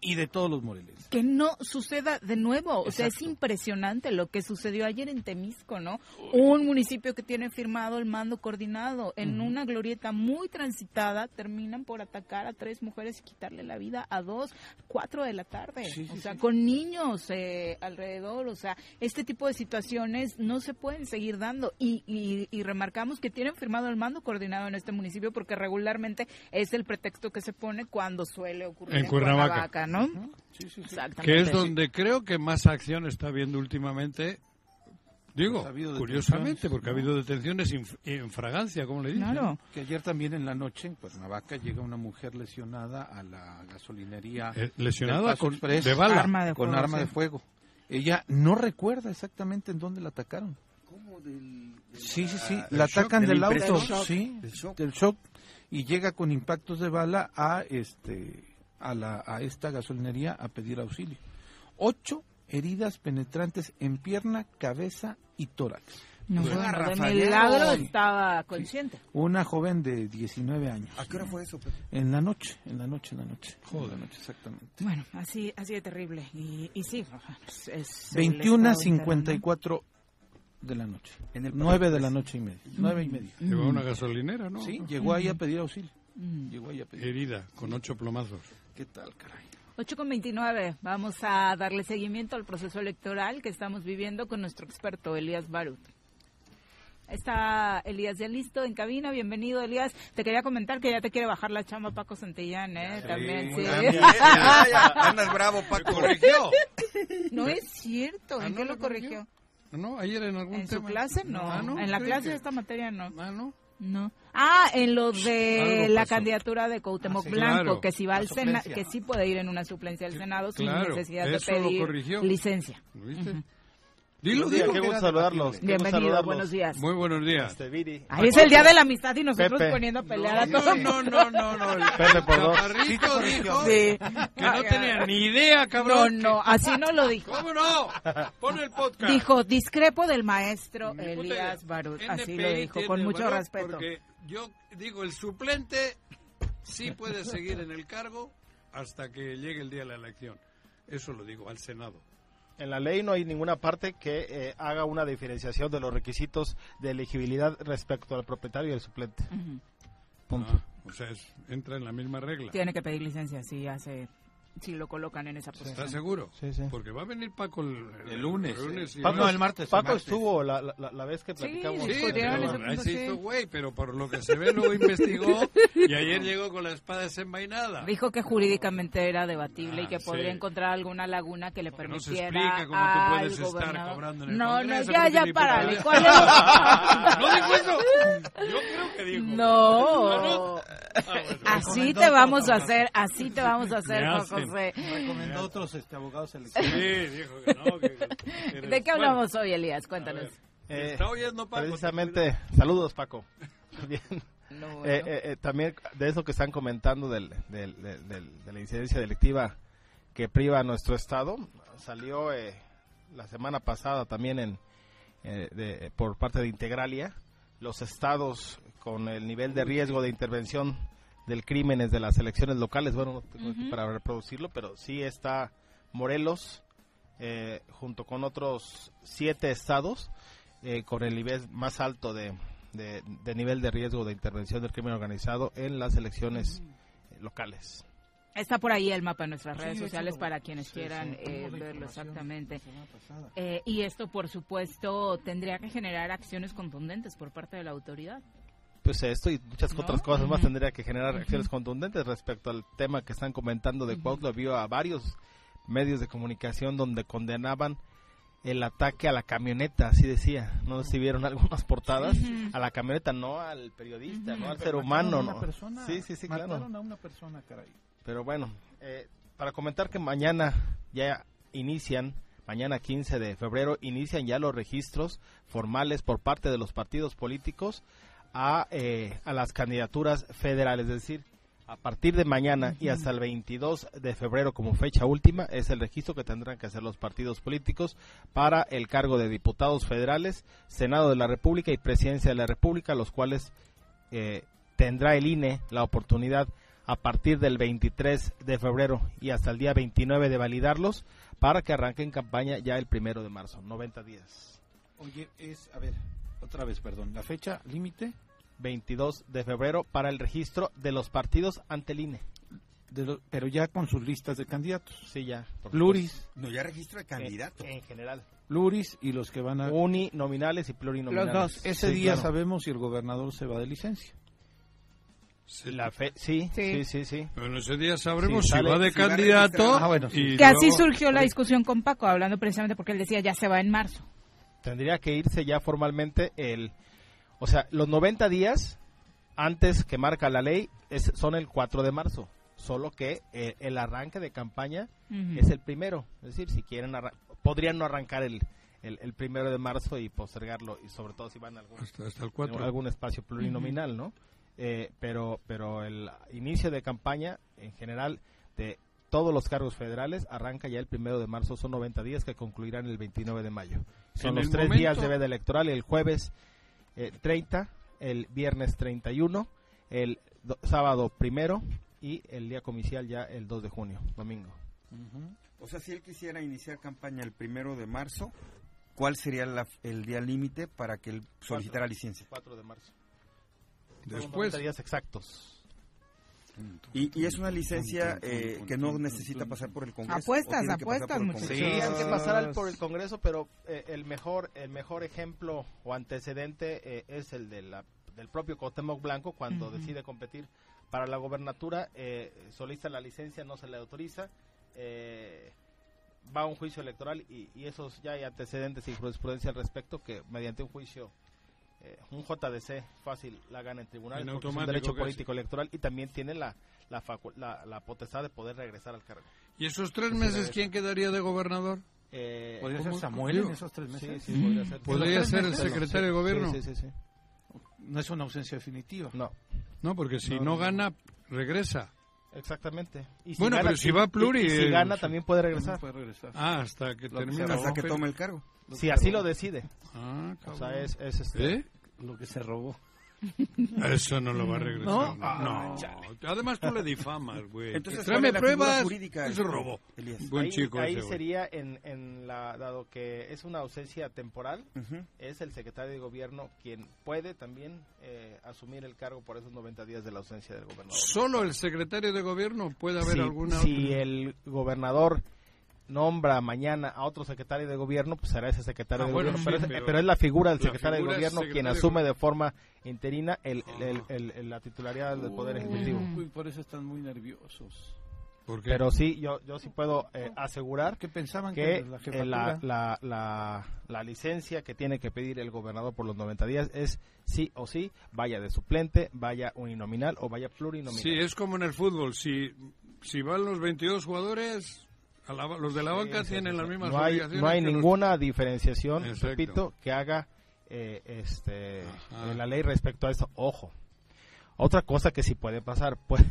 y de todos los morelenses.
Que no suceda de nuevo. O sea, es
Exacto.
impresionante lo que sucedió ayer en Temisco, ¿no? Un municipio que tiene firmado el mando coordinado en una glorieta muy transitada, terminan por atacar a tres mujeres y quitarle la vida a dos, cuatro de la tarde. o sea, con niños eh, alrededor. O sea, este tipo de situaciones no se pueden seguir dando. Y, y, y remarcamos que tienen firmado el mando coordinado en este municipio porque regularmente es el pretexto que se pone cuando suele ocurrir
En
en,
Cuernavaca.
Cuernavaca, ¿no? Exactamente.
que es donde creo que más acción está habiendo últimamente. Digo,
Ha habido
curiosamente,
detenciones,
porque ha
¿no?
habido detenciones inf- en fragancia, como le dicen.
Que ayer también en la noche en Cuernavaca llega una mujer lesionada a la gasolinería.
Eh, lesionada
del Paso
con-
Express,
de bala.
Arma de con
fuego,
arma
sí.
de fuego. Ella no recuerda exactamente en dónde la atacaron. Sí, sí, sí.
Ah,
La
del shock,
atacan
del
del auto.
impreso. Del shock.
Sí,
Del shock.
del shock. Y llega con impactos de bala a este a, la, a esta gasolinería a pedir auxilio. Ocho heridas penetrantes en pierna, cabeza y tórax.
No,
Fue
bueno,
una
de
rafaleada.
milagro estaba consciente.
Una joven de 19 años.
¿A qué hora fue eso?
En la noche, en la noche, en la noche. En la noche, exactamente.
Bueno, así, así de terrible. Y, y sí, es, es el
21 a
estado interno,
54 de la noche. 9 de la noche y media. 9 y media.
Llegó
Mm.
a una gasolinera, ¿no?
Sí, llegó ahí a pedir auxilio.
Mm.
Llegó ahí a pedir.
Herida, con ocho plomazos.
¿Qué tal, caray?
¿no? 8 con 29. Vamos a darle seguimiento al proceso electoral que estamos viviendo con nuestro experto Elías Barut. Está Elías ya listo en cabina. Bienvenido, Elías. Te quería comentar que ya te quiere bajar la chamba Paco Santillán, ¿eh? También, sí.
También, ya, andas bravo, Paco.
corrigió.
No es cierto.
Ah,
¿En
¿no
qué
lo
lo corrigió?
No, ayer en algún
¿En su
tema.
clase? No.
Ah,
En la
Creí
clase
que-
de esta materia no.
Ah, no.
No. Ah, en lo de
Algo
la
pasó.
candidatura de Cuauhtémoc
Ah, sí.
Blanco,
Claro.
que si va
La
al Sena-
suplencia.
que sí puede ir en una suplencia al Senado pues, sin
claro,
necesidad de
eso lo
pedir
corrigió.
licencia.
¿Lo viste?
Ujú.
Dilo,
Buenos días,
dilo.
qué gusto saludarlos, qué gusto
Bienvenido, saludarlos. buenos días.
Muy buenos días.
Este, Viri.
Ahí es el día de la amistad y nosotros
Pepe.
poniendo a pelear
No,
a todos.
no,
no, no, no.
Pepe por dos.
Chaparrito dijo
Sí. Ah,
que no tenía ni idea, cabrón.
No, no, así no lo dijo.
¿Cómo no? Pon el podcast.
Dijo, discrepo del maestro
Ni puta idea.
Elías Barut.
NPI
Así lo dijo,
tiene
con mucho
valor
respeto.
Porque yo digo, el suplente sí puede seguir en el cargo hasta que llegue el día de la elección. Eso lo digo al Senado.
En la ley no hay ninguna parte que eh, haga una diferenciación de los requisitos de elegibilidad respecto al propietario y al suplente.
Ah, o sea, es- entra en la misma regla.
Tiene que pedir licencia si hace si lo colocan en esa posición.
¿Estás seguro?
Sí, sí.
Porque va a venir Paco el,
El lunes,
y-
Paco, Paco estuvo la, la- la vez que platicamos.
Sí, pero, ahí sí hizo güey, pero por lo que se ve luego investigó y ayer llegó con la espada desenvainada.
Dijo que jurídicamente era debatible
Ah,
y que
sí.
podría encontrar alguna laguna que le
no se
permitiera
explica cómo tú
al
puedes estar
gobernador-
cobrando en el
No, no,
Congreso,
ya,
no
ya,
tiene ni
párale.
puta
¿Cuál
idea.
es?
No dijo eso. Yo creo que dijo. Ah,
No. Así te vamos a hacer, así te vamos a hacer,
Me
Juan
hacen.
José.
Recomendó otros este, abogados
Sí, dijo que no. Que, que
¿De qué hablamos hoy, Elías? Cuéntanos.
Eh,
Está oyendo Paco.
Precisamente, saludos Paco. Bien.
No,
Eh,
bueno.
eh, eh, también de eso que están comentando del- del- del- del- de la incidencia delictiva que priva a nuestro Estado, salió eh, la semana pasada también en, eh, de- por parte de Integralia los estados con el nivel de riesgo de intervención del crímenes de las elecciones locales. Bueno, no tengo aquí
Ujú.
para reproducirlo, pero sí está Morelos eh, junto con otros siete estados eh, con el nivel más alto de, de- de nivel de riesgo de intervención del crimen organizado en las elecciones eh, locales.
Está por ahí el mapa en nuestras
Sí,
redes
de hecho,
sociales
lo-
para quienes
sí,
quieran
sí, tengo
eh,
la
verlo
información
exactamente.
pasada.
Eh, y esto, por supuesto, tendría que generar acciones contundentes por parte de la autoridad.
Pues esto y muchas
¿No?
otras cosas más
Ujú.
tendría que generar
Ujú.
reacciones contundentes respecto al tema que están comentando de Cuautla. Vio a varios medios de comunicación donde condenaban el ataque a la camioneta, así decía. No sé si vieron algunas portadas a la camioneta, no al periodista, no al ser humano,
Mataron a una
no.
persona.
Sí, sí, sí,
Mataron
claro.
a una persona, caray.
Pero bueno, eh, para comentar que mañana ya inician, mañana 15 de febrero, inician ya los registros formales por parte de los partidos políticos a, eh, a las candidaturas federales. Es decir, a partir de mañana y hasta el 22 de febrero como fecha última es el registro que tendrán que hacer los partidos políticos para el cargo de diputados federales, Senado de la República y Presidencia de la República, los cuales eh, tendrá el INE la oportunidad a partir del 23 de febrero y hasta el día 29 de validarlos para que arranquen campaña ya el primero de marzo, 90 días.
Oye, es, a ver, otra vez, perdón, la fecha límite
22 de febrero para el registro de los partidos ante el E. INE.
de lo- pero ya con sus listas de candidatos.
Sí, ya. por
Luris,
supuesto.
No, ya registro de candidato.
En, en general.
Luris y los que van a...
Uninominales y plurinominales.
Los dos. Ese
Sí,
día
claro.
sabemos si el gobernador se va de licencia.
La fe, sí, sí, sí, sí.
Bueno, ese día sabremos
Sí,
si
sale-
va de
si va a
candidato.
registrar. Ah, bueno, sí.
y
Que así
luego-
surgió la discusión con Paco, hablando precisamente porque él decía ya se va en marzo.
Tendría que irse ya formalmente el... O sea, los 90 días antes que marca la ley es, son el 4 de marzo. Solo que eh, el arranque de campaña
Ujú.
es el primero. Es decir, si quieren, arran- podrían no arrancar el, el, el primero de marzo y postergarlo, y sobre todo si van a algún,
el cuatro.
algún espacio plurinominal, ¿no? Eh, pero, pero el inicio de campaña en general de todos los cargos federales arranca ya el primero de marzo, son 90 días que concluirán el 29 de mayo. Son
En
los
el
tres días
momento-
de veda electoral, el jueves eh, 30, el viernes 31, el do- sábado primero y el día comicial ya el 2 de junio, domingo.
O sea, si él quisiera iniciar campaña el primero de marzo, ¿cuál sería la- el día límite para que él solicitara licencia?
4 de marzo.
Después.
días exactos.
Y, y es una licencia eh, que no necesita pasar por el Congreso.
Apuestas,
¿o tiene que pasar
apuestas,
por el
muchachos.
Congreso?
Tendrían que pasar al- por el Congreso, pero eh, el mejor el mejor ejemplo o antecedente eh, es el de la- del propio Cotemoc Blanco cuando
Ujú.
decide competir para la gobernatura, eh, solicita la licencia, no se le autoriza, eh, va a un juicio electoral y, y esos ya hay antecedentes y jurisprudencia al respecto que mediante un juicio eh, un JDC fácil la gana en tribunal
En
porque es un
automático
derecho
casi.
político electoral y también tiene la la, facu- la- la potestad de poder regresar al cargo.
¿Y esos tres
Sí,
meses
regresa.
quién quedaría de gobernador?
Eh,
¿Podría
¿cómo?
ser Samuel en
esos tres meses?
Sí, sí, podría ser.
¿Podría
Sí,
ser el
los tres meses,
secretario de
sí.
gobierno?
Sí, sí, sí, sí.
No es una ausencia definitiva.
No.
No, porque si
No,
no,
no, no.
gana, regresa.
Exactamente. Y
Bueno, pero si va pluri,
y- y si
eh,
gana
sí.
también puede regresar.
También puede regresar. Ah, hasta que Lo que termine se robó.
Hasta que tome el cargo.
Si así lo decide.
Ah,
o
cabrón.
sea, es, es este-
¿Eh?
Lo que se robó.
Eso no lo va a regresar.
¿No?
No,
Ah,
No.
chale.
Además tú le difamas, güey.
Entonces,
Tráeme
¿cuál es la
pruebas.
figura jurídica,
Eso
este,
robó.
Elías?
Buen
ahí,
chico
ahí
ese, güey.
sería en, en la dado que es una ausencia temporal es el secretario de gobierno quien puede también eh, asumir el cargo por esos 90 días de la ausencia del gobernador
Solo el secretario de gobierno puede haber
si,
alguna
si
otra?
el gobernador nombra mañana a otro secretario de gobierno, pues será ese secretario
Ah,
de
bueno,
gobierno.
sí,
pero, es,
pero-
pero es la figura del
La
secretario
figura
de
es
gobierno quien
secretario de Ah.
asume de forma interina el, el- el- el- el- la titularidad del Poder Ejecutivo.
Uy, por eso están muy nerviosos.
Pero sí, yo, yo sí puedo eh, asegurar que,
pensaban
que,
que la
eh, la,
jefatura-
la- la- la licencia que tiene que pedir el gobernador por los 90 días es sí o sí, vaya de suplente, vaya uninominal o vaya plurinominal.
Sí, es como en el fútbol. Si, si van los 22 jugadores, a la- los de la banca tienen las mismas
no hay,
obligaciones
no hay
que los-
ninguna diferenciación,
Exacto.
repito, que haga eh, este, de la ley respecto a esto. Ojo. Otra cosa que sí puede pasar, pues...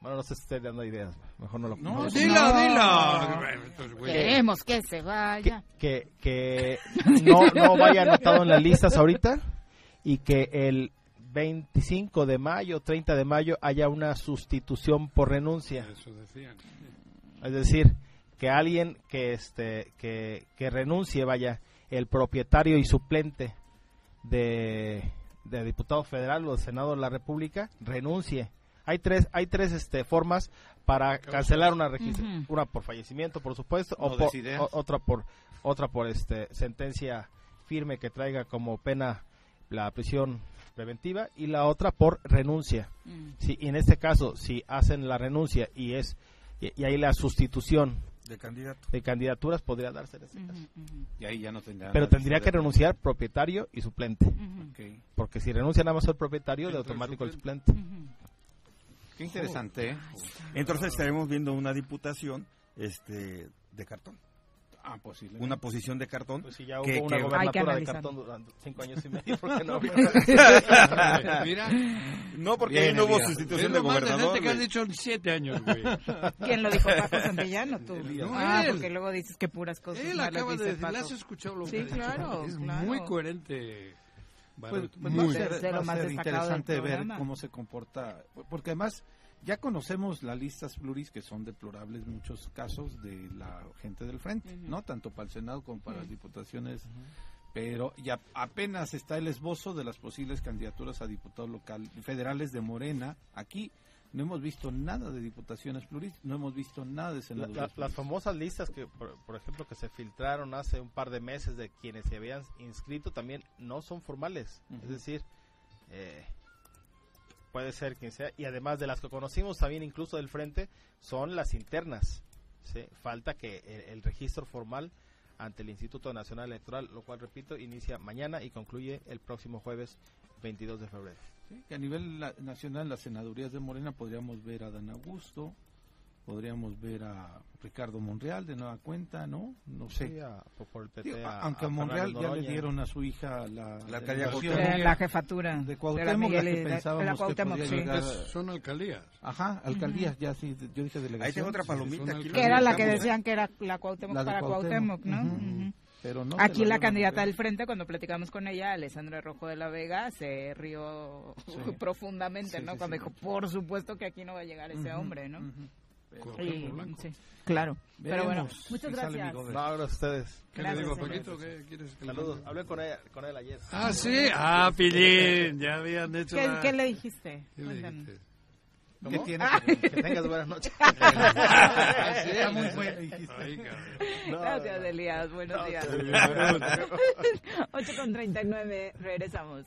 Bueno, no sé si estoy dando ideas. Mejor no lo
No,
lo-
dila, dila. Estos güeyes.
Queremos que se vaya.
Que, que no, no vaya anotado en las listas ahorita y que el 25 de mayo, 30 de mayo, haya una sustitución por renuncia.
Eso decían.
Es decir, que alguien que este que, que renuncie, vaya, el propietario y suplente de, de diputado federal o de senado de la República renuncie. Hay tres hay tres este formas para cancelar una requisa-
Ujú.
una por fallecimiento, por supuesto, o
No
por-
desideas.
o- otra por otra por este sentencia firme que traiga como pena la prisión preventiva y la otra por renuncia.
Mm.
Sí, y en este caso, si hacen la renuncia y es y, y hay la sustitución
De candidato.
de candidaturas podría darse en ese caso.
Y ahí ya no tendrá
Pero
nada
tendría que
saber.
renunciar propietario y suplente.
Ok.
Porque si renuncia nada más el propietario, de
Entra el
automático el suplente.
Qué interesante, ¿eh?
Entonces estaremos viendo una diputación este de cartón.
Ah, posible.
Una posición de cartón.
Pues si ya hubo una gobernatura de cartón durante cinco años y medio, ¿por qué no?
Mira. No, porque ahí
Bien,
no hubo
Elías.
sustitución
Es
de
lo más
gobernador.
decente que has
güey.
dicho en siete años, güey.
¿Quién lo dijo? ¿Paco Santillano? ¿Tú?
Elías.
ah,
No, él.
porque luego dices que puras cosas.
Él
malas
acaba de
dice
decir,
Paco.
¿la has escuchado lo que
Sí,
ha dicho?
claro.
Es
claro.
muy coherente. Baruch.
Pues, pues va a
muy.
de
ser, va
lo
a
más
ser
destacado del
interesante ver
programa.
cómo se comporta, porque además ya conocemos las listas pluris que son deplorables muchos casos de la gente del frente,
Ujú.
¿no? Tanto para el Senado como para las
Ujú.
diputaciones, pero ya apenas está el esbozo de las posibles candidaturas a diputados local, federales de Morena aquí. No hemos visto nada de diputaciones pluris, no hemos visto nada de
La-
senadores.
la- las
pluris.
famosas listas que, por, por ejemplo, que se filtraron hace un par de meses de quienes se habían inscrito también no son formales. Es decir, eh, puede ser quien sea. Y además de las que conocimos también incluso del frente, son las internas. ¿sí? Falta que el, el registro formal ante el Instituto Nacional Electoral, lo cual, repito, inicia mañana y concluye el próximo jueves 22 de febrero.
Sí, que a nivel la- nacional, las senadurías de Morena podríamos ver a Dan Augusto, podríamos ver a Ricardo Monreal de nueva cuenta, ¿no? No sé.
Sí, a- por- por el PT,
Digo,
a-
aunque a
a
Monreal
Fernando
ya le
Noroña.
dieron a su hija la,
La alcaldía de
delegación
Cuauhtémoc.
La jefatura.
de
Era
Cuauhtémoc, la
Miguel
que
y- la-
pensábamos
la
que
Cuauhtémoc,
podía
sí.
llegar-
Es-
Son alcaldías.
Ajá, alcaldías, ya sí, de- yo dije delegación.
tengo otra
sí,
palomita
son
aquí.
Que era la que
alcaldías.
decían que era la Cuauhtémoc
La de
para Cuauhtémoc, ¿no?
Ujú.
Ujú.
Pero no se ¿eh?
Aquí la
dieron a
candidata
Monreal.
del frente, cuando platicamos con ella, Alessandra Rojo de la Vega, se rió
Sí.
profundamente,
Sí,
¿no?
sí,
Cuando
sí.
dijo, por supuesto que aquí no va a llegar ese
Ujú,
hombre, ¿no?
Pero-
Y-
Cuauhtémoc Blanco.
sí, claro. Pero bueno,
Veremos
muchas
si sale mi
gracias.
gober.
No, ahora ustedes.
¿Qué le digo a
Gracias,
Paquito? ¿Qué quieres que le
Saludos.
diga?
Hablé con él, con él ayer.
Ah, sí. Ah, Pillín. Ya habían hecho
¿Qué,
la-
qué le dijiste?
¿Qué le
Cuéntanos.
dijiste?
¿Cómo?
¿Qué tiene
Ah,
que-
que tengas buenas noches.
Ah, sí, está muy bueno, dijiste.
Ay, cabrón.
No,
Gracias,
no, no.
Elías. Buenos
No,
días.
te digo.
8 con 39, regresamos.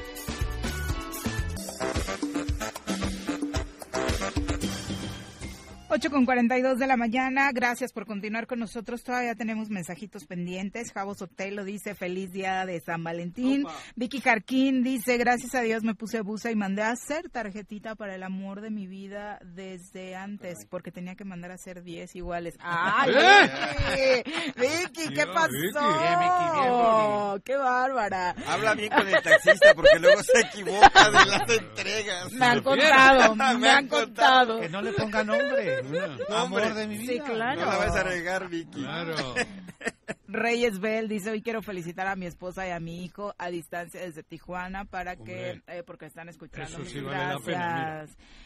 Ocho con 42 de la mañana, gracias por continuar con nosotros. Todavía tenemos mensajitos pendientes. Javo Sotelo dice feliz día de San Valentín. Vicky Jarquín dice gracias a Dios me puse busa y mandé a hacer tarjetita para el amor de mi vida desde antes porque tenía que mandar a hacer 10 iguales. ¡Ay,
¿Eh?
Vicky! Vicky, ¿qué
Yo,
pasó?
Vicky.
Bien, Vicky, bien,
¡Qué bárbara!
Habla bien con el taxista porque luego se equivoca de las entregas.
Me han contado,
Me
me
han
han contado.
Que no le ponga nombre.
Hombre,
Amor de mi vida.
Sí, claro.
No la vas a regar, Vicky.
Claro.
Reyes Bell dice, hoy quiero felicitar a mi esposa y a mi hijo a distancia desde Tijuana para que,
Hombre.
eh, porque están escuchando.
Eso
Mil
sí vale la
gracias.
pena,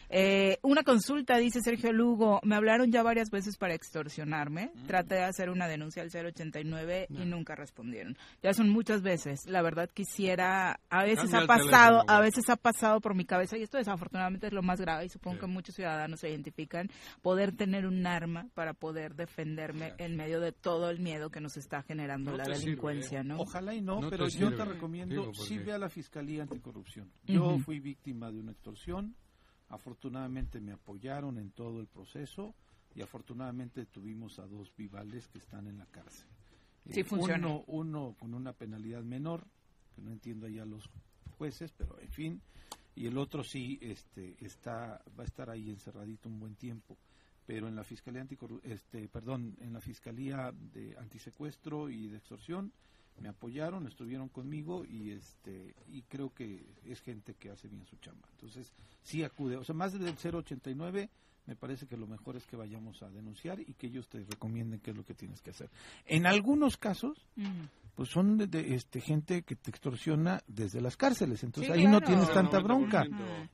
Eh, una consulta, dice Sergio Lugo, me hablaron ya varias veces para extorsionarme, traté de hacer una denuncia al 089 y nunca respondieron. Ya son muchas veces, la verdad quisiera, a veces
Cambia
ha
el
pasado,
teléfono,
a
güey.
veces ha pasado por mi cabeza y esto desafortunadamente es lo más grave y supongo que muchos ciudadanos se identifican, poder tener un arma para poder defenderme en medio de todo el miedo que nos está generando
No
la
te sirve,
delincuencia,
¿eh?
¿no?
Ojalá y no,
No
pero
te
yo
sirve,
te recomiendo,
digo, porque-
sí ve a la Fiscalía Anticorrupción. Yo
Ujú.
fui víctima de una extorsión, afortunadamente me apoyaron en todo el proceso y afortunadamente tuvimos a dos vivales que están en la cárcel.
Sí, funciona.
Eh, Uno, uno con una penalidad menor, que no entiendo ahí a los jueces, pero en fin, y el otro sí este, está, va a estar ahí encerradito un buen tiempo pero en la fiscalía anticorru- este perdón en la fiscalía de antisecuestro y de extorsión me apoyaron estuvieron conmigo y este y creo que es gente que hace bien su chamba entonces sí acude o sea más del 089 me parece que lo mejor es que vayamos a denunciar y que ellos te recomienden qué es lo que tienes que hacer en algunos casos
Ujú.
pues son de, de, este gente que te extorsiona desde las cárceles entonces
Sí,
ahí
claro.
no tienes
No,
tanta
90%.
bronca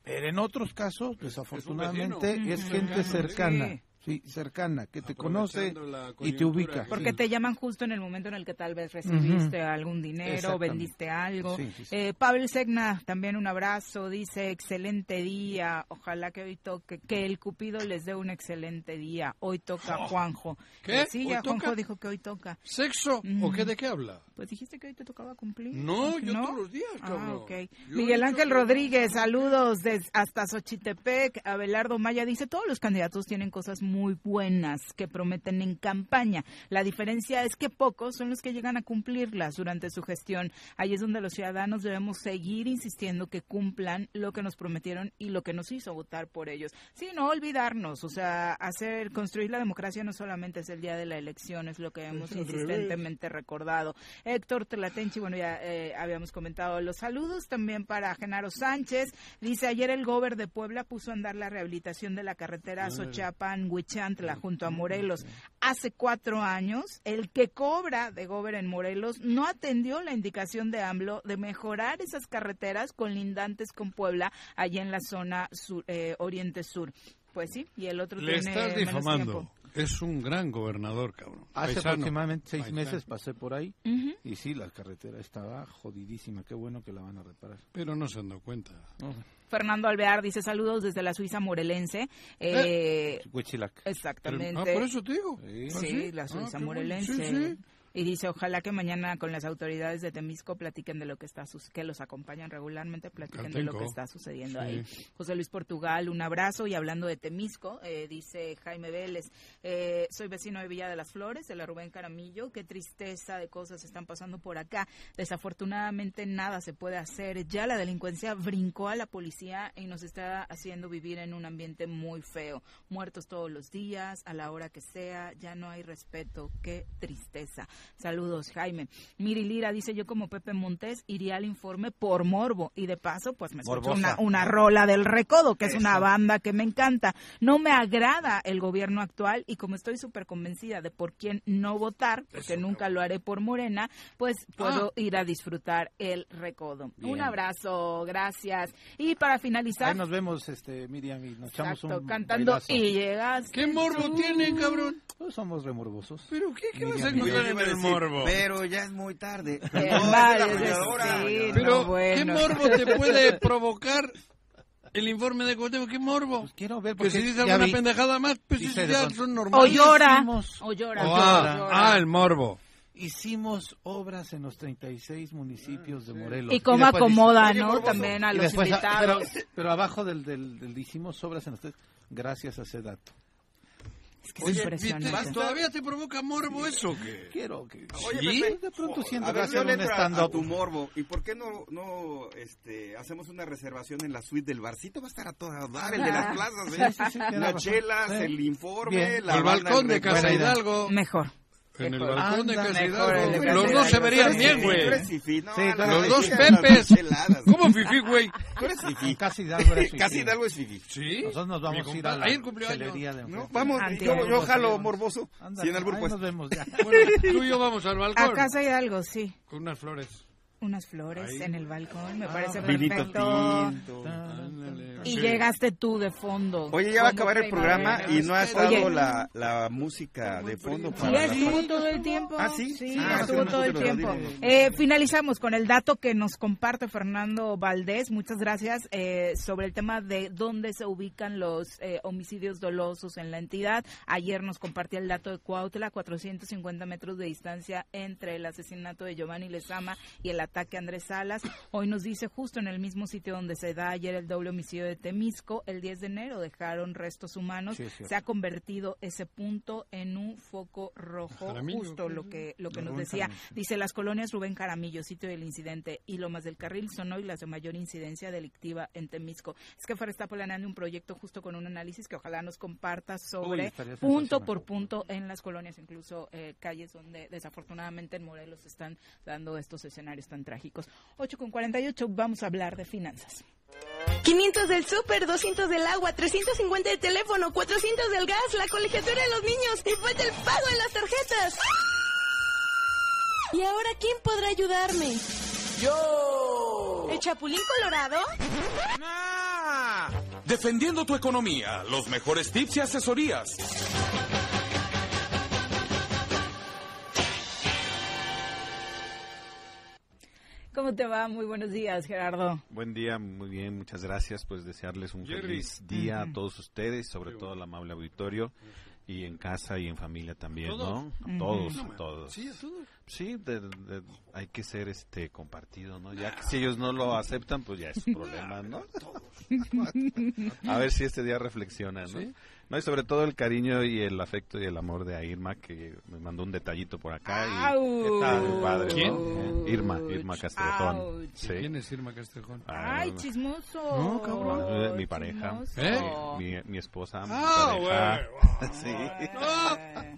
pero en otros casos, desafortunadamente, es, gente cercana.
Sí.
sí, cercana, que te conoce y te ubica.
Porque te llaman justo en el momento en el que tal vez recibiste
Ujú.
algún dinero,
Exactamente.
vendiste algo.
Sí, sí, sí.
Eh, Pavel Segna, también un abrazo, dice, excelente día, ojalá que hoy toque, que el Cupido les dé un excelente día, hoy toca
Oh.
Juanjo.
¿Qué?
Eh, Sí, ya
¿Hoy toca?
Juanjo dijo que hoy toca.
¿Sexo? ¿O qué de qué habla?
Pues dijiste que hoy te tocaba cumplir.
No, yo
¿No?
todos los días, cabrón.
Ah, ok.
Yo
Miguel
he
Ángel
hecho-
Rodríguez, saludos desde hasta Xochitepec. Abelardo Maya dice, todos los candidatos tienen cosas muy buenas que prometen en campaña. La diferencia es que pocos son los que llegan a cumplirlas durante su gestión. Ahí es donde los ciudadanos debemos seguir insistiendo que cumplan lo que nos prometieron y lo que nos hizo votar por ellos. Sí, no olvidarnos, o sea, hacer construir la democracia no solamente es el día de la elección, es lo que hemos
al revés.
insistentemente ampliamente recordado. Héctor Telatenchi, bueno, ya eh, habíamos comentado los saludos también para Genaro Sánchez. Dice, ayer el gober de Puebla puso a andar la rehabilitación de la carretera Xochapan-Huichantla junto a Morelos. Hace cuatro años, el que cobra de gober en Morelos no atendió la indicación de AMLO de mejorar esas carreteras colindantes con Puebla, allá en la zona sur- eh, oriente-sur. Pues sí, y el otro
Le
tiene
estás
menos tiempo.
difamando. Es un gran gobernador, cabrón.
Hace
Paisano.
aproximadamente seis
Paisano.
meses pasé por ahí
Ujú.
y sí, la carretera estaba jodidísima. Qué bueno que la van a reparar.
Pero no se han dado cuenta.
Fernando Alvear dice saludos desde la Suiza morelense. Eh,
Huichilac.
Exactamente.
Ah, por eso
te digo.
Sí,
Ah, sí.
la
Ah,
Suiza
qué bueno.
morelense.
Sí, sí.
Y dice, ojalá que mañana con las autoridades de Temisco platiquen de lo que está sus que los acompañan regularmente, platiquen de lo que
Caltenco.
está sucediendo
Sí.
ahí. José Luis Portugal, un abrazo. Y hablando de Temisco, eh, dice Jaime Vélez, eh, soy vecino de Villa de las Flores, de la Rubén Caramillo. Qué tristeza de cosas están pasando por acá. Desafortunadamente nada se puede hacer. Ya la delincuencia brincó a la policía y nos está haciendo vivir en un ambiente muy feo. Muertos todos los días, a la hora que sea, ya no hay respeto. Qué tristeza. Saludos, Jaime. Miri Lira dice, yo como Pepe Montes iría al informe por morbo y de paso pues me escucho una,
Morbosa.
una rola del recodo, que es una
Eso.
banda que me encanta. No me agrada el gobierno actual y como estoy súper convencida de por quién no votar, porque nunca lo haré por Morena, pues puedo ir a disfrutar el recodo.
Bien.
Un abrazo, gracias. Y para finalizar,
Ahí nos vemos, este, Miriam, y nos echamos
exacto,
un
cantando
bailazo.
y llegas.
¿Qué
morbo tiene, cabrón?
Pues somos remorbosos.
¿Pero qué,
Miriam,
Yo iba a decir, Pero
ya
ya es muy tarde.
Eh,
Pero
No, es de
vale,
la
es decir,
arrolladora.
Pero, ¿qué morbo te puede provocar el informe de Cuauhtémoc? ¿Qué morbo?
Pues quiero ver,
Que
porque
si dice
ya
alguna
vi.
pendejada más, pues
Dice de
ya
pronto,
son
O
normales.
llora. O
Hicimos-
llora.
Ah, ah, el morbo.
Hicimos obras en los 36 municipios de Morelos.
Y cómo acomoda,
después
¿no?
morboso.
También a
Y
los invitados.
Pero, pero abajo del, del, del hicimos obras en los tres, gracias a ese dato.
Es
que
Oye, ¿viste? ¿Todavía te provoca morbo eso? ¿Qué? Oh.
Quiero que...
¿Sí?
Pepe,
de pronto
jo-
siento
a
que
ver,
hacer
yo le
un
entro a-
stand-up.
a tu morbo. ¿Y por qué no, no este, hacemos una reservación en la suite del barcito? Va a estar a toda dar, el de las plazas, ¿eh?
Sí, sí, sí, tiene
Las
razón.
chelas,
Sí.
el informe,
Bien.
la
El
banda,
balcón de
recuerdo.
Casa Hidalgo.
Mejor.
En el
Mejor.
balcón de
Anda,
Casa
mejor, el de
Hidalgo.
Casa
Los dos se
Hidalgo.
verían
Sí,
bien,
sí,
güey.
tú eres fifí, no, a la
Los dos
vez que
pepes.
las heladas.
¿Cómo fifí, güey?
Tú eres fifí.
Casi Hidalgo era fifí.
Casi Hidalgo es fifí.
Sí.
Nosotros nos vamos a ir a la
Ayer cumplió años.
chelería de
No,
enfrente.
vamos, yo, yo jalo morboso.
Ándale,
sin albur,
ahí
pues.
nos vemos ya.
Bueno, tú y yo vamos al balcón.
A casa Hidalgo, sí.
Con unas flores.
Unas flores
Ahí.
en el balcón, me
Ah,
parece
vinito
perfecto.
tinto.
Y
Sí.
llegaste tú de fondo.
Oye, ya va a acabar el
Como
programa y no ha estado
Oye,
la, la música de fondo
Sí,
para las
estuvo todo el tiempo.
Ah, ¿sí? Ah,
estuvo
sí,
todo el
nosotros lo
tiempo.
dimos.
Eh, finalizamos con el dato que nos comparte Fernando Valdés. Muchas gracias eh, sobre el tema de dónde se ubican los eh, homicidios dolosos en la entidad. Ayer nos compartía el dato de Cuautla, 450 metros de distancia entre el asesinato de Giovanni Lezama y el ataque a Andrés Salas. Hoy nos dice justo en el mismo sitio donde se da ayer el doble homicidio de Temisco, el 10 de enero dejaron restos humanos.
Sí, es cierto.
se ha convertido ese punto en un foco rojo
Jaramillo,
justo
creo.
lo que lo que nos
Rubén
decía
Jaramillo.
dice las colonias Rubén Jaramillo sitio del incidente y Lomas del Carril son hoy las de mayor incidencia delictiva en Temisco es que Fer está planeando un proyecto justo con un análisis que ojalá nos comparta
Uy,
sobre
estaría
punto
sensacional.
por punto en las colonias incluso eh, calles donde desafortunadamente en Morelos están dando estos escenarios tan trágicos 8 con 48 vamos a hablar de finanzas
500 del súper, 200 del agua, 350 del teléfono, 400 del gas, la colegiatura de los niños y falta el pago en las tarjetas. ¿Y ahora quién podrá ayudarme? ¡Yo! ¿El chapulín colorado?
defendiendo tu economía, los mejores tips y asesorías.
¿Cómo te va? Muy buenos días, Gerardo.
Buen día, muy bien, muchas gracias. Pues desearles un
Jerry.
feliz día
Ujú.
a todos ustedes, sobre todo al amable auditorio y en casa y en familia también,
¿Todos?
¿no?
Ujú.
A todos,
No,
a
man.
todos.
Sí, a todos.
Sí, de- de- hay que ser este compartido, ¿no? Ya que si ellos no lo aceptan, pues ya es su problema, ¿no? A ver si este día reflexiona, ¿no?
Sí.
No, y sobre todo el cariño y el afecto y el amor de a Irma, que me mandó un detallito por acá. Y,
Au.
¿Qué tal, padre?
¿Quién?
no? Eh, Irma, Irma Castrejón.
Ouch.
Sí.
¿Quién es Irma Castrejón?
Ah,
Ay, chismoso.
no, cabrón. eh, Mi pareja. ¿Eh?
Chismoso.
Mi, mi- mi esposa. Mi
Ah,
pareja. sí.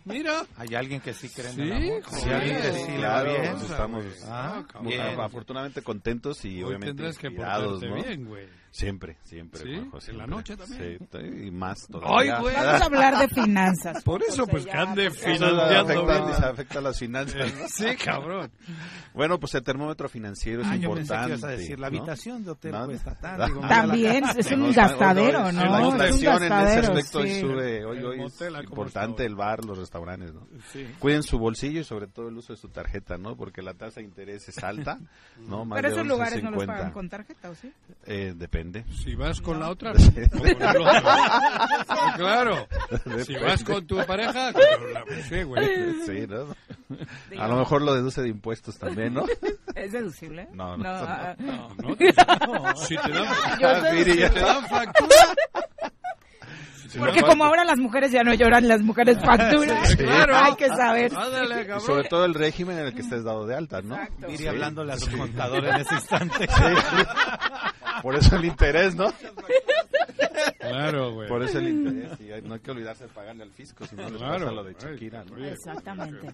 mira.
Hay alguien que sí cree
en el Sí,
Sí,
amor? joder.
claro,
Claro,
pues estamos
güey.
ah,
Ah,
muy-
cabrón.
afortunadamente contentos y
Hoy
obviamente
tendrás que
inspirados,
portarte
¿no?
bien, güey.
Siempre, siempre,
¿Sí?
Juanjo,
¿En
siempre.
la noche también?
Sí, t- y más todavía.
Ay, güey.
Vamos a hablar de finanzas.
Por
eso, pues, que ande
financiando,
Afecta,
güey.
se afecta las finanzas. ¿no?
Sí, cabrón.
Bueno, pues el termómetro financiero es
Ah, yo
importante.
pensé que ibas a decir, la
¿no?
habitación de hotel
No,
cuesta
no.
tanto, digo,
También, es un gastadero, ¿no?
La
Es un
inflación en ese
gastadero,
aspecto hoy
sí.
sube. Hoy,
El
hoy
motel, ¿a
es
cómo
importante el bar, los restaurantes, ¿no?
Sí.
Cuiden su bolsillo y sobre todo el uso de su tarjeta, ¿no? Porque la tasa de interés es alta, ¿no? Más
Pero
de
esos lugares no los
11.50.
pagan con tarjeta, ¿o sí?
Eh, depende.
Si vas con la otra,
Sí.
o con el otro. Ah, claro. Si
Depende.
vas con tu pareja, con la- Pues sí, güey.
Sí, ¿no?
Digo.
A lo mejor lo deduce de impuestos también, ¿no?
¿Es deducible?
No, no,
ah,
No, no, no. Si te dan-
Yo
Miri,
sé.
ya
te dan factura.
Sí,
Porque
no,
como ahora las mujeres ya no lloran, las mujeres facturan.
Sí, claro.
Hay que saber.
Y sobre todo el régimen en el que estés dado de alta, ¿no?
Miri hablándole a su contador en ese instante.
Sí. Por eso el interés, ¿no?
Claro, güey.
Por eso el interés. Y hay- no hay que olvidarse de pagarle al fisco, si no les
Claro.
pasa lo de Shakira, ¿no?
Exactamente.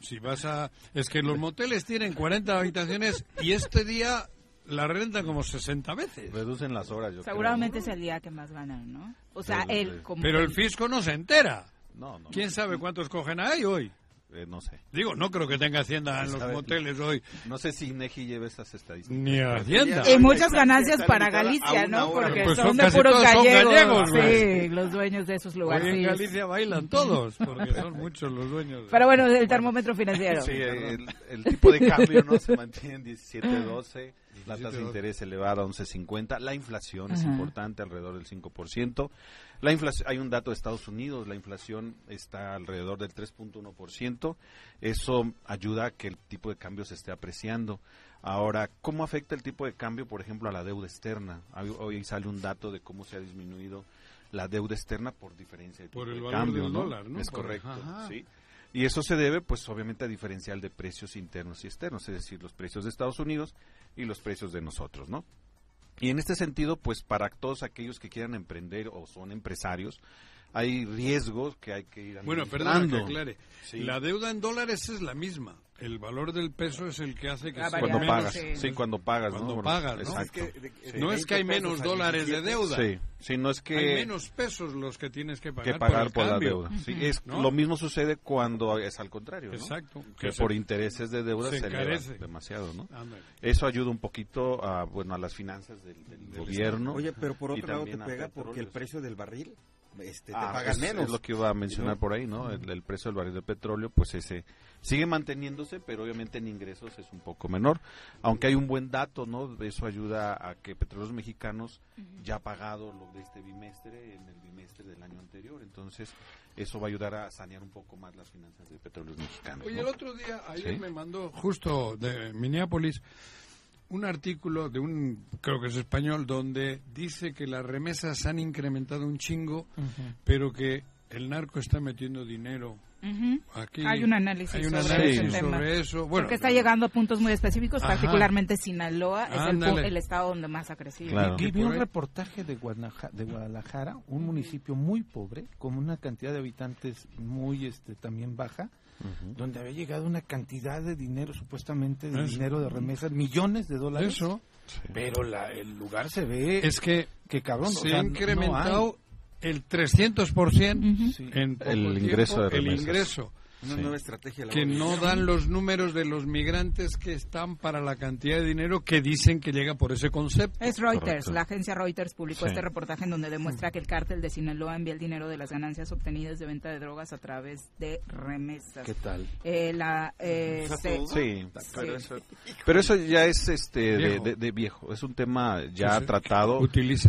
Si vas a... Es que los moteles tienen 40 habitaciones y este día la rentan como 60 veces.
Reducen las horas, yo
Seguramente es el día que más ganan, ¿no? O sea,
Sí,
él
sí.
como...
Pero el fisco no se entera.
No, no.
¿Quién sabe cuántos cogen ahí hoy?
Eh, no sé.
Digo, no creo que tenga Hacienda en los
¿Sabe?
moteles hoy.
No sé si Neji lleva estas estadísticas.
Ni a Hacienda.
Y muchas ganancias para Galicia, ¿no? Porque
Pues
son
son
de
casi
puros
todos son
gallegos.
gallegos,
sí,
güey.
los dueños de esos
Hoy
lugares.
en Galicia bailan todos, porque son muchos los dueños. de-
Pero bueno, el termómetro financiero.
Sí, el, el tipo de cambio no se mantiene en 17.12, la tasa de interés elevada a 11.50, la inflación es
Ajá.
importante, alrededor del 5%. La inflación, hay un dato de Estados Unidos, la inflación está alrededor del 3.1%, eso ayuda a que el tipo de cambio se esté apreciando. Ahora, ¿cómo afecta el tipo de cambio, por ejemplo, a la deuda externa? Hoy- Hoy sale un dato de cómo se ha disminuido la deuda externa por diferencia de
Por
tipo
el
de
valor
cambio,
del
¿no?
dólar, ¿no?
Es
Por-
correcto,
ajá.
sí. Y eso se debe, pues, obviamente a diferencial de precios internos y externos, es decir, los precios de Estados Unidos y los precios de nosotros, ¿no? Y en este sentido, pues, para todos aquellos que quieran emprender o son empresarios, hay riesgos que hay que ir
Bueno, perdón,
administrando.
que aclare.
Sí.
La deuda en dólares es la misma. El valor del peso es el que hace que...
Ah,
sea
cuando
menos-
pagas, sí. Sí, cuando pagas, ¿no?
Cuando
Bueno,
pagas, ¿no?
exacto.
Es que-
Sí.
no es que hay
20
menos
pesos a
dólares de
17.
deuda.
Sí, sí, no es que-
Hay menos pesos los que tienes que pagar,
que pagar
por,
por,
el
la
cambio,
deuda. Sí,
Ujú.
es
¿no?
lo mismo sucede cuando es al contrario, ¿no?
Exacto.
Que,
Que se-
por intereses de deuda
se
se, eleva
encarece.
demasiado, ¿no?
Ándale.
Eso ayuda un poquito a bueno a las finanzas del, del gobierno.
Oye, pero por
y
otro lado te
también a
pega
petróleo.
porque el precio del barril este,
Ah,
te pagas
es-
menos.
Es lo que iba a mencionar por ahí, ¿no? El, el precio del barril de petróleo, pues ese sigue manteniéndose, pero obviamente en ingresos es un poco menor. Aunque hay un buen dato, ¿no? Eso ayuda a que petróleos mexicanos ya ha pagado lo de este bimestre en el bimestre del año anterior. Entonces, eso va a ayudar a sanear un poco más las finanzas de petróleos mexicanos.
Oye,
¿no?
el otro día, ayer
Sí.
me mandó justo de Minneapolis un artículo de un, creo que es español, donde dice que las remesas han incrementado un chingo, pero que el narco está metiendo dinero.
Ujú.
Aquí
Hay un análisis,
hay un
sobre,
análisis
ese tema.
sobre eso. Bueno,
Porque está llegando a puntos muy específicos,
Ajá.
particularmente Sinaloa, es el, pu-
Ándale.
el estado donde más ha crecido.
Y- y vi un reportaje de Guadalajara, de Guadalajara, un municipio muy pobre, con una cantidad de habitantes muy este también baja,
Ujú.
donde había llegado una cantidad de dinero, supuestamente de
Eso.
dinero de remesas, millones de dólares.
Eso.
Pero la- el lugar se ve.
Es que,
que cabrón, o
se
sea,
ha
no- no hay.
incrementado el 300% en poco
El ingreso de
el
remesas.
ingreso.
Una
Sí.
nueva estrategia.
que
laboral.
no dan los números de los migrantes que están para la cantidad de dinero que dicen que llega por ese concepto.
Es Reuters, la agencia Reuters publicó
Sí.
este reportaje en donde demuestra que el cártel de Sinaloa envía el dinero de las ganancias obtenidas de venta de drogas a través de remesas.
¿Qué tal?
Eh, la, eh,
¿Está
se-
todo? Sí.
sí.
Pero eso ya es este de-
Viejo.
De, de viejo, es un tema ya
Sí, sí.
tratado,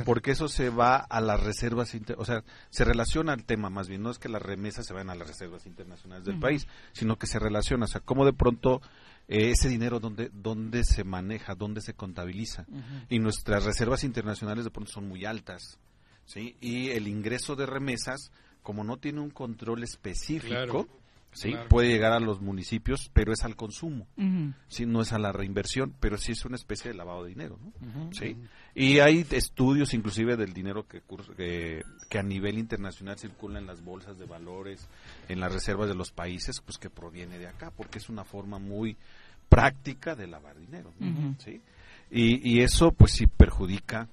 porque eso se va a las reservas, inter- o sea, se relaciona al tema más bien, no es que las remesas se vayan a las reservas internacionales del
Ujú.
país, sino que se relaciona, o sea, cómo de pronto eh, ese dinero dónde dónde se maneja, dónde se contabiliza.
Ujú.
Y nuestras reservas internacionales de pronto son muy altas, ¿sí? Y el ingreso de remesas, como no tiene un control específico,
Claro,
¿sí?
claro.
Puede llegar a los municipios, pero es al consumo.
Ujú.
Sí, no es a la reinversión, pero sí es una especie de lavado de dinero, ¿no?
Ujú.
Sí. Y hay estudios inclusive del dinero que, ocurre- que, que a nivel internacional circula en las bolsas de valores, en las reservas de los países, pues que proviene de acá, porque es una forma muy práctica de lavar dinero, ¿no?
Ujú.
¿sí? Y, y eso pues sí perjudica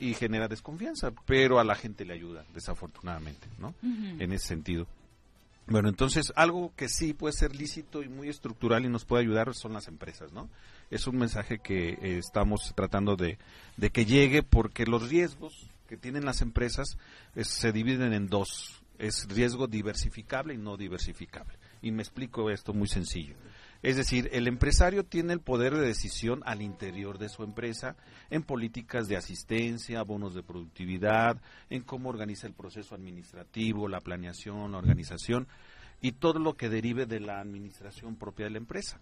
y genera desconfianza, pero a la gente le ayuda, desafortunadamente, ¿no?
Ujú.
En ese sentido. Bueno, entonces algo que sí puede ser lícito y muy estructural y nos puede ayudar son las empresas, ¿no? Es un mensaje que eh, estamos tratando de, de que llegue porque los riesgos que tienen las empresas es- se dividen en dos. Es riesgo diversificable y no diversificable. Y me explico esto muy sencillo. Es decir, el empresario tiene el poder de decisión al interior de su empresa en políticas de asistencia, bonos de productividad, en cómo organiza el proceso administrativo, la planeación, la organización y todo lo que derive de la administración propia de la empresa.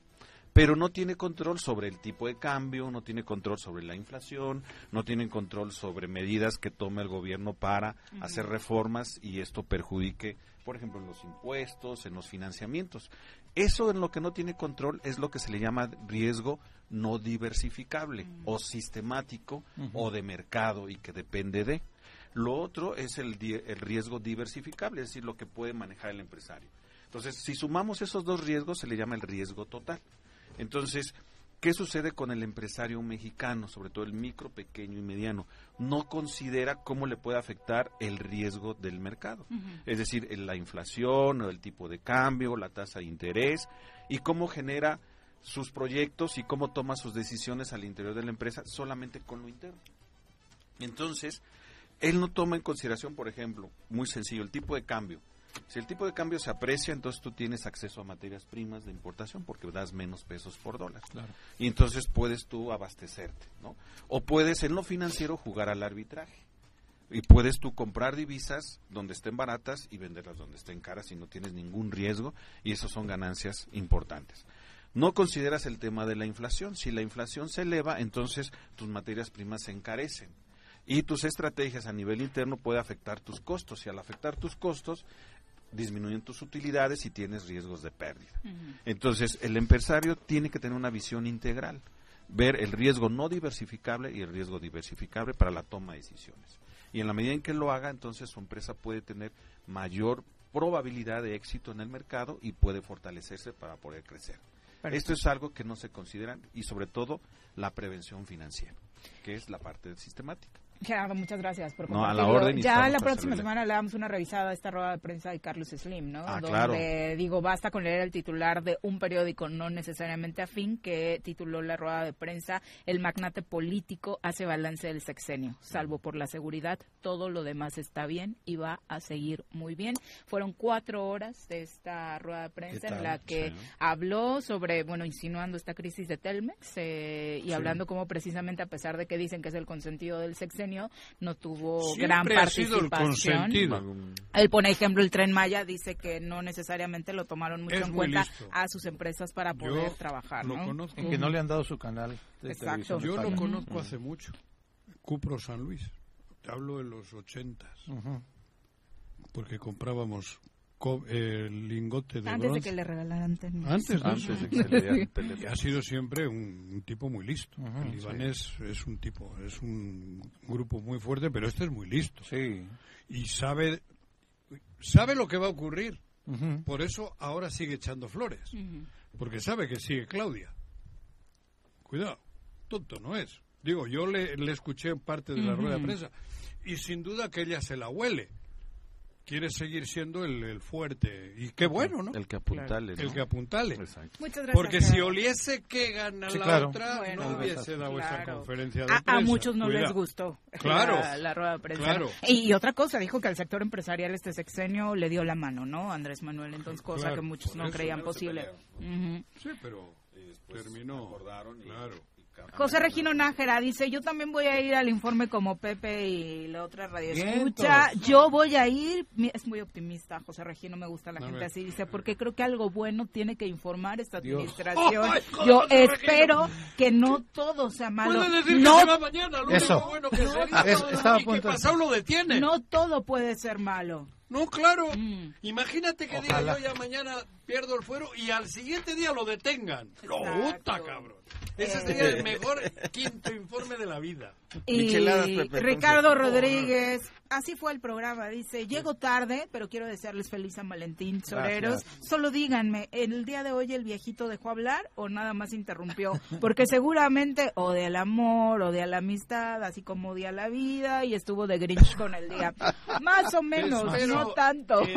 Pero no tiene control sobre el tipo de cambio, no tiene control sobre la inflación, no tiene control sobre medidas que tome el gobierno para
Ujú.
hacer reformas y esto perjudique, por ejemplo, en los impuestos, en los financiamientos. Eso en lo que no tiene control es lo que se le llama riesgo no diversificable o sistemático
Ujú.
o de mercado y que depende de. Lo otro es el, di- el riesgo diversificable, es decir, lo que puede manejar el empresario. Entonces, si sumamos esos dos riesgos, se le llama el riesgo total. Entonces, ¿qué sucede con el empresario mexicano, sobre todo el micro, pequeño y mediano? No considera cómo le puede afectar el riesgo del mercado,
Ujú.
es decir, el- la inflación, o el tipo de cambio, la tasa de interés y cómo genera sus proyectos y cómo toma sus decisiones al interior de la empresa solamente con lo interno. Entonces, él no toma en consideración, por ejemplo, muy sencillo, el tipo de cambio. Si el tipo de cambio se aprecia, entonces tú tienes acceso a materias primas de importación porque das menos pesos por dólar.
Claro.
Y entonces puedes tú abastecerte, ¿no? O puedes en lo financiero jugar al arbitraje. Y puedes tú comprar divisas donde estén baratas y venderlas donde estén caras y no tienes ningún riesgo y eso son ganancias importantes. No consideras el tema de la inflación. Si la inflación se eleva, entonces tus materias primas se encarecen. Y tus estrategias a nivel interno puede afectar tus costos y al afectar tus costos disminuyen tus utilidades y tienes riesgos de pérdida. Entonces, el empresario tiene que tener una visión integral, ver el riesgo no diversificable y el riesgo diversificable para la toma de decisiones. Y en la medida en que lo haga, entonces su empresa puede tener mayor probabilidad de éxito en el mercado y puede fortalecerse para poder crecer. Esto es algo que no se considera y sobre todo la prevención financiera, que es la parte sistemática.
Gerardo, muchas gracias por
No, a la
compartirlo.
orden y
Ya
estamos
la
para
próxima
servirle.
semana le damos una revisada a esta rueda de prensa de Carlos Slim, ¿no?
Ah,
Donde
claro.
digo, basta con leer el titular de un periódico no necesariamente afín que tituló la rueda de prensa El magnate político hace balance del sexenio, salvo por la seguridad, todo lo demás está bien y va a seguir muy bien. Fueron cuatro horas de esta rueda de prensa en
tal?
la que
Sí.
habló sobre, bueno, insinuando esta crisis de Telmex eh, y
Sí.
hablando como precisamente a pesar de que dicen que es el consentido del sexenio, no tuvo
Siempre ha
gran
sido el
participación.
consentido.
Él pone ejemplo el Tren Maya, dice que no necesariamente lo tomaron mucho
Es
en
muy
cuenta
listo.
a sus empresas para poder trabajar,
lo
¿no?
conozco.
que no le han dado su canal. De
Exacto.
televisión de
Yo lo
paga.
conozco hace mucho. Cupro San Luis. Te hablo de los ochentas. Porque comprábamos co- eh, lingote de
Antes de
bronce.
que le regalaran Telmex.
Antes, ¿no?
Antes de que se le diera Telmex.
Y ha sido siempre un, un tipo muy listo.
Ajá,
El libanés es un tipo, es un grupo muy fuerte, pero este es muy listo.
Sí.
Y sabe, sabe lo que va a ocurrir.
Ujú.
Por eso ahora sigue echando flores. Porque sabe que sigue Claudia. Cuidado, tonto no es. Digo, yo le, le escuché en parte de la
Ujú.
rueda de prensa y sin duda que ella se la huele. quiere seguir siendo el, el fuerte. Y qué bueno, ¿no?
El que apuntale.
El
¿no?
que apuntale.
Exacto.
Muchas gracias,
Porque si
Gerardo.
oliese que gana
Sí,
la
claro.
otra,
Bueno.
no hubiese dado esa
Claro.
conferencia de
A, a
prensa.
muchos no
Cuidado.
les gustó
Claro.
la, la rueda de prensa.
Claro.
Y, y otra cosa, dijo que al sector empresarial este sexenio le dio la mano, ¿no? Andrés Manuel, entonces cosa
Claro,
que muchos
por
no
eso
creían
luego se
posible. Ujú.
Sí, pero eh, terminó. claro.
José Regino Nájera dice, yo también voy a ir al informe como Pepe y la otra radio escucha.
Vientos.
Yo voy a ir, Mi- es muy optimista, José Regino, me gusta la
A
gente
ver.
así, dice, porque creo que algo bueno tiene que informar esta
Dios.
administración.
¡Ay, José
yo
Regino! Pues
espero que no todo sea malo.
Puede decir que
no,
se va mañana, lo único
No,
bueno
que sería. Eso, estaba a
y
punto de-
No todo puede ser malo. Mm.
No, claro. Imagínate que
Ojalá.
diga yo ya mañana pierdo el fuero y al siguiente día lo detengan. No, puta, cabrón. Ese
Eh.
sería el mejor quinto informe de la vida.
Y
pues,
Ricardo Rodríguez, así fue el programa, dice, llego tarde, pero quiero desearles feliz San Valentín, soreros.
Gracias.
Solo díganme, ¿el día de hoy el viejito dejó hablar o nada más interrumpió? Porque seguramente o del amor o de la amistad, así como de la vida y estuvo de Grinch con el día. Más o menos,
Espero
no tanto.
en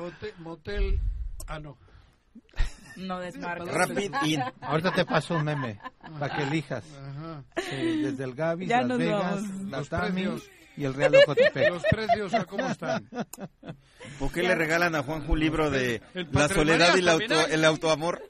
hotel- motel... Ah, no.
No desmarques.
Rapid in.
Ahorita te paso un meme
Ah.
para que elijas.
Ajá.
Sí, desde el Gavis,
Ya
Las
nos
Vegas,
vamos.
la
Los
Tami
precios.
y el Real Ocotepec.
Los precios, ¿a cómo están?
¿Por qué le regalan a Juanjo un libro de
El
la
Patrimonio
soledad y el,
también
auto-
hay.
el autoamor?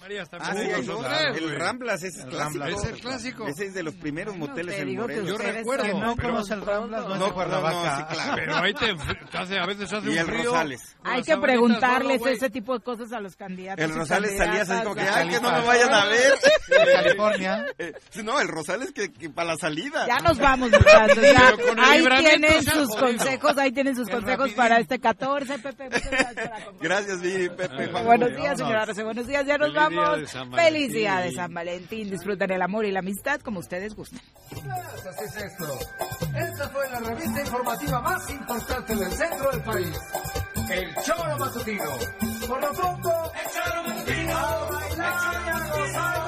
María está
Ah,
muy
sí, hay
bien.
otro.
Tres,
el
güey.
Ramblas, ese es
El
clásico.
Ramblas. Es el clásico.
Ese es de los primeros moteles en Morelos.
Yo recuerdo.
que no conoce el Ramblas, no es de Cuernavaca.
sí, claro.
Pero ahí te, enfri- te hace, a veces hace
Y
un
el
frío.
Rosales.
Hay
Las
que
abuelitas,
preguntarles
no, güey.
ese tipo de cosas a los candidatos.
El
y
Rosales salía así
candidatas,
como que,
¿verdad?
ay, que no me vayan a ver.
De California.
Eh, No, el Rosales que, que para la salida.
Ya nos vamos, muchachos. ya.
Pero con el
Ahí
libramiento
tienen
se ha
sus
jodido.
consejos, ahí tienen sus consejos para este 14, Pepe. muchas gracias.
Gracias, Viri, Pepe. Juanjo.
Buenos días, señora Arce, Buenos días, ya nos
Feliz día
vamos.
de San
Feliz
Valentín.
día de San Valentín. Disfruten el amor y la amistad como ustedes gusten.
Así es esto. Esta fue la revista informativa más importante del centro del país. El Choro Matutino. Por lo pronto, el Choro Matutino. A bailar y a gozar.